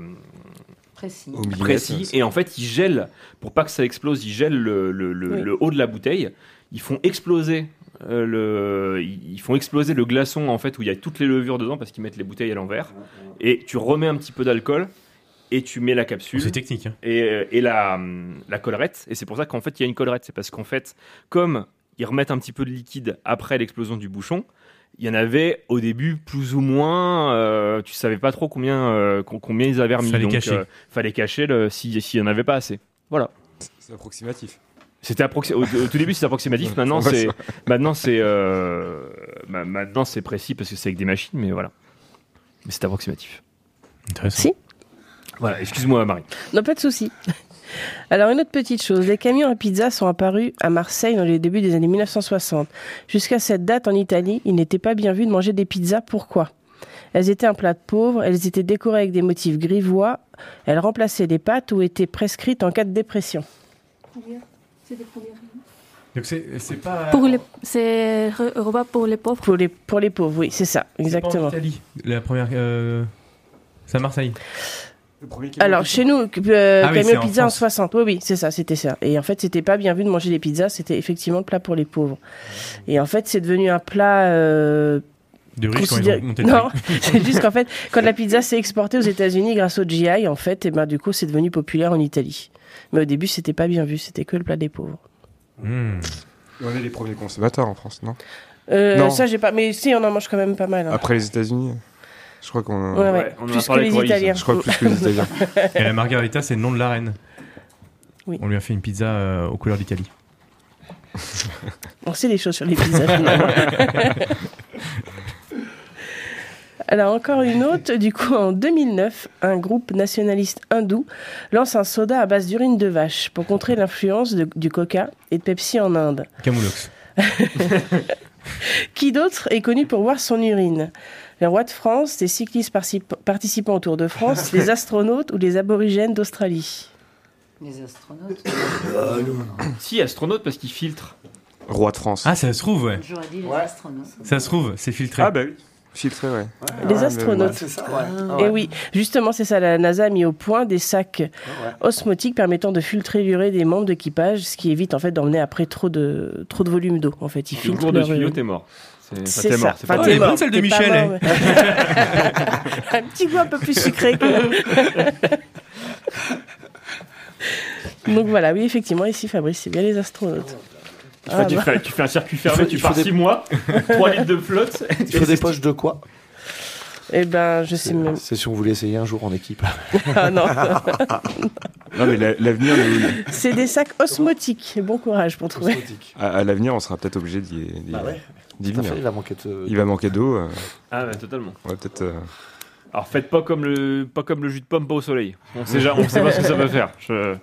Précis.
précis. Et en fait, ils gèlent, pour pas que ça explose, ils gèlent le, le- le-
Oui.
le haut de la bouteille. Ils font exploser. euh, le, ils ils font exploser le glaçon en fait où il y a toutes les levures dedans parce qu'ils mettent les bouteilles à l'envers et tu remets un petit peu d'alcool et tu mets la capsule
C'est technique, hein.
et, euh, et la, hum, la collerette et c'est pour ça qu'en fait il y a une collerette c'est parce qu'en fait comme ils remettent un petit peu de liquide après l'explosion du bouchon il y en avait au début plus ou moins euh, tu savais pas trop combien euh, com- combien ils avaient remis
Fallait
donc
cacher.
euh, fallait cacher le- si- s'il y en avait pas assez voilà
C'est approximatif.
c'était approxi- au, au tout début c'était
*laughs*
approximatif.
Ouais,
Maintenant
ça va,
c'est
ça va.
maintenant c'est euh, ma- maintenant c'est précis parce que c'est avec des machines, mais voilà. Mais c'est approximatif.
Intéressant.
Si.
Voilà. Excuse-moi Marie.
Non, pas de souci. Alors, une autre petite chose. Les camions à pizza sont apparus à Marseille dans les débuts des années 1960. Jusqu'à cette date, en Italie, il n'était pas bien vu de manger des pizzas. Pourquoi Elles étaient un plat de pauvre, elles étaient décorées avec des motifs grivois, elles remplaçaient les pâtes ou étaient prescrites en cas de dépression.
Donc c'est c'est pas.
Pour les- C'est re- repas pour les pauvres.
Pour les, pour les pauvres, oui, c'est ça, exactement.
Italie. La première. euh, C'est à Marseille.
Alors, chez nous, euh,
Ah oui, c'est
camion
en
pizza en,
France.
60. Oui, oui, c'est ça, c'était ça. Et en fait, c'était pas bien vu de manger des pizzas, c'était effectivement le plat pour les pauvres.
Ah.
Et en fait, c'est devenu un plat. euh,
De riches, quand ils
considéré-
ont monté le
Non,
prix.
*laughs* c'est juste qu'en
*laughs*
fait, quand la pizza s'est exportée aux États-Unis grâce au GI, en fait, et ben du coup, c'est devenu populaire en Italie. Mais au début, c'était pas bien vu, c'était que le plat des pauvres.
Mm.
On est les premiers consommateurs en France, non
Euh,
Non.
Ça, j'ai pas. Mais si, on en mange quand même pas mal. hein.
Après les États-Unis Je crois qu'on.
Ouais, ouais. Ouais, on en a Plus que parlé les avec Roy, ça. Italiens.
Je crois plus que les
*laughs*
Italiens.
*laughs* Et la margarita, c'est le nom de la reine.
Oui.
On lui a fait une pizza euh, aux couleurs d'Italie.
On sait des choses sur les pizzas. finalement. Alors encore une autre, du coup en 2009, un groupe nationaliste hindou lance un soda à base d'urine de vache pour contrer l'influence de- du coca et de Pepsi en Inde.
Camoulox.
Qui d'autre est connu pour boire son urine Les rois de France, les cyclistes particip- participants au Tour de France, les astronautes ou les aborigènes d'Australie
Les astronautes.
*coughs* Si, astronaute, parce qu'il filtre.
Roi de France.
Ah, ça se trouve, ouais.
J'aurais dit les
*laughs*
astronautes.
Ça se trouve, c'est filtré.
Ah, bah oui. Filtré, ouais.
Les astronautes.
Ah,
Et oui, justement, c'est ça. La NASA a mis au point des sacs osmotiques permettant de filtrer l'urée des membres d'équipage, ce qui évite en fait d'emmener après trop de trop de volume d'eau. En fait, ils
Le
filtrent
jour de
leur
tuyau,
urée.
t'es mort. C'est enfin,
C'est ça.
t'es mort, c'est pas
Enfin,
grave.
t'es mort, t'es pas mort, ouais.
hein.
*laughs* un petit goût un peu plus sucré. *laughs* que- Donc voilà, oui, effectivement, ici, Fabrice, c'est bien les astronautes.
Tu fais- tu,
bah.
fais, tu fais un circuit fermé,
Il faut-
tu
il faut
pars
des- *laughs*
6 mois, 3 litres de flotte.
Tu fais des poches de quoi
Eh ben, je sais même.
C'est si on voulait essayer un jour en équipe.
*laughs* Ah non.
*laughs* Non, mais la- l'avenir nous-
C'est des sacs osmotiques. Bon courage pour trouver.
À, à l'avenir, on sera peut-être obligé d'y d'y-
Ah ouais.
d'y
Tout à
venir.
fait, il va manquer de-
Il va manquer d'eau. euh,
Ah ouais, totalement.
on va peut-être. euh,
Alors faites pas comme le, pas comme le jus de pomme, pas au soleil. On sait, ja- on sait pas ce que ça va faire. Je-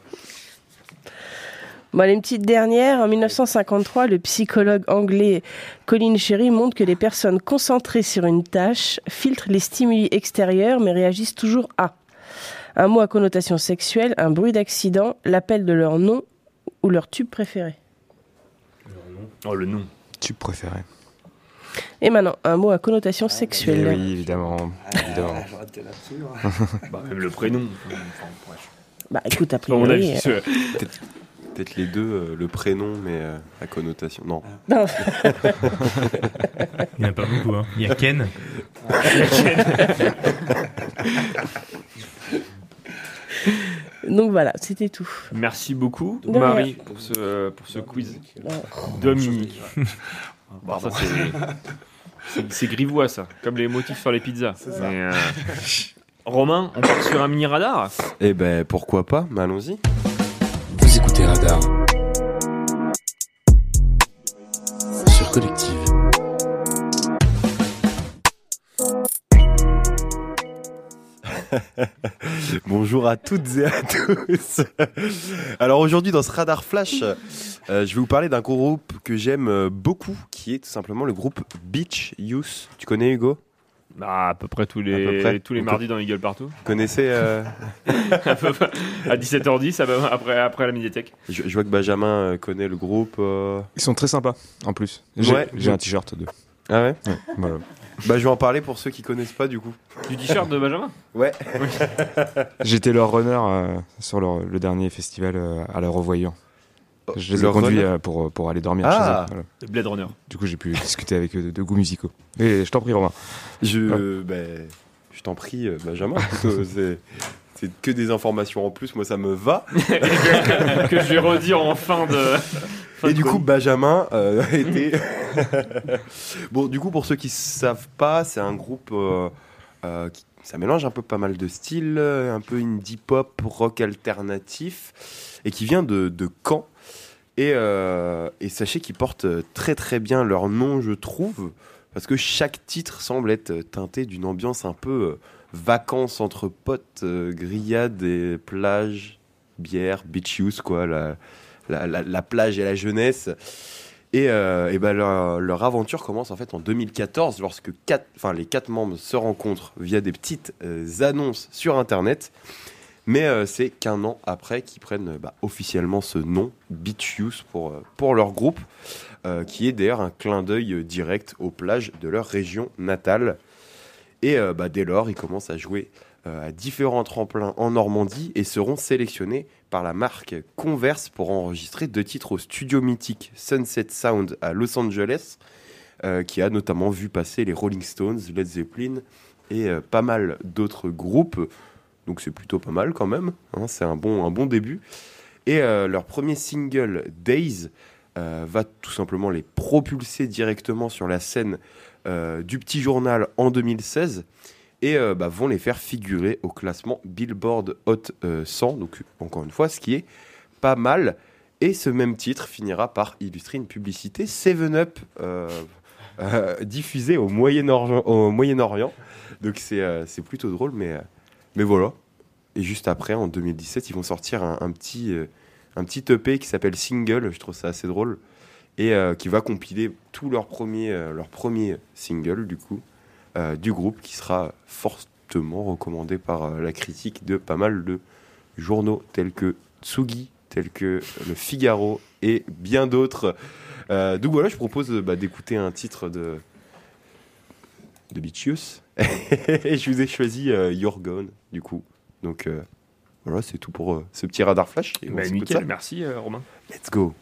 Bon, allez, une petite dernière. En 1953, le psychologue anglais Colin Sherry montre que les personnes concentrées sur une tâche filtrent les stimuli extérieurs mais réagissent toujours à un mot à connotation sexuelle, un bruit d'accident, l'appel de leur nom ou leur tube préféré.
Oh, le nom.
Tube préféré.
Et maintenant, un mot à connotation sexuelle.
Eh oui, évidemment.
Ah,
évidemment.
*laughs* bah, même le prénom.
Bah écoute, a
Pas mon
priori.
avis,
euh,
Peut-être peut-être les deux, euh, le prénom, mais euh, la connotation. Non.
Non.
Il n'y en a pas beaucoup, hein. Il y a Ken.
*laughs* Donc voilà, c'était tout.
Merci beaucoup,
De rien. Bah,
Marie, pour ce, pour ce quiz.
Oh,
Dominique. Bon, ça, c'est- c'est- C'est grivois, ça. Comme les motifs sur les pizzas. Mais, euh, Romain, on part sur un mini
*laughs*
radar
Eh ben pourquoi pas, mais allons-y. Vous écoutez Radar.
Sur Collective.
*laughs* Bonjour à toutes et à tous. Alors aujourd'hui dans ce radar flash, euh, je vais vous parler d'un groupe que j'aime euh, beaucoup, qui est tout simplement le groupe Beach Youth. Tu connais Hugo
Bah, à peu près tous
À peu près.
les, tous les
On
mardis
co-
dans les gueules partout.
Vous connaissez euh,
à peu près- à 17h10, à peu- après, après la médiathèque.
je, je vois que Benjamin euh, connaît le groupe. euh,
Ils sont très sympas, en plus. J'ai
Ouais.
j'ai un t-shirt d'eux.
Ah ouais,
voilà.
Bah je vais en parler pour ceux qui connaissent pas du coup.
Du t-shirt de Benjamin
Ouais.
J'étais leur runner euh, sur leur- le dernier festival euh, à la Revoyant. Je les ai
leur
conduits
runner
euh, pour, pour aller dormir
Ah.
chez eux. voilà.
Le Blade Runner.
Du coup, j'ai pu discuter avec eux de, de goûts musicaux. Et je t'en prie, Romain.
Je,
Ouais.
ben, je t'en prie, euh, Benjamin. plutôt, *laughs* c'est, c'est que des informations en plus. Moi, ça me va.
*laughs* que je vais redire en fin de. fin
Et
de
du coup,
chronique.
Benjamin euh, *laughs* a été. bon, du coup, pour ceux qui savent pas, c'est un groupe euh, euh, qui ça mélange un peu pas mal de styles, euh, un peu indie pop, rock alternatif, et qui vient de, de Caen. Et, euh, et sachez qu'ils portent très très bien leur nom, je trouve, parce que chaque titre semble être teinté d'une ambiance un peu euh, vacances entre potes, euh, grillades et plages, bière, beach use, quoi, la, la, la- la plage et la jeunesse. Et, euh, et ben leur, leur aventure commence en fait en 2014 lorsque quatre, enfin, les quatre membres se rencontrent via des petites euh, annonces sur Internet. Mais euh, c'est qu'un an après qu'ils prennent euh, bah, officiellement ce nom, Beach Youth, pour, euh, pour leur groupe, euh, qui est d'ailleurs un clin d'œil euh, direct aux plages de leur région natale. Et euh, bah, dès lors, ils commencent à jouer euh, à différents tremplins en Normandie et seront sélectionnés par la marque Converse pour enregistrer deux titres au studio mythique Sunset Sound à Los Angeles, euh, qui a notamment vu passer les Rolling Stones, Led Zeppelin et euh, pas mal d'autres groupes. Donc c'est plutôt pas mal quand même, hein, c'est un bon, un bon début. Et euh, leur premier single, Days, euh, va tout simplement les propulser directement sur la scène euh, du petit journal en 2016 et euh, bah, vont les faire figurer au classement Billboard Hot euh, 100, donc encore une fois, ce qui est pas mal. Et ce même titre finira par illustrer une publicité 7-Up euh, euh, diffusée au Moyen-Orient. au Moyen-Orient. donc c'est euh, c'est plutôt drôle, mais, euh, mais voilà. Et juste après, en 2017, ils vont sortir un, un petit, euh, un petit EP qui s'appelle Single, je trouve ça assez drôle, et euh, qui va compiler tous leurs premiers, euh, leurs premiers singles, du coup, euh, du groupe, qui sera fortement recommandé par euh, la critique de pas mal de journaux tels que Tsugi, tels que Le Figaro et bien d'autres. Euh, donc voilà, je propose euh, bah, d'écouter un titre de, de Bichius. *laughs* et je vous ai choisi euh, You're Gone, du coup. Donc euh, voilà, c'est tout pour euh, ce petit radar flash. Et on
Bah,
s'écoute
nickel,
ça.
merci euh, Romain.
Let's go.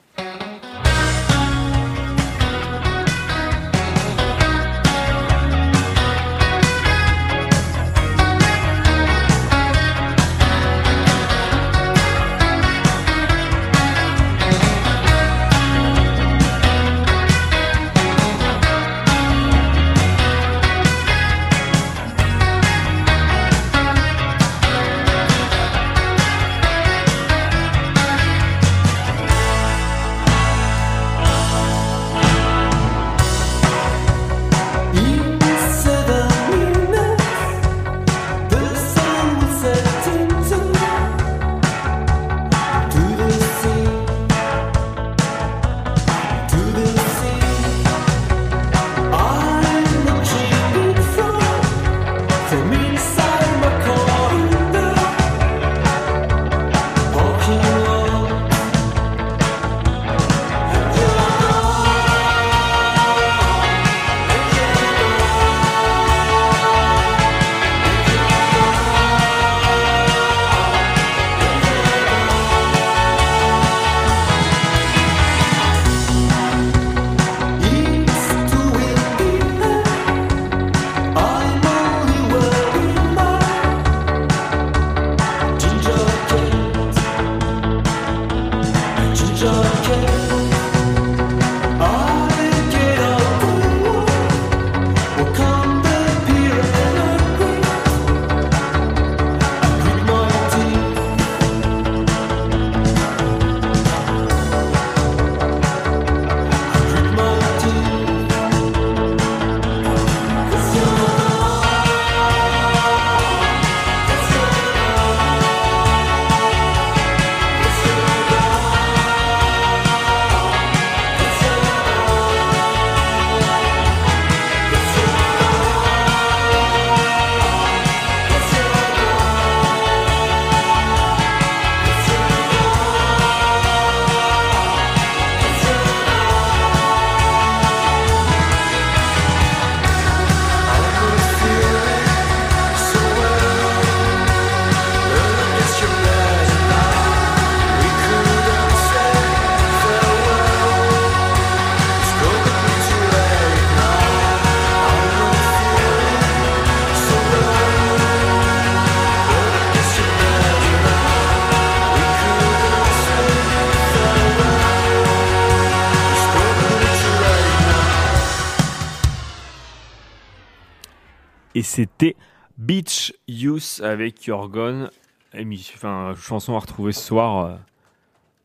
Et c'était Beach Youth avec Yorgon, émission- enfin chanson à retrouver ce soir. euh,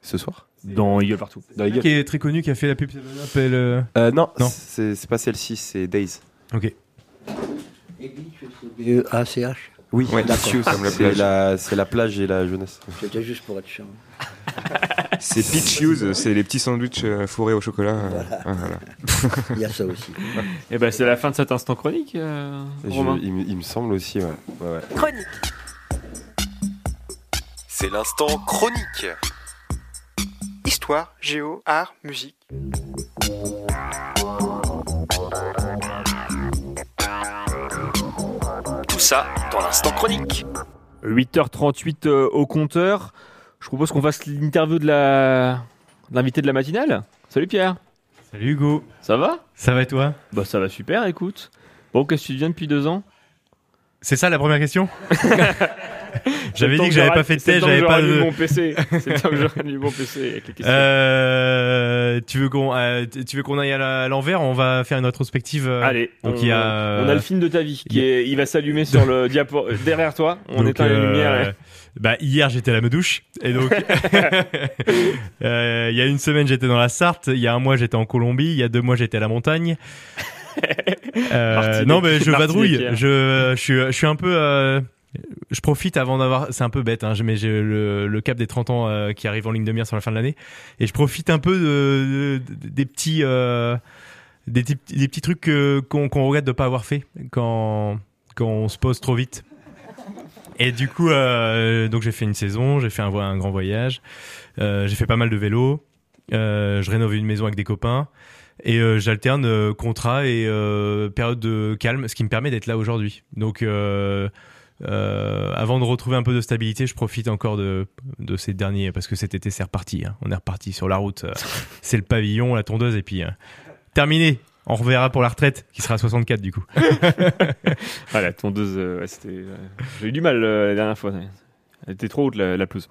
ce soir
Dans Eagle Partout.
Qui est très connu, qui a fait la pub 7 Up et le-
Euh, non,
Non.
c'est c'est pas celle-ci, c'est Days.
Ok.
B-E-A-C-H
Oui,
Ouais,
Bichius,
d'accord.
c'est la, c'est la plage et la jeunesse.
C'était juste pour être chiant.
C'est Peach Use, c'est les petits sandwichs euh, fourrés au chocolat. euh,
*laughs*
voilà.
Il y a ça aussi.
Et ben c'est la fin de cet instant chronique, euh,
Je-
Romain.
il, me- il me semble aussi, ouais. Ouais, ouais.
Chronique.
C'est l'instant chronique. Histoire, géo, art, musique. Tout ça dans l'instant chronique.
8h38 euh, au compteur. Je propose qu'on fasse l'interview de la de l'invité de la matinale. Salut Pierre.
Salut Hugo.
Ça va
Ça va et
*laughs*
toi
Bah ça va super, écoute. Bon, qu'est-ce que tu deviens depuis deux ans
C'est ça la première
*laughs*
question J'avais
C'est le temps
dit que j'avais
je
pas fait de
c'est le
test,
temps
j'avais
que je
pas
rallume
de.
mon PC. C'est le temps que je rallume mon PC avec les questions.
Euh, tu veux qu'on euh, t- tu veux qu'on aille à la- à l'envers On va faire une rétrospective. euh,
Allez,
donc
on,
il y a euh,
on a le film de ta vie qui est, il va s'allumer sur
*laughs*
le diapo euh, derrière toi. On
Donc,
éteint les
euh,
lumières.
Bah, hier, j'étais à la Medouche. Et
*laughs*
donc, euh, il y a une semaine, j'étais dans la Sarthe. Il y a un mois, j'étais en Colombie. Il y a deux mois, j'étais à la
*laughs*
montagne. Euh,
Martinique-
non, mais je
Martinique,
vadrouille.
Pierre.
Je, je, suis, je suis un peu. euh, je profite avant d'avoir. C'est un peu bête, hein, mais j'ai le, le cap des 30 ans euh, qui arrive en ligne de mire sur la fin de l'année. Et je profite un peu de, de- des petits. euh, des, petits- des petits trucs que- qu'on qu'on regrette de pas avoir fait quand, quand on se pose trop vite. Et du coup, euh, donc j'ai fait une saison, j'ai fait un, vo- un grand voyage, euh, j'ai fait pas mal de vélo, euh, je rénovais une maison avec des copains et euh, j'alterne euh, contrat et euh, période de calme, ce qui me permet d'être là aujourd'hui. Donc euh, euh, avant de retrouver un peu de stabilité, je profite encore de, de ces derniers parce que cet été c'est reparti. hein. On est reparti sur la route. euh, c'est le pavillon, la tondeuse et puis euh, terminé. On reverra pour la retraite qui sera à 64 du coup. *laughs*
Ah, la tondeuse, euh, ouais, c'était. euh, J'ai eu du mal euh, la dernière fois. Elle était trop haute, la,
*laughs*
la pelouse.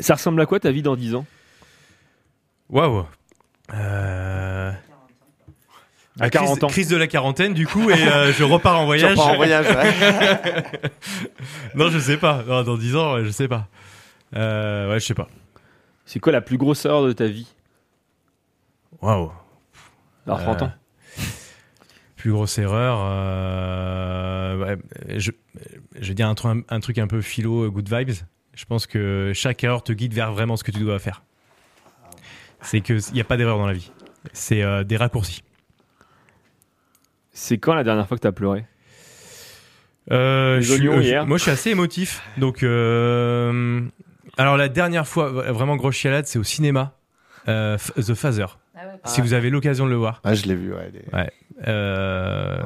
ça ressemble à quoi ta vie dans 10 ans
Waouh Euh,
À
la
40
crise,
ans.
crise de la quarantaine, du coup, et euh, je
*laughs*
repars en
Tu
voyage.
repars en voyage, ouais.
*laughs* non, je sais pas. Non, dans 10 ans, ouais, je sais pas. Euh, ouais, je sais pas.
C'est quoi la plus grosse erreur de ta vie
Waouh. Euh,
Alors, 30 ans.
Plus grosse erreur. euh, ouais, je, je vais dire un, tru- un truc un peu philo, euh, good vibes. Je pense que chaque erreur te guide vers vraiment ce que tu dois faire. C'est qu'il n'y a pas d'erreur dans la vie. C'est euh, des raccourcis.
C'est quand la dernière fois que t'as pleuré
Euh,
Les
je suis-
oignons,
euh, je-
hier.
moi, je suis assez émotif. Donc, euh, alors la dernière fois, vraiment grosse chialade, c'est au cinéma, euh, F- The Phaser. Si vous avez l'occasion de le voir.
Ah, je l'ai vu, ouais. il est-
Ouais. Euh,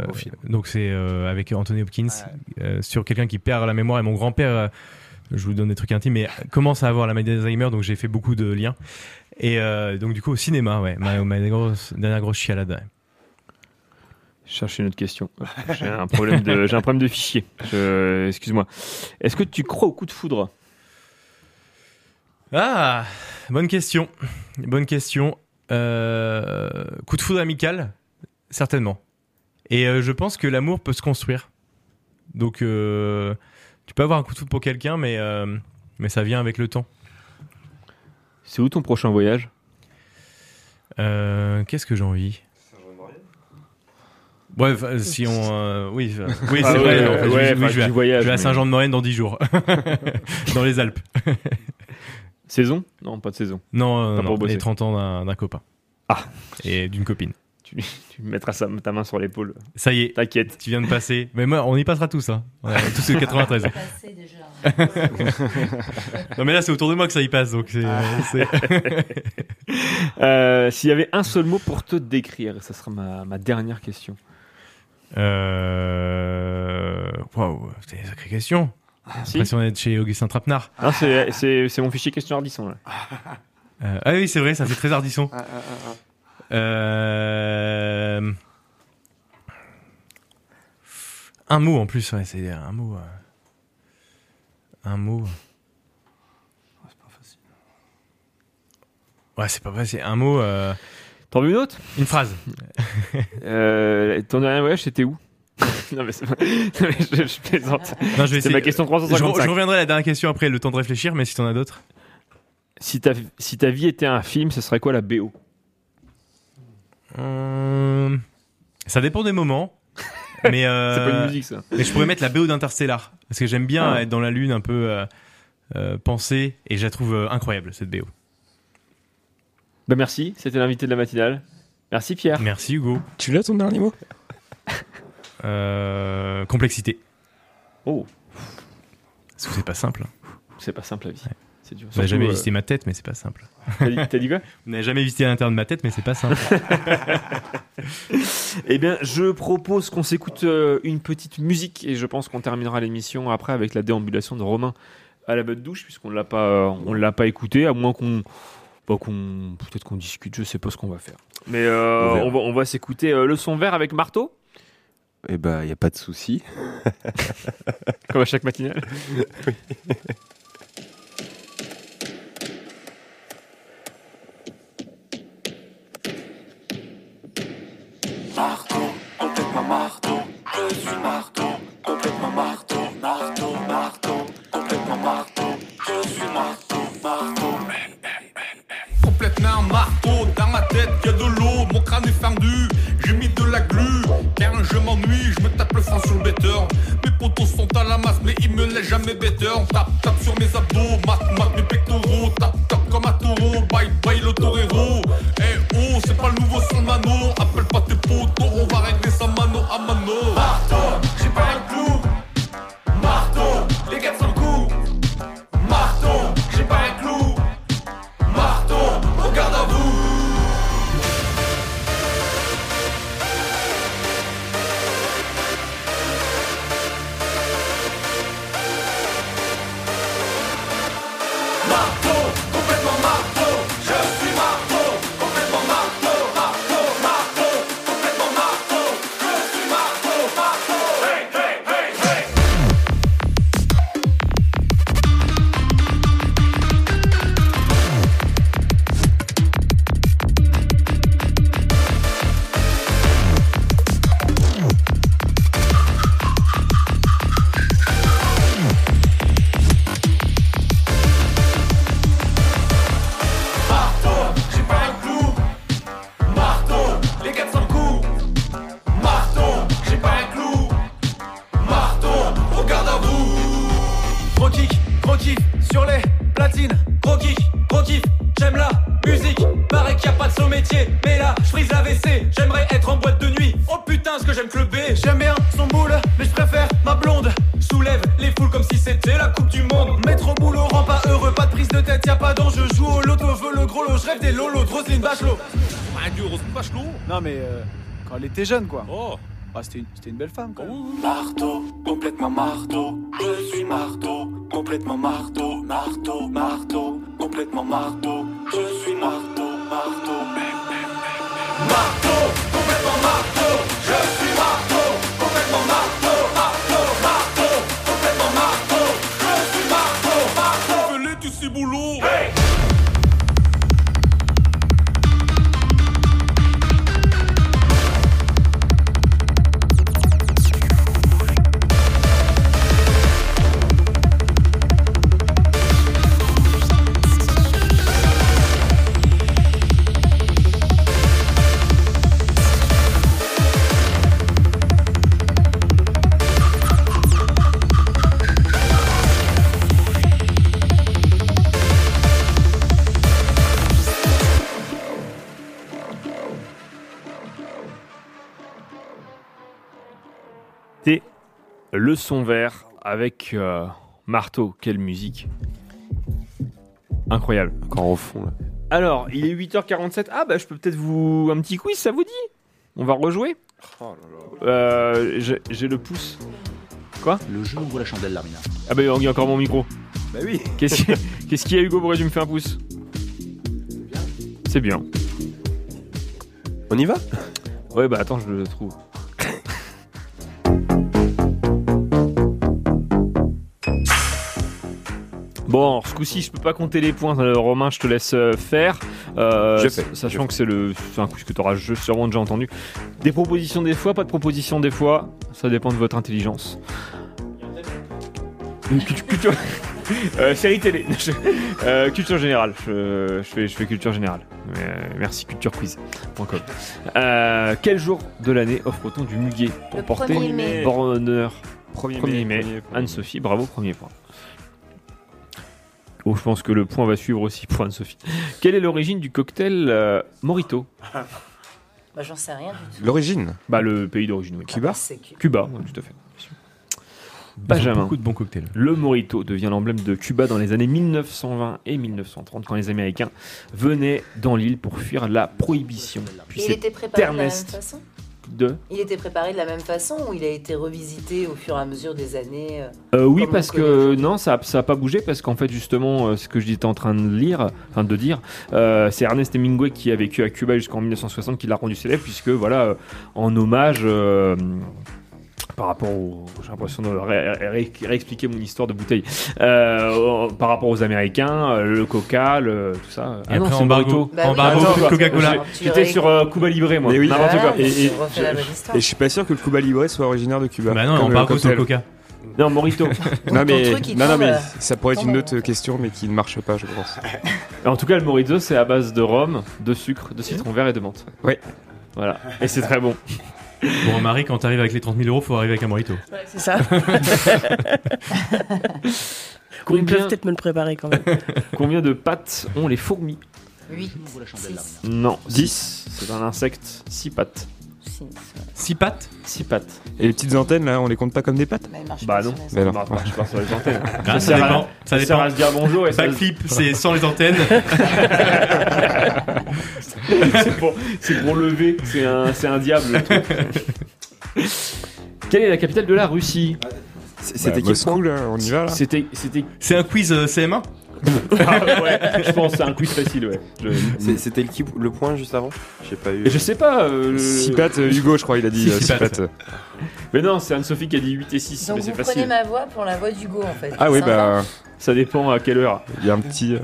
Donc c'est euh, avec Anthony Hopkins euh, sur quelqu'un qui perd la mémoire et mon grand-père, euh, je vous donne des trucs intimes, mais commence à avoir la maladie d'Alzheimer, donc j'ai fait beaucoup de liens. Et euh, donc du coup au cinéma, ouais, ma, ma grosse- dernière grosse chialade. ouais.
Je cherche une autre question. J'ai un problème de, j'ai un problème de fichier. Je- Excuse-moi. Est-ce que tu crois au coup de foudre
Ah, bonne question. Bonne question. Euh, coup de foudre amical, certainement. Et euh, je pense que l'amour peut se construire. Donc, euh, tu peux avoir un coup de foudre pour quelqu'un, mais, euh, mais ça vient avec le temps.
C'est où ton prochain voyage
Euh, Qu'est-ce que j'ai envie Bref, euh, si on. euh, oui, euh, oui c'est
Ah
vrai.
ouais,
en fait,
ouais,
oui, oui,
enfin,
je vais, à-
tu voyages,
je vais à
mais-
Saint-Jean-de-Maurienne dans 10 jours. *laughs* dans les
*laughs*
Alpes.
Saison Non, pas de saison.
Non, euh,
Pas
non,
pour bosser.
les 30 ans d'un- d'un copain.
Ah
Et d'une copine.
Tu, tu mettras sa- ta main sur l'épaule.
Ça y est.
T'inquiète.
Tu viens de passer. Mais moi, on y passera tous, hein. On a tous le 93.
*laughs* Passé déjà. hein. *laughs*
*laughs* non, mais là, c'est autour de moi que ça y passe, donc c'est. *laughs* c'est-
Ah. *laughs* Euh, S'il y avait un seul mot pour te décrire, ça sera ma, ma dernière question.
Euh. Waouh, c'est une sacrée question. J'ai
Ah, Si.
l'impression d'être chez Augustin Trapenard.
Hein, c'est- c'est c'est mon fichier question Ardisson. Là.
Euh, ah oui, c'est vrai, ça fait très hardisson. Euh, Un mot en plus, ouais, c'est un mot. euh, Un mot. Ouais, c'est pas facile. Un mot. euh,
T'en veux une autre
Une
*laughs*
phrase.
Euh, ton dernier voyage, c'était où *laughs* Non, mais c'est pas- non, mais je, je plaisante.
Non, je vais
C'est
essayer.
ma question
Je,
355.
je reviendrai à la dernière question après, le temps de réfléchir, mais si t'en as d'autres.
Si, ta, si ta vie était un film, ce serait quoi la BO
Euh, Ça dépend des
*laughs*
moments. Mais euh,
C'est pas une musique, ça.
Mais je pourrais mettre la BO d'Interstellar. Parce que j'aime bien
Ah.
être dans la lune un peu euh, euh, pensée. Et je la trouve euh, incroyable, cette BO.
Bah merci, c'était l'invité de la matinale. Merci Pierre.
Merci Hugo.
Tu l'as ton dernier mot
Euh, complexité.
Oh.
Parce que c'est pas simple. hein.
C'est pas simple la vie. C'est dur.
On n'a
Surtout,
jamais
euh,
visité Bah, ma tête, mais c'est pas simple.
T'as dit- t'as dit quoi
On n'a jamais visité l'intérieur de ma tête, mais c'est pas
*laughs*
simple.
Eh bien, je propose qu'on s'écoute euh, une petite musique et je pense qu'on terminera l'émission après avec la déambulation de Romain à la bonne douche puisqu'on l'a pas, euh, on l'a pas écouté à moins qu'on, bah, qu'on, peut-être qu'on discute. Je sais pas ce qu'on va faire. Mais euh,
On verra.
on va, on va s'écouter euh, le son vert avec marteau
Eh ben, il n'y a pas de souci. *laughs*
comme à
*laughs*
chaque matinale. *laughs*
Marteau, complètement marteau, je suis marteau, complètement marteau, marteau, marteau, complètement marteau, je suis marteau, marteau.
Complètement un marteau, dans ma tête y a de l'eau, mon crâne est fendu, j'ai mis de la glu, quand je m'ennuie, je me tape le front sur le better. Mes potos sont à la masse, mais ils me laissent jamais better. On tape, tape sur mes abdos, mat, mat mes pectoraux, tape, tape comme un taureau, bye bye le torero. Eh oh, c'est pas le nouveau son mano, appelle pas tes potos, on va régler ça mano à mano. Marteau, j'ai pas un clou, marteau, Marteau, complètement marteau, je suis marteau, complètement marteau, marteau, marteau, complètement marteau, je suis marteau, marteau. Hey, hey, hey, hey. Marteau, j'ai pas un clou. Marteau, les 400 coups. Marteau, j'ai pas un clou. Marteau, regarde à vous. Gros kick, gros kiff sur les platines. Gros kick, gros kiff, j'aime la musique. Paraît qu'il y a pas de son métier, mais là, je frise la WC. J'aimerais être en boîte de nuit. Oh putain, ce que j'aime clubber. J'aime bien son boule, mais je préfère ma blonde. Soulève les foules comme si c'était la coupe du monde. Mettre au boulot rend pas heureux, pas de prise de tête, y a pas d'enjeu. Joue au loto, veux le gros lot, je rêve des lolos de Roselyne Bachelot.
Non, mais euh, quand elle était jeune, quoi. Ah, c'était une, c'était une belle femme, quand même.
Oh. Marteau, complètement marteau, je suis marteau, complètement marteau, marteau, marteau, complètement marteau, je suis marteau, marteau, marteau, complètement marteau, je suis marteau, complètement marteau, marteau, marteau, complètement marteau, je suis marteau, marteau. Venez tous ces boulots.
C'était le son vert avec euh, Marteau. Quelle musique Incroyable. Encore au fond. Là. Alors, il est 8h47. Ah, bah, je peux peut-être vous. Un petit quiz, ça vous dit On va rejouer Euh, J'ai j'ai le pouce. Quoi
Le jeu ouvre la chandelle, Larmina.
Ah, bah, il y a encore mon micro.
Bah oui.
Qu'est-ce qui- qu'est-ce qu'il y a, Hugo Pourquoi tu me fais un pouce C'est bien. On y va Ouais, bah, attends, je le trouve. Bon, ce coup-ci, je peux pas compter les points. euh, Romain, je te laisse euh, faire. Euh,
Je fais,
Sachant que c'est le, c'est un quiz que tu auras sûrement déjà entendu. Des propositions des fois, pas de propositions des fois. Ça dépend de votre intelligence. Une culture. culture- *laughs* Euh, série télé. *laughs* Euh, culture générale. Je, je fais, je fais culture générale. Mais, euh, merci, culture quiz. Point com. Euh, quel jour de l'année offre-t-on du muguet pour
Le
porter
1er mai.
bonheur 1er
1er mai,
mai.
premier
Anne-Sophie, bravo, premier point. Oh, je pense que le point va suivre aussi pour Anne-Sophie. Quelle est l'origine du cocktail euh, Morito
Bah, J'en sais rien du tout.
L'origine Bah le pays d'origine, oui. Cuba
Ah, c'est Cuba.
Cuba, ouais, tout à fait. Benjamin.
beaucoup de bons cocktails.
Le Morito devient l'emblème de Cuba dans les années 1920 et 1930 quand les Américains venaient dans l'île pour fuir la prohibition. Puis
Et il
c'est
était préparé euh, de la même
Ernest
façon
de-
Il était préparé de la même façon ou il a été revisité au fur et à mesure des années euh,
Euh, oui,
comme on
parce
connaît
que non, ça n'a pas bougé, parce qu'en fait, justement, euh, ce que j'étais en train de lire, enfin de dire, euh, c'est Ernest Hemingway qui a vécu à Cuba jusqu'en 1960 qui l'a rendu célèbre, puisque voilà, euh, en hommage. euh, par rapport au. J'ai l'impression de ré- ré- réexpliquer mon histoire de bouteille. Euh, en- par rapport aux Américains, euh, le coca, le, tout ça. Ah
Et après,
c'est
embargo.
Morito.
Bah oui. Embargo,
Attends, quoi.
Coca-Cola.
J'ai- J'étais sur euh, Cuba Libre, moi.
Mais oui.
N'importe quoi.
Et, et-
Ah, refait la même
je, et je suis pas sûr que le Cuba Libre soit originaire de Cuba.
Bah non, on
Comme
parle sur le
cocktail.
coca.
Non, *laughs* Morito.
non, mais,
truc, il
non, non,
tombe,
mais
euh,
ça pourrait être
tombe
une autre question, mais qui ne marche pas, je pense.
*laughs* En tout cas, le Morizo, c'est à base de rhum, de sucre, de citron vert et de menthe.
Oui.
Voilà. Et c'est très bon.
Bon, Marie, quand t'arrives avec les 30 000 euros, faut arriver avec un morito.
Ouais, c'est ça. Ils peuvent peut-être me le préparer quand même.
*laughs* Combien de pattes ont les fourmis
8,
Non, 10. C'est un insecte. 6 pattes.
6 pattes
6 pattes.
Et les petites antennes, là, on les compte pas comme des pattes
Bah non,
Bah non.
Bah, je pars sur les antennes.
Ah, ça
sert à-
dépend. Ça
sert à
dépend.
se dire bonjour et ça-
Backflip, c'est sans les antennes.
*laughs* c'est pour, c'est pour lever, c'est un, c'est un diable. le truc. Quelle est la capitale de la Russie
Bah,
Bah,
hein,
C'était Moscou, là, on y va, là
C'était. C'était.
C'est un quiz euh, CM1
ouais, je pense que c'est un quiz facile, ouais.
C'est- C'était le, qui- le point juste avant J'ai pas eu.
Je sais pas. euh,
Six pattes, euh, Hugo, je crois, il a dit,
Six
euh, six
pattes.
pattes.
Mais non, c'est Anne-Sophie qui a dit 8 et 6,
Donc
mais c'est
vous
facile.
prenez ma voix pour la voix d'Hugo en fait.
Ah oui,
Sympa.
bah. Ça dépend à quelle heure. Oh.
Il y a un petit. euh,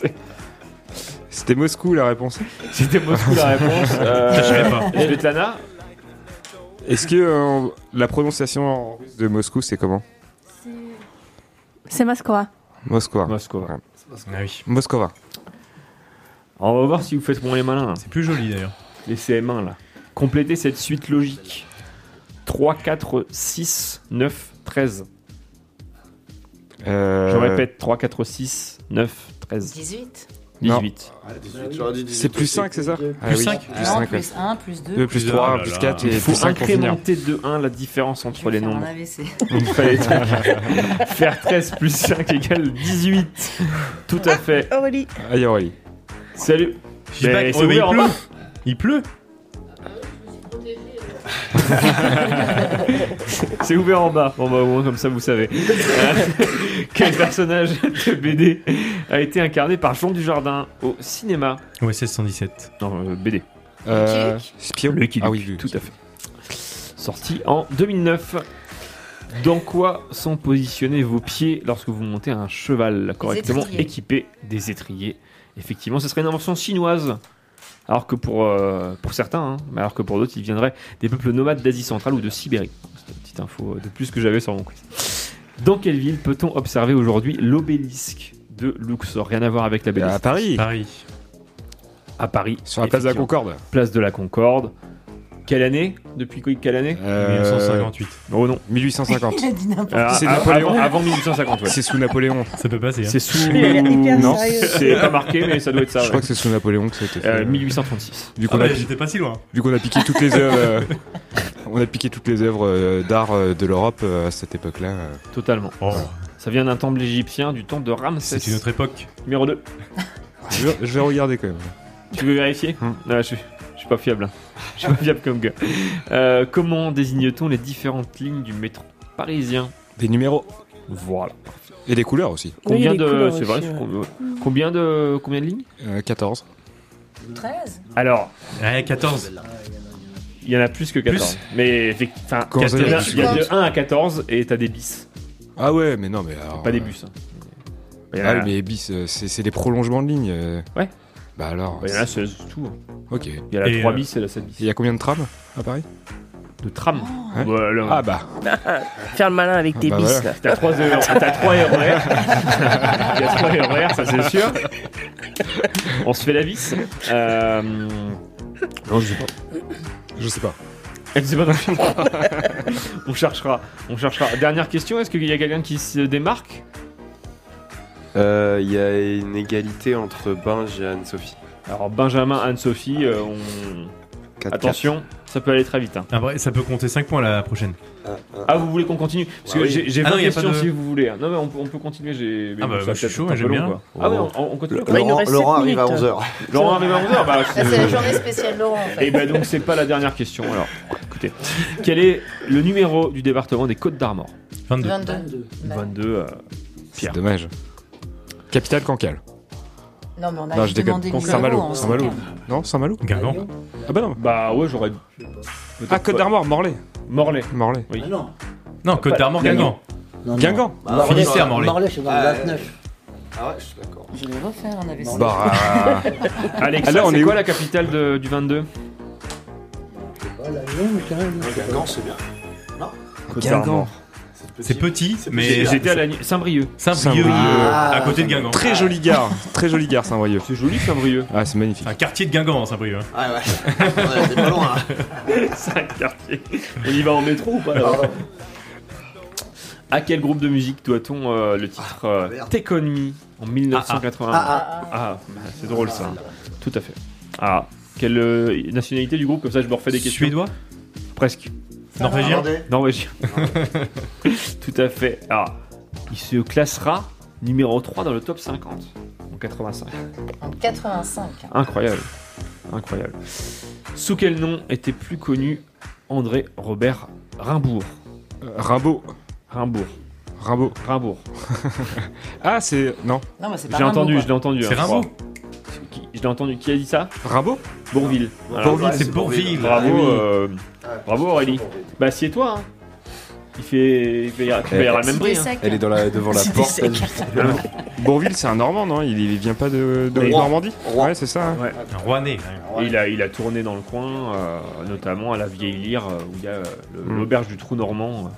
*laughs*
*laughs* C'était Moscou la réponse
C'était Moscou la réponse. Euh, *laughs* Je savais pas. Svetlana
Est-ce que euh, la prononciation en russe de Moscou c'est comment
C'est Mascoa.
Moscou.
Moscou.
Ah oui.
Moscova.
On va voir si vous faites moins les malins. C'est
plus joli d'ailleurs.
Les CM1 là. Complétez cette suite logique 3, 4, 6, 9, 13.
Euh,
Je répète 3, 4, 6, 9, 13.
18.
18.
C'est plus 5, c'est ça Ah oui,
Non,
cinq, ouais.
Bah plus 1, plus 2.
Deux, plus trois,
Oh là
plus
là.
quatre et
Il faut
plus cinq pour finir.
incrémenter de 1 la différence entre les
faire
nombres.
un AVC.
*laughs* Il fallait donc faire 13 plus 5 égale 18. Tout
Ah,
à fait.
Aurélie.
Aïe Aurélie. Salut.
suis pas-
Ben,
oh, mais il
ouvert en
pleut.
bas.
Il pleut
*laughs* C'est ouvert en bas. Bon bah au moins comme ça vous savez. Euh, *laughs* Quel personnage de BD a été incarné par Jean Dujardin au cinéma
Ouais, 1617.
Non, euh, BD.
Euh, Spirou
Lucky Luke,
Ah oui,
tout à fait. Sorti en 2009. Dans quoi sont positionnés vos pieds lorsque vous montez un cheval correctement
étriers.
équipé des étriers Effectivement, ce serait une invention chinoise. Alors que pour, euh, pour certains, hein, mais alors que pour d'autres, ils viendraient des peuples nomades d'Asie centrale ou de Sibérie. C'est une petite info de plus que j'avais sur mon quiz. Dans quelle ville peut-on observer aujourd'hui l'obélisque de Luxor Rien à voir avec la
à
l'obélisque.
Paris.
Paris.
À Paris.
Sur la place de la
effectivement.
Concorde.
Place de la Concorde. Quelle année Depuis quoi- quelle année
Euh, 1958.
Oh non,
1850.
Il a dit n'importe quoi.
C'est
Ah,
Napoléon.
avant- avant 1850, ouais.
C'est sous Napoléon.
Ça peut passer. hein.
C'est sous.
Il a l'air hyper
non,
sérieux.
c'est pas marqué, mais ça doit être ça.
Je crois
ouais.
que c'est sous Napoléon que c'était.
Euh, 1836.
Vu qu'on
Ah
a
bah,
pi-
j'étais pas si loin.
Vu qu'on a piqué toutes les
*laughs*
œuvres, euh, on a piqué toutes les œuvres euh, d'art euh, de l'Europe euh, à cette époque-là. euh.
Totalement.
Voilà.
Ça vient d'un temple égyptien, du temple de Ramsès.
C'est une autre
époque.
Numéro 2.
*laughs* Je, je vais regarder quand même. Hum.
Tu veux vérifier Non, je, je suis pas fiable. Je suis pas fiable comme gars. Euh, comment désigne-t-on les différentes lignes du métro parisien
Des numéros.
Voilà.
Et des couleurs aussi.
Combien
Oui, les
de
couleurs
c'est vrai,
aussi, ouais.
com- combien de combien de lignes
Euh, 14.
13.
Alors,
Ouais, 14.
il y en a plus que 14. Mais effect- enfin,
Comment ça,
il y en a-
tu
il y a de
comptes
1 à 14 et t'as des bis.
Ah ouais, mais non, mais alors.
Pas des
euh,
bus. hein.
Ah
Il y en a-
ouais, mais bis, euh, c'est c'est des prolongements de lignes. euh.
Ouais.
Bah alors.
Il y en a 16, c'est tout. hein.
Ok.
Il y en a
euh,
la 3 bis et la 7 bis.
Il y a combien de trams à Paris
De trams
Ouais.
Voilà.
Ah bah.
*laughs* Faire le malin avec
Ah
tes
Bah
bis.
voilà.
là.
T'as
*laughs*
3 heures, t'as 3 RER. *laughs* Il
*laughs*
y a 3 RER, ça c'est sûr. On se fait la
*laughs*
vis. Euh... Non, je sais pas.
Je sais pas.
Je sais pas non plus. on cherchera, on cherchera. Dernière question, est-ce qu'il y a quelqu'un qui se démarque
Euh, Il y a une égalité entre Binge et Anne-Sophie.
Alors Benjamin, Anne-Sophie, euh, on...
Quatre,
attention, ça peut aller très vite. hein.
Après, Ah, ça peut compter 5 points la prochaine.
Ah, vous voulez qu'on continue Parce
Bah
que j'ai- j'ai
Ah non,
pas
y a pas
questions
de-
si vous voulez. hein. Non, mais on peut, on peut continuer. j'ai- mais
Ah bah, bah,
ça va
je suis
peut-être
chaud,
être un peu
j'aime
long,
bien.
quoi. Ah ouais, on, on continue.
Bah,
Laurent- Il nous reste Laurent sept
arrive à minutes. 11 heures.
*laughs* Laurent arrive à 11h. Bah,
Ah, c'est la journée spéciale Laurent en fait.
Et bah donc c'est pas la dernière question. Alors, écoutez, quel est le numéro du département des Côtes d'Armor
22.
22.
22. euh,
C'est dommage. Capitale Cancale.
Bah, Non, mais on a
Non,
non,
je déconne.
demandé
Con-
le numéro, hein, on
Saint-Malo.
s'en
Saint-Malo.
calme.
Non, Saint-Malo
Gargan.
Ah bah non.
Bah ouais, j'aurais.
Ah, Côte d'Armor, Morlaix.
Morlaix.
Morlaix.
Ah
Oui.
non.
Non, Côte d'Armor, Guingamp. Guingamp.
Bah,
Finistère, Morlaix.
c'est dans le 29.
Ah ouais, je suis d'accord.
Je hein, vais refaire un AVC. *laughs*
Bah. *laughs* Alexa,
Alors, on
c'est
est
quoi
où
la capitale de- du 22
Ah, la longue, quand même.
Guingamp, c'est bien. Non
Côte
Guingamp.
d'Armor.
C'est petit, mais.
J'ai- J'étais à la nu- Saint-Brieuc.
Saint-Brieuc,
Ah,
à côté de Guingamp.
Très jolie gare. Très jolie gare, Saint-Brieuc.
C'est joli, Saint-Brieuc.
Ah, c'est magnifique.
Un quartier de Guingamp, hein, Saint-Brieuc. hein.
Ah ouais. ouais, c'est pas loin.
*laughs* C'est un quartier. On y va en métro ou pas là À quel groupe de musique doit-on euh, le titre euh, Take On Me en 1981
Ah, ah.
bah, c'est drôle ça. Tout à fait. Ah, quelle euh, nationalité du groupe Comme ça, je me refais des questions.
Suédois
Presque.
Norvégien
Finlandais
Norvégien. *laughs* Tout à fait. Ah, il se classera numéro 3 dans le top 50 en 85.
En 85.
Incroyable. Incroyable. Sous quel nom était plus connu André Robert Rimbourg
Euh, Rimbaud.
Rimbourg.
Rimbaud.
Rimbaud.
*laughs* ah, c'est. Non.
Non, mais c'est pas
J'ai
Rimbaud,
entendu,
quoi.
je l'ai entendu.
C'est
hein, je
Rimbaud.
crois. Qui- Je l'ai entendu. Qui a dit ça
Rimbaud
Bourville.
Bourville, c'est Bourville.
Bravo,
Ah oui.
euh, bravo Aurélie. Bah, assieds-toi. hein. Il fait. Il payera,
Eh,
tu payeras le même prix. hein.
Elle est dans la, devant la
C'est des
porte.
secs. *laughs*
elle- Euh, Bourville, c'est un Normand, non il, il vient pas de, de
Oui.
Normandie Ouais, c'est ça. hein.
Rouennais.
Et hein. il, a, il a tourné dans le coin, euh, notamment à la Vieille Lyre, euh, où il y a euh, le-
Mm.
l'auberge du Trou Normand.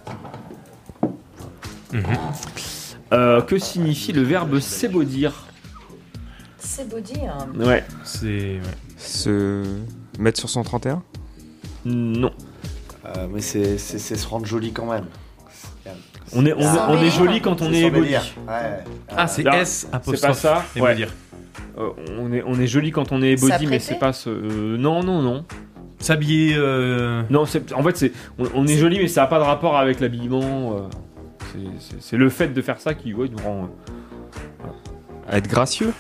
Euh, que signifie le verbe s'ébaudir
C'est beau dire.
Ouais.
C'est.
Se mettre sur 131
Non.
Euh, mais c'est c'est- c'est se rendre joli quand même.
On est, on, est- on est joli quand on est ébaudi.
ébaudir. Ouais.
Là, C'est pas
Ah, apostrophe,
ça ouais.
ébaudir.
Euh, on, est, on est joli quand on est ébaudi,
S'apprêter
mais c'est pas ce. euh, non, non, non. S'habiller.
euh,
Non, c'est- en fait, c'est on, on est joli, mais ça n'a pas de rapport avec l'habillement. euh, c'est- c'est- c'est le fait de faire ça qui ouais, nous rend. euh,
Être gracieux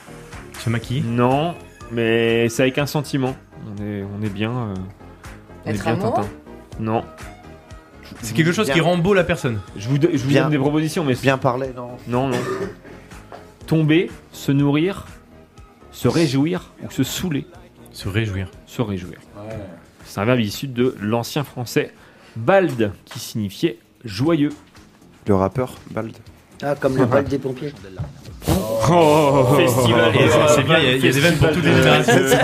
Se maquiller
Non, mais c'est avec un sentiment. On est, on est bien. euh, on
Être
est bien
amoureux
Tintin. Non.
C'est quelque chose qui
Bien.
rend beau la personne.
Je vous, do- je vous
Bien.
donne des propositions, mais. Bien
parler, non
Non, non. Tomber, se nourrir, se réjouir ou se saouler.
Se réjouir.
Se réjouir. C'est un verbe issu de l'ancien français bald, qui signifiait joyeux.
Le rappeur Bald.
Ah, comme le
*laughs*
bal des pompiers.
Oh, Festival.
Et Oh. c'est- c'est bien, il y a- il y a des vannes pour toutes les générations.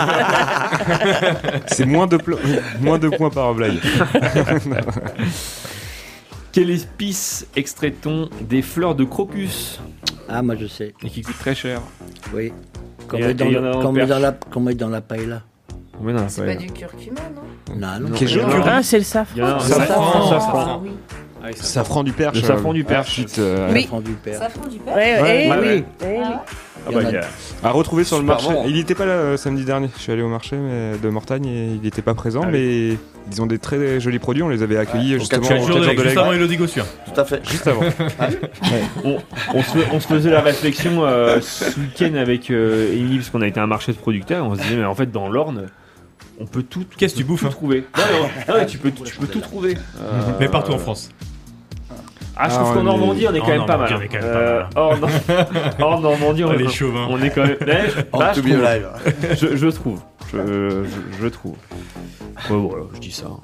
C'est moins de, plo- moins de points
oh. *laughs*
par blague.
Quelle épice extrait-on des fleurs de crocus
Ah, moi je sais.
Et qui coûte très cher.
Oui. Qu'on
Et-
met,
et
dans
il y en
le-
a en
qu'on met
perche.
dans la, qu'on met dans la paella.
On met dans la
C'est
paella.
pas du
curcuma,
non Non, non.
Quel genre
Ah, c'est le safran.
Il y en a un-
Safran,
safran,
safran.
safran. Ah oui,
Safran du Perche.
Le safran du Perche.
Petite, euh,
Oui.
Safran du Perche.
Safran du père.
Ouais,
Ouais,
eh
ouais,
oui.
ouais.
eh oui.
Ah bah,
Il y en a-
il y a- À retrouver sur le
Super
marché.
bon.
Il n'était pas là euh, samedi dernier. Je suis allé au marché mais, de Mortagne et il n'était pas présent, mais ils ont des très jolis produits. On les avait accueillis
Ouais, au
justement
quatre jours de l'Aigle, juste avant
l'Aigle.
Elodie Gossuin.
Tout à fait.
Juste avant.
on, on se, on se faisait la réflexion euh, ce week-end avec euh, Émilie, parce qu'on a été à un marché de producteurs, et on se disait, mais en fait, dans l'Orne, on peut tout,
Qu'est-ce que tu bouffes hein
tout trouver. Non, mais- non, mais tu peux, tu
*laughs*
peux tout trouver. Euh,
Mais partout en France.
Ah, je trouve
Ah,
qu'en
on est-
Normandie, on est
en
quand même pas mal.
Normandie, on est quand même pas
Euh,
mal.
Hors Nor-
*laughs*
hors Normandie, on
Ah, les
est-
chauvins.
on est quand même.
*laughs*
Ouais, je-
En
bah,
tout
je
bien
trouve.
live.
*laughs* Je, je trouve. Je, je- je trouve. Ouais, voilà, je dis ça. hein.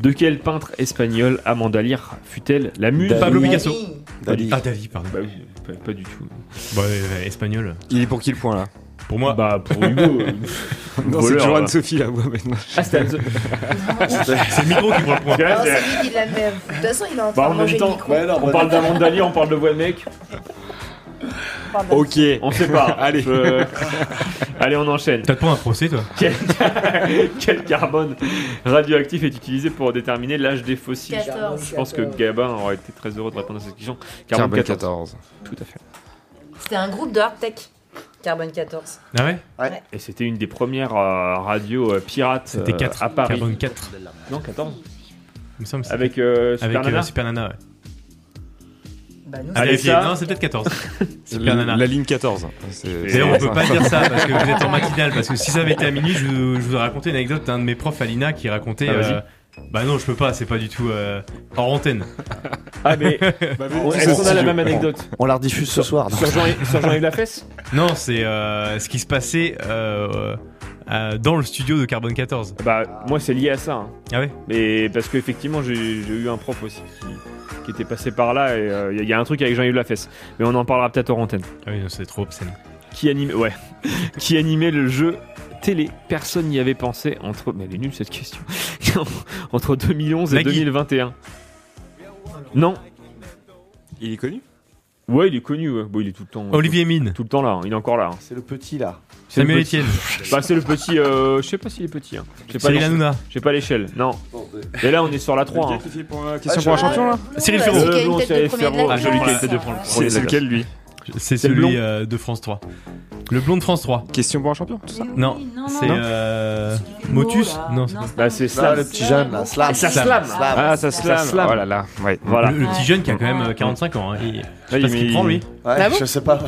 De quel peintre espagnol Amanda Lear fut-elle la muse
Dali. Pablo Picasso. Dali.
Pas
Ah, Dali, pardon.
Bah oui, pas, pas du tout.
Bah, euh, espagnol.
Il est pour qui le point là
Pour moi.
Bah, pour Hugo. euh,
Non, c'est
voleur,
toujours
là.
Anne-Sophie là ouais, maintenant.
Ah, c'était Anne-Sophie.
*laughs* C'est le micro qui prend le point.
Parce que là,
Non,
c'est-
c'est lui qui l'a fait. De toute façon, il est en train
Bah, en
de manger
même
le
temps,
micro.
on parle d'Amanda Lear, on parle de Wellmec.
*laughs* Ok.
On sait pas.
*laughs* Allez.
Je- Allez, on enchaîne. *laughs*
T'as de point un procès, toi
Quel, quel carbone radioactif est utilisé pour déterminer l'âge des fossiles
14.
Je pense que Gabin aurait été très heureux de répondre à cette question.
Carbone
14. Tout à fait.
C'était un groupe de hard tech. Carbone 14.
Ah ouais
Et c'était une des premières euh, radios euh, pirates
C'était
euh,
4.
à Paris.
Carbone 4.
Non, 14.
Il me semble que c'est-
Avec, euh, Super
Avec euh,
Nana.
Super Nana, ouais.
Bah, nous,
À
Allez,
vérifier.
ça-
Non, c'est peut-être *laughs*
*laughs*
14.
La-
Super Nana.
La ligne 14. C'est-
D'ailleurs, on
c'est-
peut pas dire ça parce que vous
*laughs*
êtes en matinale. Parce que si ça avait été à minuit, je, vous- je vous ai raconté une anecdote d'un de mes profs à l'INA qui racontait.
Ah, vas-y.
euh, bah non, je peux pas, c'est pas du tout euh, hors antenne. *laughs*
Ah, mais-
on-
Est-ce qu'on a la même anecdote
On la rediffuse ce soir. non
Sur Jean- sur Jean-Yves Lafesse
Non, c'est euh, ce qui se passait euh, euh, dans le studio de Carbone 14.
Bah, moi, c'est lié à ça. hein.
Ah ouais
Mais parce qu'effectivement, j'ai j'ai eu un prof aussi qui, qui était passé par là et il y, a un truc avec Jean-Yves Lafesse. Mais on en parlera peut-être hors antenne.
Ah oui, non, c'est trop obscène.
Qui animait, ouais. *laughs* qui animait le jeu télé Personne n'y avait pensé entre. Mais elle est nulle cette question. *laughs* entre 2011 et
Nagui.
2021. Non.
Il est connu
Ouais, il est connu. ouais. Bon, il est tout le temps. euh,
Olivier Mine.
Tout le temps là. hein. Il est encore là. hein.
C'est le petit là.
C'est le
Samuel
petit-
Etienne.
Bah, c'est le petit. euh, je sais pas s'il est petit. Hein. Je sais pas
Cyril
non-
Hanouna.
Je sais pas l'échelle. Non. Et là, on est sur la 3. hein.
Question pour un champion là
Cyril Ferraud.
Euh, bon, Cyril Ferraud.
Ah, joli, tête de prendre.
C'est c'est lequel lui
C'est
C'est le
celui
blond
euh, de France 3. Le blond de France 3.
Question pour un champion tout ça
Non,
non,
c'est
non.
euh,
Oh
Motus Non, c'est
Bah, c'est Slam.
le petit jeune, là, Slam.
Ah, ça
Slam.
slam.
Slam.
Ah, ça slam.
Ça
Oh
slam. Voilà, là, ouais.
Voilà.
Le, le petit jeune qui a quand même euh, 45 ans. hein. Il, je sais pas ce qu'il prend lui.
Ouais,
Ah bon
je sais pas.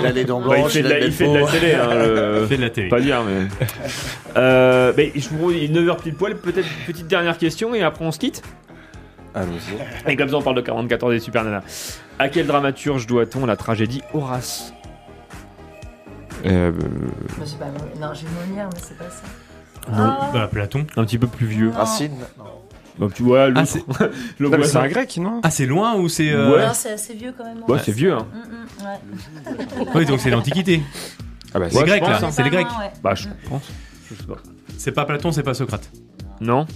il a les dents
Bah, il
blanches,
fait de la,
a les
il fait de la
faux.
télé. hein, le-
Il fait de la télé.
Pas dire,
*laughs*
mais. Euh, mais je vous 9h pile poil. Peut-être une petite dernière question et après on se quitte.
Allons-y.
Et comme ça, on parle de 44 ans des super nanas. À quel dramaturge doit-on la tragédie Horace
Moi, j'ai pas Moli- Non, j'ai Molière, mais c'est pas ça. Ah.
Bah,
Platon.
Un petit peu plus vieux.
Racine
Bah, tu vois, l'autre. *laughs* Le
Non, mais
voisin.
c'est un grec, non Ah, c'est loin ou c'est, euh,
Ouais.
Non, c'est assez vieux quand même. hein.
Ouais, c'est vieux, hein.
Mm, mm, ouais.
*laughs*
Oui, donc c'est l'Antiquité.
Ah
bah,
c'est
ouais,
grec
je
là,
pense, hein.
c'est les Grecs.
Ouais.
Bah, je pense. Je sais pas.
C'est pas Platon, c'est pas Socrate.
Non.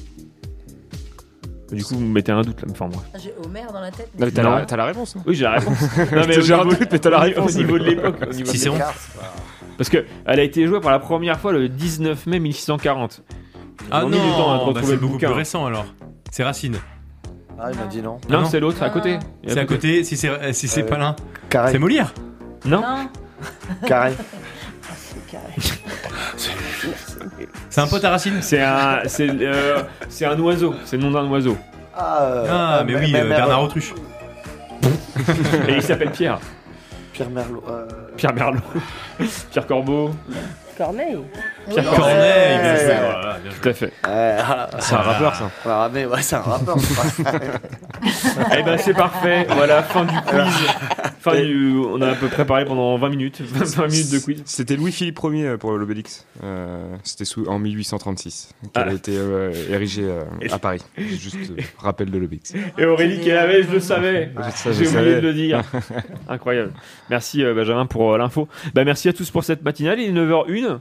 Du coup, vous me mettez un doute là, enfin moi.
J'ai Homer dans la hein. tête.
Non, mais t'as la- t'as la réponse, non Oui, j'ai la
*laughs*
*laughs* réponse. Non, mais au
J'ai un
niveau-
doute, mais t'as la
au
réponse.
niveau de l'époque, au niveau de
Cicéron.
l'époque. Parce que elle a été jouée pour la première fois le 19 mai 1640.
Ah
Ils ont
non,
mis du temps à
bah,
retrouver
c'est
le
beaucoup
bouquin.
plus récent
*laughs*
alors. C'est Racine.
Ah, il m'a dit non.
Non, c'est l'autre, à côté.
C'est à côté, si c'est euh, si c'est
Euh,
pas l'un.
Carré.
C'est Molière
Non.
Carré.
Ah,
C'est un pote à Racine
C'est un, c'est, euh, c'est un oiseau, c'est le nom d'un oiseau.
Ah, mais oui, euh, Bernard Autruche.
*laughs* Et il s'appelle Pierre.
Pierre Merlot. euh, *laughs*
Pierre Merlot. Pierre Corbeau.
Corneille.
Pierre
Oui. Ouais.
Corneille, bien joué,
Ouais.
voilà, bien joué. Tout à fait.
Ouais, voilà.
C'est un rappeur, ça.
On l'a ramené, ouais, c'est un rappeur.
*laughs* Eh ben c'est parfait, voilà, fin du quiz. Fin du- on a à peu près parlé pendant 20 minutes, *laughs* 25 minutes de quiz.
C'était Louis-Philippe Ier pour l'Obélix. Euh, C'était sous- en 1836 qu'elle
Ah.
a été euh, érigée euh, à Paris. Juste euh, rappel de l'Obélix.
Et Aurélie qui avait, je le savais.
Je le savais,
J'ai
je
oublié
savais.
de le
*laughs*
dire. Incroyable. Merci euh, Benjamin pour euh, l'info. Bah, merci à tous pour cette matinale. Il est 9h01.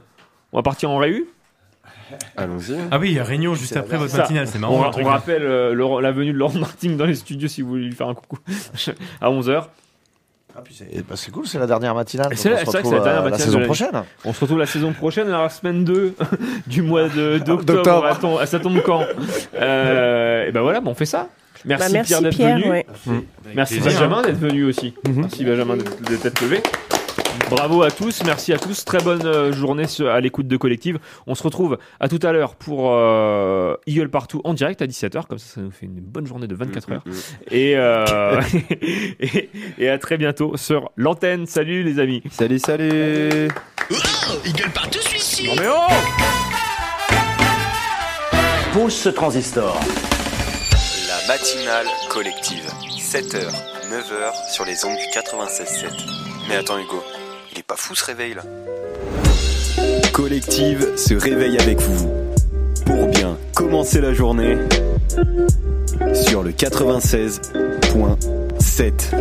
On va partir en réu.
Allons-y.
Ah oui, il y a réunion juste
C'est
après
la
votre
dernière.
matinale, c'est marrant,
On,
le
ra-
truc,
on
là.
rappelle euh, Laurent- la venue de Laurent Martin dans les studios si vous voulez lui faire un coucou *laughs* à 11h.
Et bah, c'est cool, c'est la dernière matinale.
C'est
donc
la,
on se
c'est vrai que
retrouve,
c'est la dernière
euh,
matinale
saison
de l'année.
prochaine.
On se retrouve la saison prochaine, la semaine 2 *laughs* du mois de- d'octobre.
Ah, D'octobre.
Attends, ah, Ça tombe quand Euh, Et ben voilà, bon, on fait ça. Merci,
Bah, merci,
Pierre d'être
Pierre,
venu.
ouais.
Mmh.
Mm.
Avec
Merci
plaisir.
Benjamin d'être venu aussi. Merci Benjamin d'être de tête levée. Bravo à tous, merci à tous. Très bonne euh, journée sur- à l'écoute de Collective. On se retrouve à tout à l'heure pour euh, Eagle Partout en direct à 17h. Comme ça, ça nous fait une bonne journée de 24
Mmh,
heures. Et, euh, *laughs* et, et à très bientôt sur l'antenne. Salut les amis.
Salut, salut.
Il gueule partout celui-ci
mais oh
Pousse ce transistor.
La matinale collective. 7h, 9h sur les ondes du 96.7. Mais attends Hugo, il est pas fou ce réveil là
Collective se réveille avec vous. Pour bien commencer la journée sur le 96.7.